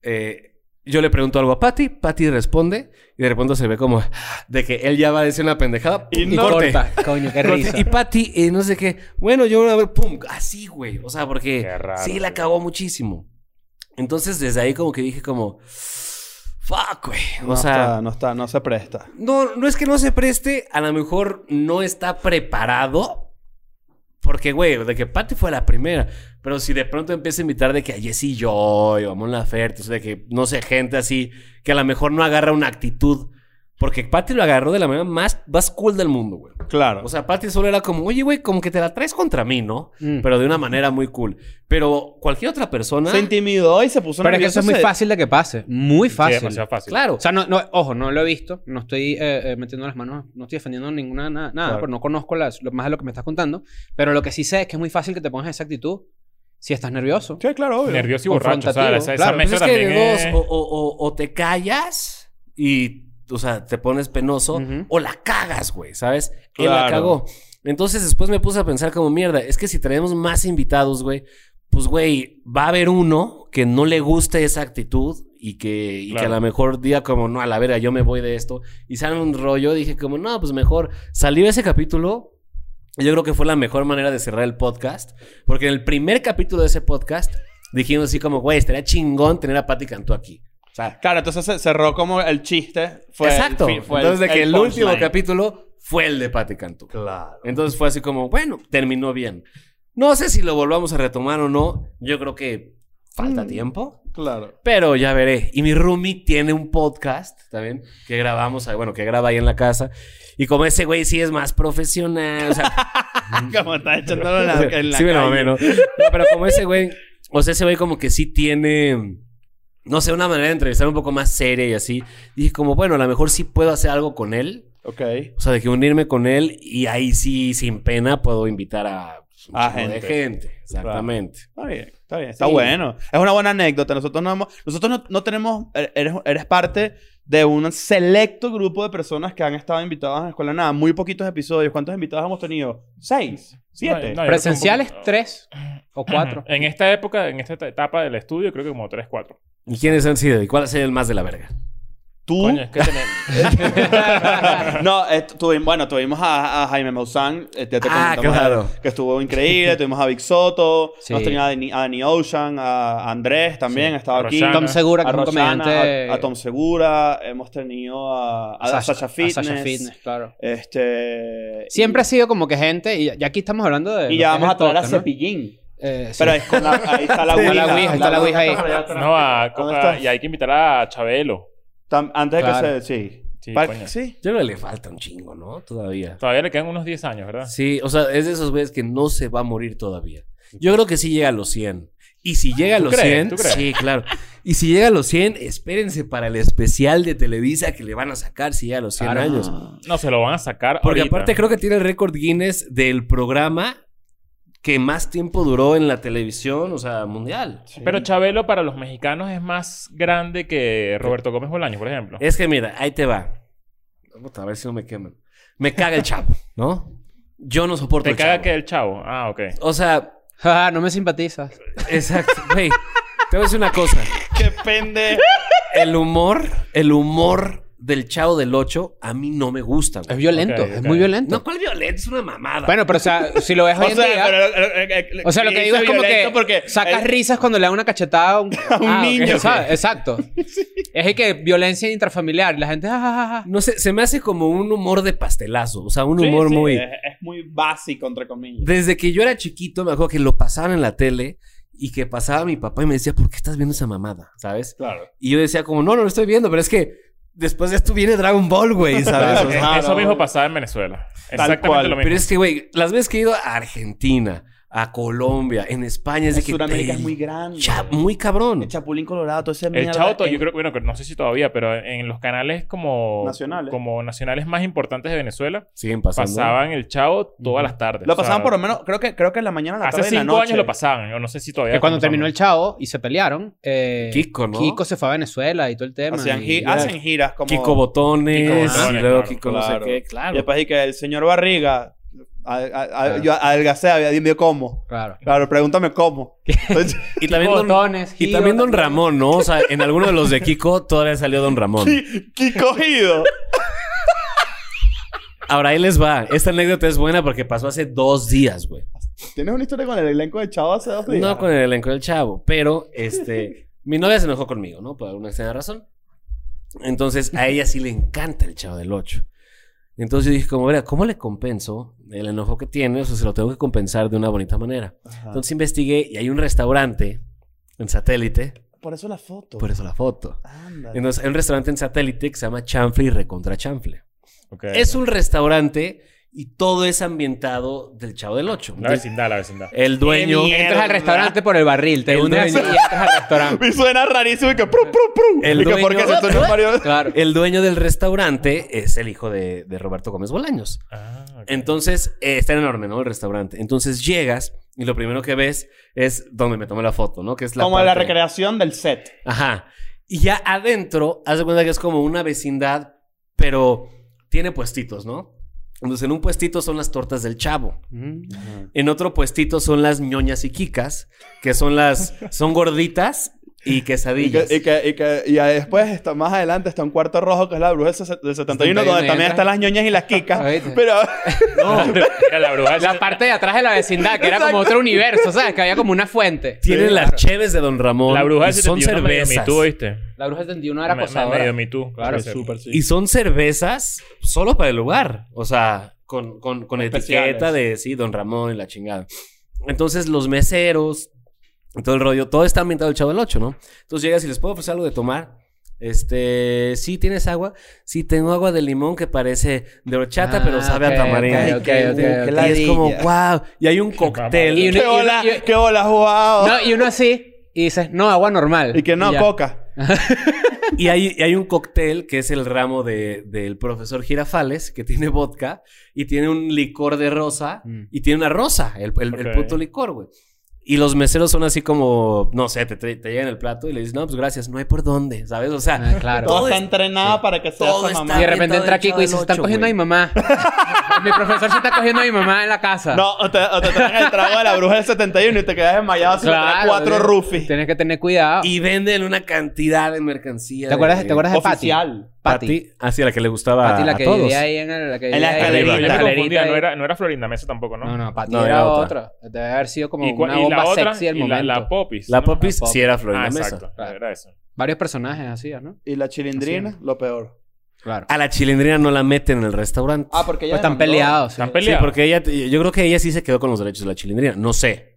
eh, yo le pregunto algo a Patty, Patty responde, y de repente se ve como de que él ya va a decir una pendejada Y Y no corte. corta. Coño, qué risa. Y Patty, eh, no sé qué. Bueno, yo una vez, pum, así, güey. O sea, porque Qué raro, sí la güey. cagó muchísimo. Entonces, desde ahí como que dije como, fuck, güey. O No sea, está, no está, no se presta. no, no es que no se preste, a lo mejor no está preparado. Porque, güey, de que Patty fue la primera. Pero si de pronto empieza a invitar de que a Jesse Joy o a Mon Laferte, o sea, de que, no sé, gente así, que a lo mejor no agarra una actitud. Porque Patty lo agarró de la manera más, más cool del mundo, güey. Claro. O sea, Patty solo era como, oye, güey, como que te la traes contra mí, ¿no? Mm. Pero de una manera muy cool. Pero cualquier otra persona. se intimidó y se puso Pero es que nervioso, eso es muy se- fácil de que pase. Muy Sí, fácil. demasiado fácil. Claro. O sea, no, no, ojo, no lo he visto, no estoy eh, eh, metiendo las manos, no estoy defendiendo ninguna na- nada, Claro. porque no conozco las, lo- más de lo que me estás contando, pero lo que sí sé es que es muy fácil que te pongas esa actitud si estás nervioso. Sí, claro, obvio. Nervioso y borracho. O sea, Confrontativo, esa, esa claro. Pues mezcla es que también ¿eh? de dos, es- o, o- o- o te callas y, o sea, te pones penoso, Ujú. o la cagas, güey, ¿sabes? Él la Claro. cagó. Entonces después me puse a pensar como mierda, es que si traemos más invitados, güey, pues güey, va a haber uno que no le guste esa actitud y que, y Claro. que a lo mejor diga como, no, a la verga, yo me voy de esto. Y sale un rollo, dije como, no, pues mejor salió ese capítulo. Yo creo que fue la mejor manera de cerrar el podcast, porque en el primer capítulo de ese podcast dijimos así como, güey, estaría chingón tener a Patti Cantú aquí. O sea, Claro, entonces se cerró como el chiste. Fue el Exacto. fi- fue Entonces, de que el último punchline. capítulo fue el de Pati Cantú. Claro. Entonces fue así como, bueno, terminó bien. No sé si lo volvamos a retomar o no. Yo creo que Mm. falta tiempo, Claro. pero ya veré. Y mi roomie tiene un podcast también que grabamos, ah, bueno, que graba ahí en la casa. Y como ese güey sí es más profesional, o sea, Como está echándolo en la, en la sí, me calle. lo mamé, ¿no? No, pero como ese güey, o sea, ese güey como que sí tiene, no sé, una manera de entrevistar un poco más seria y así. Dije como, bueno, a lo mejor sí puedo hacer algo con él. Ok. O sea, de que unirme con él y ahí sí, sin pena, puedo invitar a, un A chingo gente. de gente. Exactamente. Está bien, está bien. Está Sí. bueno. Es una buena anécdota. Nosotros no, hemos- nosotros no, no tenemos... er- Eres, eres parte de un selecto grupo de personas que han estado invitadas a Escuela Nada. Muy poquitos episodios. ¿Cuántos invitados hemos tenido? ¿Seis? ¿Siete? No, no, yo creo que un Presenciales, poquito- tres o cuatro. En esta época, en esta etapa del estudio, creo que como 3, 4. ¿Y quiénes han sido? ¿Y cuál ha sido el más de la verga? ¿Tú? Coño, es que tenemos. no, eh, tuvimos- bueno, tuvimos a, a Jaime Maussan. eh, ya te Ah, comentamos claro. que estuvo increíble. tuvimos a Vic Soto. Sí. Hemos tenido a Dani, a Dani Ocean, a Andrés también. Estaba a aquí. Roxana. Tom Segura, que a es un Roxana, comediante. a, a Tom Segura, hemos tenido a, a Sasha, Fitness. A Sasha Fitness, claro. Este, Siempre y- ha sido como que gente, y y aquí estamos hablando de. Y lo ya que es vamos el a traer a podcast, ¿no? Cepillín. Eh, sí. Pero es con la- ahí está la Sí, Ouija. la Ouija, está la Ouija ahí. No, a, ¿Dónde a- estás? y hay que invitar a Chabelo. Tam- antes de que Claro. se... Sí. Sí, Pa- coño. sí. Yo creo que le falta un chingo, ¿no? Todavía. Todavía le quedan unos 10 años, ¿verdad? Sí, o sea, es de esos güeyes que no se va a morir todavía. Yo creo que sí llega a los 100. Y si llega a ¿Tú los crees? 100, ¿Tú crees? sí, claro. Y si llega a los 100, espérense para el especial de Televisa que le van a sacar si llega a los 100 Claro. años. No, se lo van a sacar Porque ahorita. aparte creo que tiene el récord Guinness del programa que más tiempo duró en la televisión, o sea, mundial. Pero Chabelo para los mexicanos es más grande que Roberto Gómez Bolaños, por ejemplo. Es que mira, ahí te va. Puta, a ver si no me queman. Me caga el chavo, ¿no? Yo no soporto Te el caga chavo. que el chavo. Ah, ok. O sea, Ah, no me simpatizas. exacto, güey. Te voy a decir una cosa. ¡Qué pendejo! El humor, el humor del chavo del 8 a mí no me gusta, Es güey. violento, Ok, es ok. muy violento. No, ¿cuál violento? Es una mamada. Bueno, pero o sea, eh, si lo ves hoy en día. ah. O sea, lo que digo es como que sacas risas cuando le da una cachetada a un, un Ah, ok, niño. ¿sabes? Exacto. Es el que violencia intrafamiliar. La gente... ah, ah, ah, ah. no sé, se me hace como un humor de pastelazo, o sea, un Sí, humor sí, muy... eh. Es, es muy básico, entre comillas. Desde que yo era chiquito, me acuerdo que lo pasaban en la tele y que pasaba mi papá y me decía, ¿por qué estás viendo esa mamada? ¿Sabes? Claro. Y yo decía, como, no, no lo estoy viendo, pero es que después de esto viene Dragon Ball, güey, ¿sabes? O Eh, sea, eso mismo pasaba en Venezuela. Exactamente Ah, cual, lo mismo. pero es que, güey, las veces que he ido a Argentina, a Colombia, en España, es de que. Sudamérica te- es muy grande. Cha- muy cabrón. El Chapulín Colorado, todo ese El Chavo, to- yo creo que, bueno, que no sé si todavía, pero en- en los canales como Nacionales. como nacionales más importantes de Venezuela, Siguen pasando. pasaban el Chavo todas las tardes. Lo O sea, pasaban por lo menos, creo que, creo que en la mañana, la Hace tarde y en la cinco noche. años lo pasaban. Yo no sé si todavía. Que cuando están terminó el pasando. chavo y se pelearon... eh, Kiko, ¿no? Kiko se fue a Venezuela y todo el tema. Hacían y- gi- ya. hacen giras como... Kiko Botones, Kiko Botones, y luego claro, Kiko no claro. sé qué, Y claro. después dije que el señor Barriga... a- a- a- Claro. Yo adelgacé, había dime cómo. Claro. Claro, pregúntame cómo. Pues, Entonces, Y también, don, Botones, y Gio, también Don Ramón, ¿no? O sea, en alguno de los de Kiko todavía salió Don Ramón. Kiko Gido. Ahora ahí les va. Esta anécdota es buena porque pasó hace dos días, güey. ¿Tienes una historia con el elenco de Chavo hace dos días? No con el elenco del chavo, pero este. mi novia se enojó conmigo, ¿no? Por alguna extraña razón. Entonces a ella sí le encanta el chavo del 8. Entonces yo dije, como, verá, ¿cómo le compenso el enojo que tiene? O sea, se lo tengo que compensar de una bonita manera. Ajá. Entonces investigué y hay un restaurante en satélite, Por eso la foto. por eso la foto. Ándale. Entonces, hay un restaurante en satélite que se llama Chanfle y Recontra Chanfle. Ok. Es un restaurante y todo es ambientado del Chavo del Ocho. La vecindad, la vecindad. el dueño, Entras al restaurante por el barril, te El hundes y dueño. entras al restaurante. Y suena rarísimo y que pru, pru, pru. El y que dueño- porque se suena Mario. Claro. el dueño del restaurante es el hijo de, de Roberto Gómez Bolaños. Ah, ok. Entonces, eh, está enorme, ¿no? El restaurante. Entonces llegas y lo primero que ves es donde me tomé la foto, ¿no? Que es la Como la parte- recreación del set. Ajá. Y ya adentro, haz de cuenta que es como una vecindad, pero tiene puestitos, ¿no? Entonces, en un puestito son las tortas del chavo. Mm. En otro puestito son las ñoñas y quicas, que son las... Son gorditas y Y, que, quesadillas. y, que, y, que- y ahí después, está, más adelante, está un cuarto rojo que es la bruja del ses- del 71, donde 71, también entra. están las ñoñas y las quicas. ¿Oíste? pero Era la bruja. La parte de atrás de la vecindad, que era como Exacto. otro universo, ¿sabes? Que había como una fuente. Tienen las cheves de Don Ramón. La bruja y del son 71 medio cervezas. Me Too, ¿viste? La bruja del 71 era Me- me- acosadora. Medio Me Too. Claro, Puede ser. Súper, sí. Y son cervezas solo para el lugar. O sea, con, con, con etiqueta de, sí, Don Ramón y la chingada. Entonces, los meseros, todo el rollo, todo está ambientado el chavo del 8, ¿no? Entonces llegas y les puedo ofrecer algo de tomar. Este, sí, tienes agua. Sí, tengo agua de limón que parece de horchata, Ah, pero sabe ok, a ok, tamarindo. ok, ok, ok. Y es como, wow. Y hay un cóctel. qué Y uno- y uno- bola, y- qué bola jugado. No, y uno así, y dices, no, agua normal. y que no, ya. coca. Y hay, y hay un cóctel que es el ramo de- del profesor Girafales, que tiene vodka y tiene un licor de rosa Mm. y tiene una rosa, el, el, el Ok. puto licor, güey. Y los meseros son así como, no sé, te, te, te llegan el plato y le dicen, no, pues gracias, no hay por dónde, ¿sabes? O sea, Ah, claro. Todo Todo está es- entrenada para que sea todo esa está- Y de mamá. repente Todo entra el Kiko y dice, se chavo del están ocho, cogiendo a mi güey". mamá. Mi profesor se está cogiendo a mi mamá en la casa. No, o te, o te traen el trago de la bruja del 71 y te quedas desmayado sin tener cuatro tienes- rufis. Tienes que tener cuidado. y venden una cantidad de mercancía. ¿Te acuerdas, ¿Te acuerdas de Patty? Oficial. Patty. Patty, así la que le gustaba Patty, la a que todos. vivía ahí en el- la que En vivía la ahí. escalerita. Arriba, yo me Escalerita. confundía, ahí. No era, no era Florinda Mesa tampoco, ¿no? No, no, Patty No, era, era otra. otra. Debe haber sido como ¿Y, cua- una y voz la más otra, sexy del y la, momento. la popis. La ¿no? popis La sí era Florinda Ah, Mesa. exacto. Era eso. Varios personajes hacía, ¿no? Y la chilindrina, lo peor. Claro. A la chilindrina no la meten en el restaurante. Ah, porque Pues ya están peleados. sí. ¿Están sí, peleados? porque ella, yo creo que ella sí se quedó con los derechos de la chilindrina. No sé.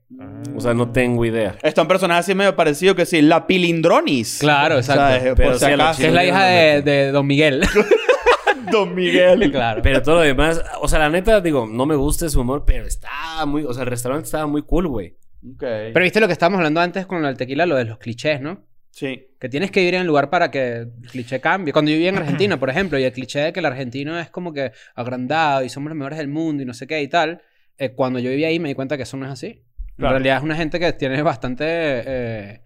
O sea, no tengo idea. Está un personaje así medio parecido que sí, la Pilindronis. Claro, exacto. ¿Sabes? Por Pero si sí a la acaso. Que es la hija de, de Don Miguel. Don Miguel. claro. Pero todo lo demás, o sea, la neta, digo, no me gusta su humor, pero estaba muy, o sea, el restaurante estaba muy cool, güey. Ok. Pero viste lo que estábamos hablando antes con el tequila, lo de los clichés, ¿no? Sí. Que tienes que vivir en el lugar para que el cliché cambie. Cuando yo vivía en Argentina, por ejemplo, y el cliché de que el argentino es como que agrandado y somos los mejores del mundo y no sé qué y tal, eh, cuando yo vivía ahí me di cuenta que eso no es así. Claro. En realidad es una gente que tiene bastante... eh,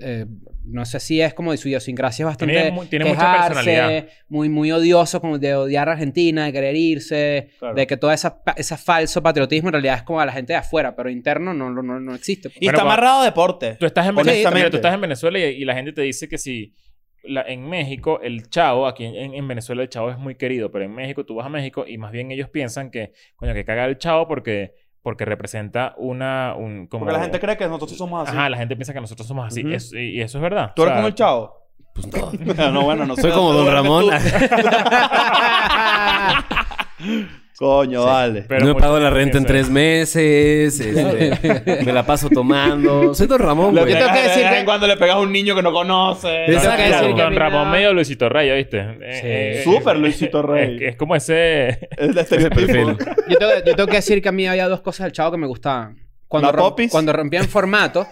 eh, no sé si es como de su idiosincrasia es bastante... Tiene mu- tiene mucha personalidad. Muy, muy odioso como de odiar a Argentina, de querer irse, Claro. de que todo ese falso patriotismo en realidad es como a la gente de afuera, pero interno no, no, no- no existe. pues. Y Bueno, está cuando- amarrado a deporte. Tú estás en Honestamente. Venezuela, mira, tú estás en Venezuela y, y la gente te dice que si la- en México el chavo, aquí en, en Venezuela el chavo es muy querido, pero en México tú vas a México y más bien ellos piensan que, coño, que caga el chavo porque, porque representa una... Un, como, Porque la gente cree que nosotros somos así. Ajá, la gente piensa que nosotros somos así. Ujú. Es- y, y eso es verdad. ¿Tú O eres sea, como el chavo? Pues no. no, bueno, no Soy como Don Ramón. Coño, vale. pero no he mucha pagado la gente renta en piensa- tres meses. este, me la paso tomando. Soy Don Ramón, Lo güey. que tengo que de decir vez que- en cuando le pegas a un niño que no conoce. Yo Don, tengo que decir Don que a mí me Ramón da- medio Luisito Rey, ¿viste? Eh, Sí. Súper Luisito Rey. Es, es como ese... Es de Ese estereotipo. perfil. yo, tengo, yo tengo que decir que a mí había dos cosas del chavo que me gustaban. Cuando, ¿La rom- popis? cuando rompían formato,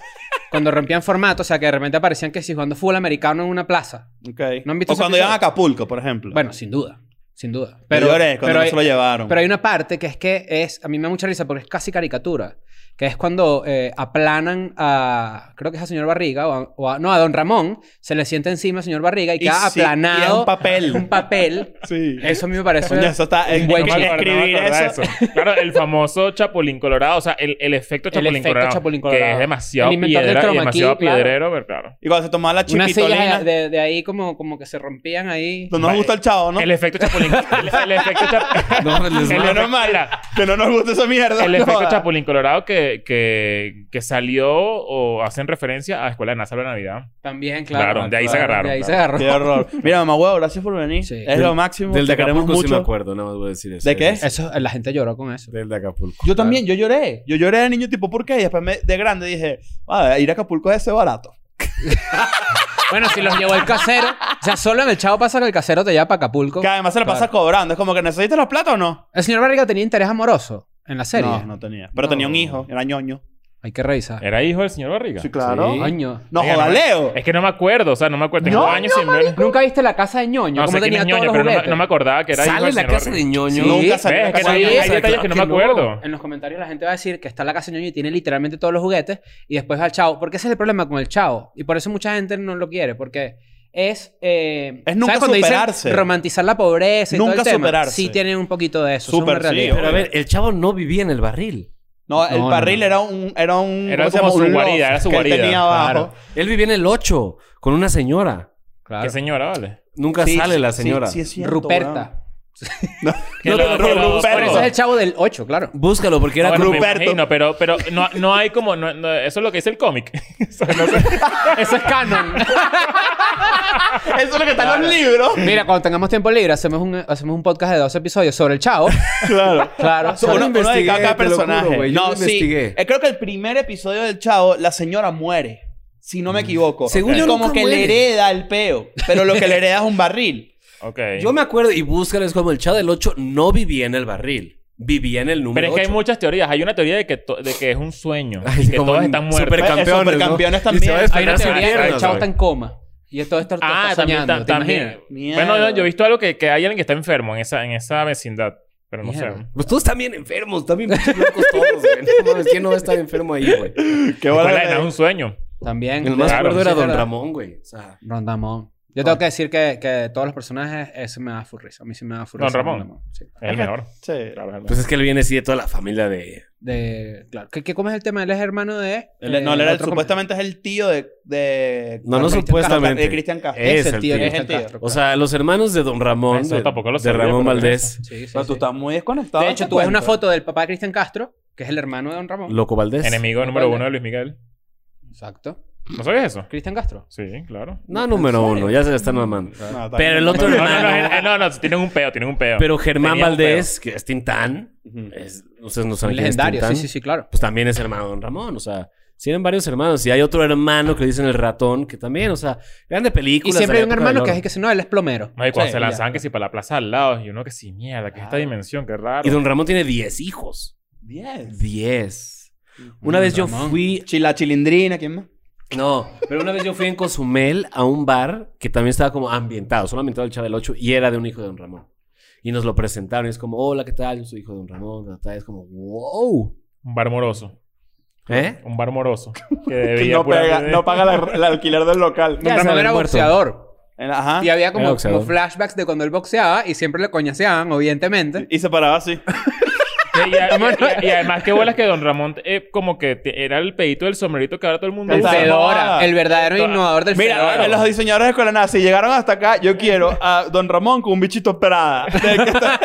cuando rompían formato, o sea que de repente aparecían que si jugando fútbol americano en una plaza. Ok. ¿No han visto o ese cuando episodio? iban a Acapulco, por ejemplo. Bueno, sin duda, sin duda. pero, Pero, lloré cuando pero no hay- se lo llevaron. Pero hay una parte que es que es, a mí me da mucha risa porque es casi caricatura, que es cuando eh, aplanan a, creo que es a señor Barriga, o a, o a- no, a don Ramón, se le sienta encima a señor Barriga y Y queda sí, y aplanado. es un papel. Un papel. Sí. Eso a mí me parece... Coño, eso está... un Un buen No me acuerdo, no me escribir acordaba eso. de eso. Claro, el famoso Chapulín Colorado, o sea, el, el efecto El Chapulín, efecto Colorado, Chapulín Colorado. Que es demasiado El inventor del piedra, y chroma demasiado key, claro. piedrero, pero claro. Y cuando se tomaba la Unas chipitolina... sillas de, de ahí como, como que se rompían ahí. No nos gusta el chavo, Ah, ¿no? El efecto Chapulín. El, el efecto Chapulín. No, les el, va. efecto- normal. mira, Que no nos gusta esa mierda. el no efecto joda. Chapulín Colorado que, que, que salió o hacen referencia a Escuela de NASA de Navidad. También, claro. Claro, de ahí se Claro, agarraron, De ahí claro. se agarró. Qué horror. Mira, mamá huevo, gracias por venir. Sí. Es Del- lo máximo. Del de te queremos Acapulco sí me mucho. acuerdo, nada más voy a decir eso. ¿De qué? Eso, la gente lloró con eso. Del de Acapulco. Yo también, yo lloré. Yo lloré de niño, tipo, ¿por qué? Y después me- de grande dije, "Ah, ir a Acapulco es ese barato. Bueno, si los llevó el casero... O sea, solo en el chavo pasa que el casero te lleva para Acapulco. Que además se la Oh, Claro. pasa cobrando. Es como que, ¿necesitas los platos o no? El señor Barriga tenía interés amoroso en la serie. No, no tenía. Pero No. tenía un hijo, era ñoño. Hay que revisar. ¿Era hijo del señor Barriga? claro. Sí. Coño. No Oiga, joda, no me- Leo. Es que no me acuerdo, o sea, no me acuerdo. Tengo No, años sin ver. ¿Nunca viste la casa de ñoño? No sé ¿Cómo quién tenía es todos ñoño, los pero no me, juguetes? no me acordaba que era hijo Sale del la señor casa de Barriga. ñoño. Sí. Nunca salió ¿Ves? la Es que no- casa de Sí, hay exacto. detalles que no me Que no. acuerdo. En los comentarios la gente va a decir que está la casa de ñoño y tiene literalmente todos los juguetes y después va al chavo. Porque ese es el problema con el chavo. Y por eso mucha gente no lo quiere. Porque es... eh, Es nunca ¿sabes cuando dicen superarse. romantizar la pobreza y todo Nunca el tema? superarse. Sí tienen un poquito de eso. eso es Súper, una sí, realidad. Pero a ver, el chavo no vivía en el barril. No, el No, barril no, no. era un. Era, un, Era ¿cómo se como llama? su Un loft guarida, era su que él guarida, tenía abajo. claro. Él vivía en el 8 con una señora. Claro. Qué señora, vale. Nunca Sí, sale la sí, señora. sí es cierto, weón. Ruperta. Que No, lo- no, que no, lo- no, por pero- eso Ese es el chavo del 8, claro. Búscalo porque era No, bueno, me Ruperto. imagino, pero, pero no, no hay como... no- no- eso es lo que dice el cómic. O sea, no sé. Eso es canon. Eso es lo que está en los libros. Mira, cuando tengamos tiempo libre, hacemos un, hacemos un podcast de dos episodios sobre el chavo. Claro. Claro. Uno- uno, investigué, de cada, cada te lo juro, personaje. güey, yo no, lo sí. investigué. Eh, creo que el primer episodio del Chavo, la señora muere. Si no me equivoco. Mm. Según yo, Como nunca que muere. le hereda el peo. Pero lo que le hereda es un barril. Ok. Yo me acuerdo, y búscalo, es como el chavo del 8 no vivía en el barril. Vivía en el Pero número es que hay 8. muchas teorías. Hay una teoría de que, to- de que es un sueño. Ay, y que como todos en están muertos. superca- Supercampeones, ¿no? Supercampeones Y también. se va a Hay una despertar sin teoría de que el piernas, chavo güey. está en coma. Y todo está, todo Ah, está también, soñando. ta- también. ¿Te Mierda. Bueno, no, yo he visto algo que, que hay alguien que está enfermo en esa, en esa vecindad. Pero no Mierda. sé. Pues todos están bien enfermos, también pinches locos todos, güey. No mames, ¿quién no va a estar enfermo ahí, güey? Qué Recuerda, es un sueño. imaginas? También. El más Claro, gordo era sí, Don claro. Ramón, güey. O sea, Don Ramón. Yo tengo que decir que, que todos los personajes, ese me da furrisa. A mí sí me da furrisa. Don Ramón. sí. Es el mejor. Sí. Claro, es el mejor. pues es que él viene así de toda la familia de... De, claro. ¿Qué, qué, ¿Cómo es el tema? Él es hermano de... Él- no, eh, él era el- otro com- supuestamente es el tío de. de No, no Cristian supuestamente. Castro, De Cristian Castro. Es Ese el tío, tío. Es de el Cristian tío. Castro, O claro. sea, los hermanos de Don Ramón, Eso de, tampoco lo de sabía, Ramón pero Valdés. Sí, sí, No, tú sí. estás muy desconectado. De hecho, te tú ves una cuento. foto del papá de Cristian Castro, que es el hermano de Don Ramón. Loco Valdés. Enemigo número uno de Luis Miguel. Exacto. ¿No sabías eso? Cristian Castro. Sí, claro. No, número uno, ya se le están mamando. No, está Pero bien. el otro No, no, hermano- no, no, no, tienen un peo, tienen un peo. Pero Germán Tenía un Valdés, que es Tintán, Ujú. es- ustedes no saben quién es Legendario. Tintán. Sí, sí, sí, claro. Pues también es hermano de Don Ramón, o sea, tienen varios hermanos. Y hay otro hermano que le dicen el ratón, que también, o sea, grande película. Y siempre hay un hermano que es el que si no, él es plomero. No, y cuando Sí, se lanzaban ya. que si para la plaza al lado, y uno que sí, mierda, que es esta Claro. dimensión, qué raro. Y Don Ramón tiene 10 hijos. Diez. 10. Una vez yo Ramón. fui... Chi- La chilindrina, ¿quién más? No, pero una vez yo fui en Cozumel a un bar que también estaba como ambientado, solo ambientado el Chavo del 8 y era de un hijo de Don Ramón. Y nos lo presentaron y es como, hola, ¿qué tal? Yo soy hijo de Don Ramón. ta, ta. Es como, wow. Un bar moroso. ¿Eh? Un bar moroso. Que debía pura- de- paga el alquiler del local. Don Ramón había era muerto. boxeador. Ajá. Y había como, Era boxeador. como flashbacks de cuando él boxeaba y siempre le coñaseaban, evidentemente. Y se paraba así. Sí, y, a- y- y- y además, qué bolas que Don Ramón eh, como que te- era el pedito del sombrerito que ahora todo el mundo El Total. usa. "Ah, Fedora. El verdadero Total. innovador del Mira, Fedora. los diseñadores de Escuela Nada, si llegaron hasta acá, yo quiero a Don Ramón con un bichito Prada. Del que está-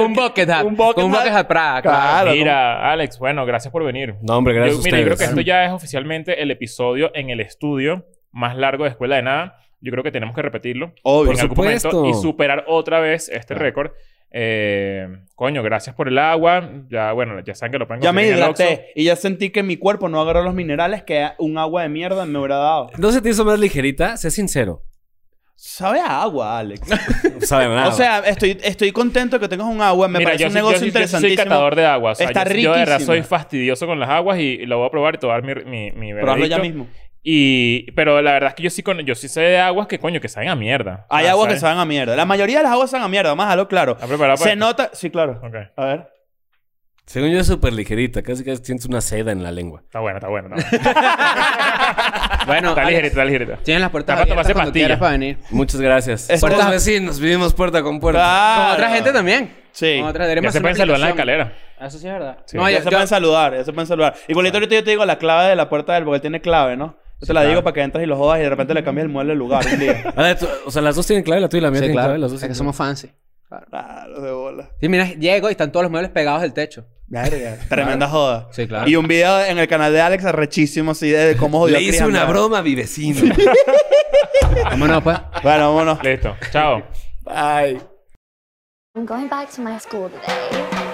un bucket hat. un bucket Un hat. bucket hat Prada, claro. Claro. Mira, Alex, bueno, gracias por venir. No, hombre, gracias Yo, a mira, yo creo que ustedes. esto ya es oficialmente el episodio en el estudio más largo de Escuela de Nada. Yo creo que tenemos que repetirlo. Obvio. en algún momento supuesto. y superar otra vez este Claro. récord. Eh, coño, gracias por el agua. Ya, bueno, ya saben que lo pueden Ya me conseguir en el Oxxo. hidraté y ya sentí que mi cuerpo no agarró los minerales que un agua de mierda me hubiera dado. ¿No se te hizo más ligerita? Sé sincero. Sabe a agua, Alex. No sabe nada. o sea, estoy, estoy contento que tengas un agua. Me Mira, parece yo un soy- yo negocio soy- yo soy interesantísimo. catador de agua. O sea, Está yo, yo de verdad riquísimo. soy fastidioso con las aguas y, y lo voy a probar y te voy a dar mi, mi, mi Probarlo ya veredicto. mismo. Y, pero la verdad es que yo sí, con, yo sí sé de aguas que coño, que saben a mierda. Hay Ah, aguas que ¿sabes? saben a mierda. La mayoría de las aguas saben a mierda, más a lo claro. ¿Estás preparado para Se esto? nota. Sí, claro. Ok. A ver. Según yo es súper ligerita. Casi casi sientes una seda en la lengua. Está bueno, está bueno. Está, bueno. Bueno, está Alex, ligerita, está ligerita. Tienen las puertas Está para tomarse abiertas cuando pastillas. quieras para venir. Muchas gracias. Es- Somos Puerta- vecinos. Vivimos puerta con puerta. Claro. Con otra gente también. Ah, Sí. Con otra, Ya deberíamos se hacer una pueden saludar en la aplicación. escalera. Eso sí es verdad. Sí. No, ya yo, se yo- pueden saludar, ya se pueden saludar. Igualito ahorita yo te digo la clave de la puerta del, porque él tiene clave, ¿no? Yo te la digo para que entres y lo jodas y de repente le cambias el mueble de lugar un día. A ver, tú- Ah, o sea, las dos tienen clave, la tuya y la mía Sí, tienen claro. clave. Las es dos que tienen somos fancy. Claro, de bola. Y mira, llego y están todos los muebles pegados del techo. Verga. Tremenda joda. Sí, claro. Y un video en el canal de Alex arrechísimo así de cómo jodió Le a hice Christian una Bale. broma a mi vecino. Vámonos, pues. Bueno, vámonos. Listo. Chao. Bye. I'm going back to my school today.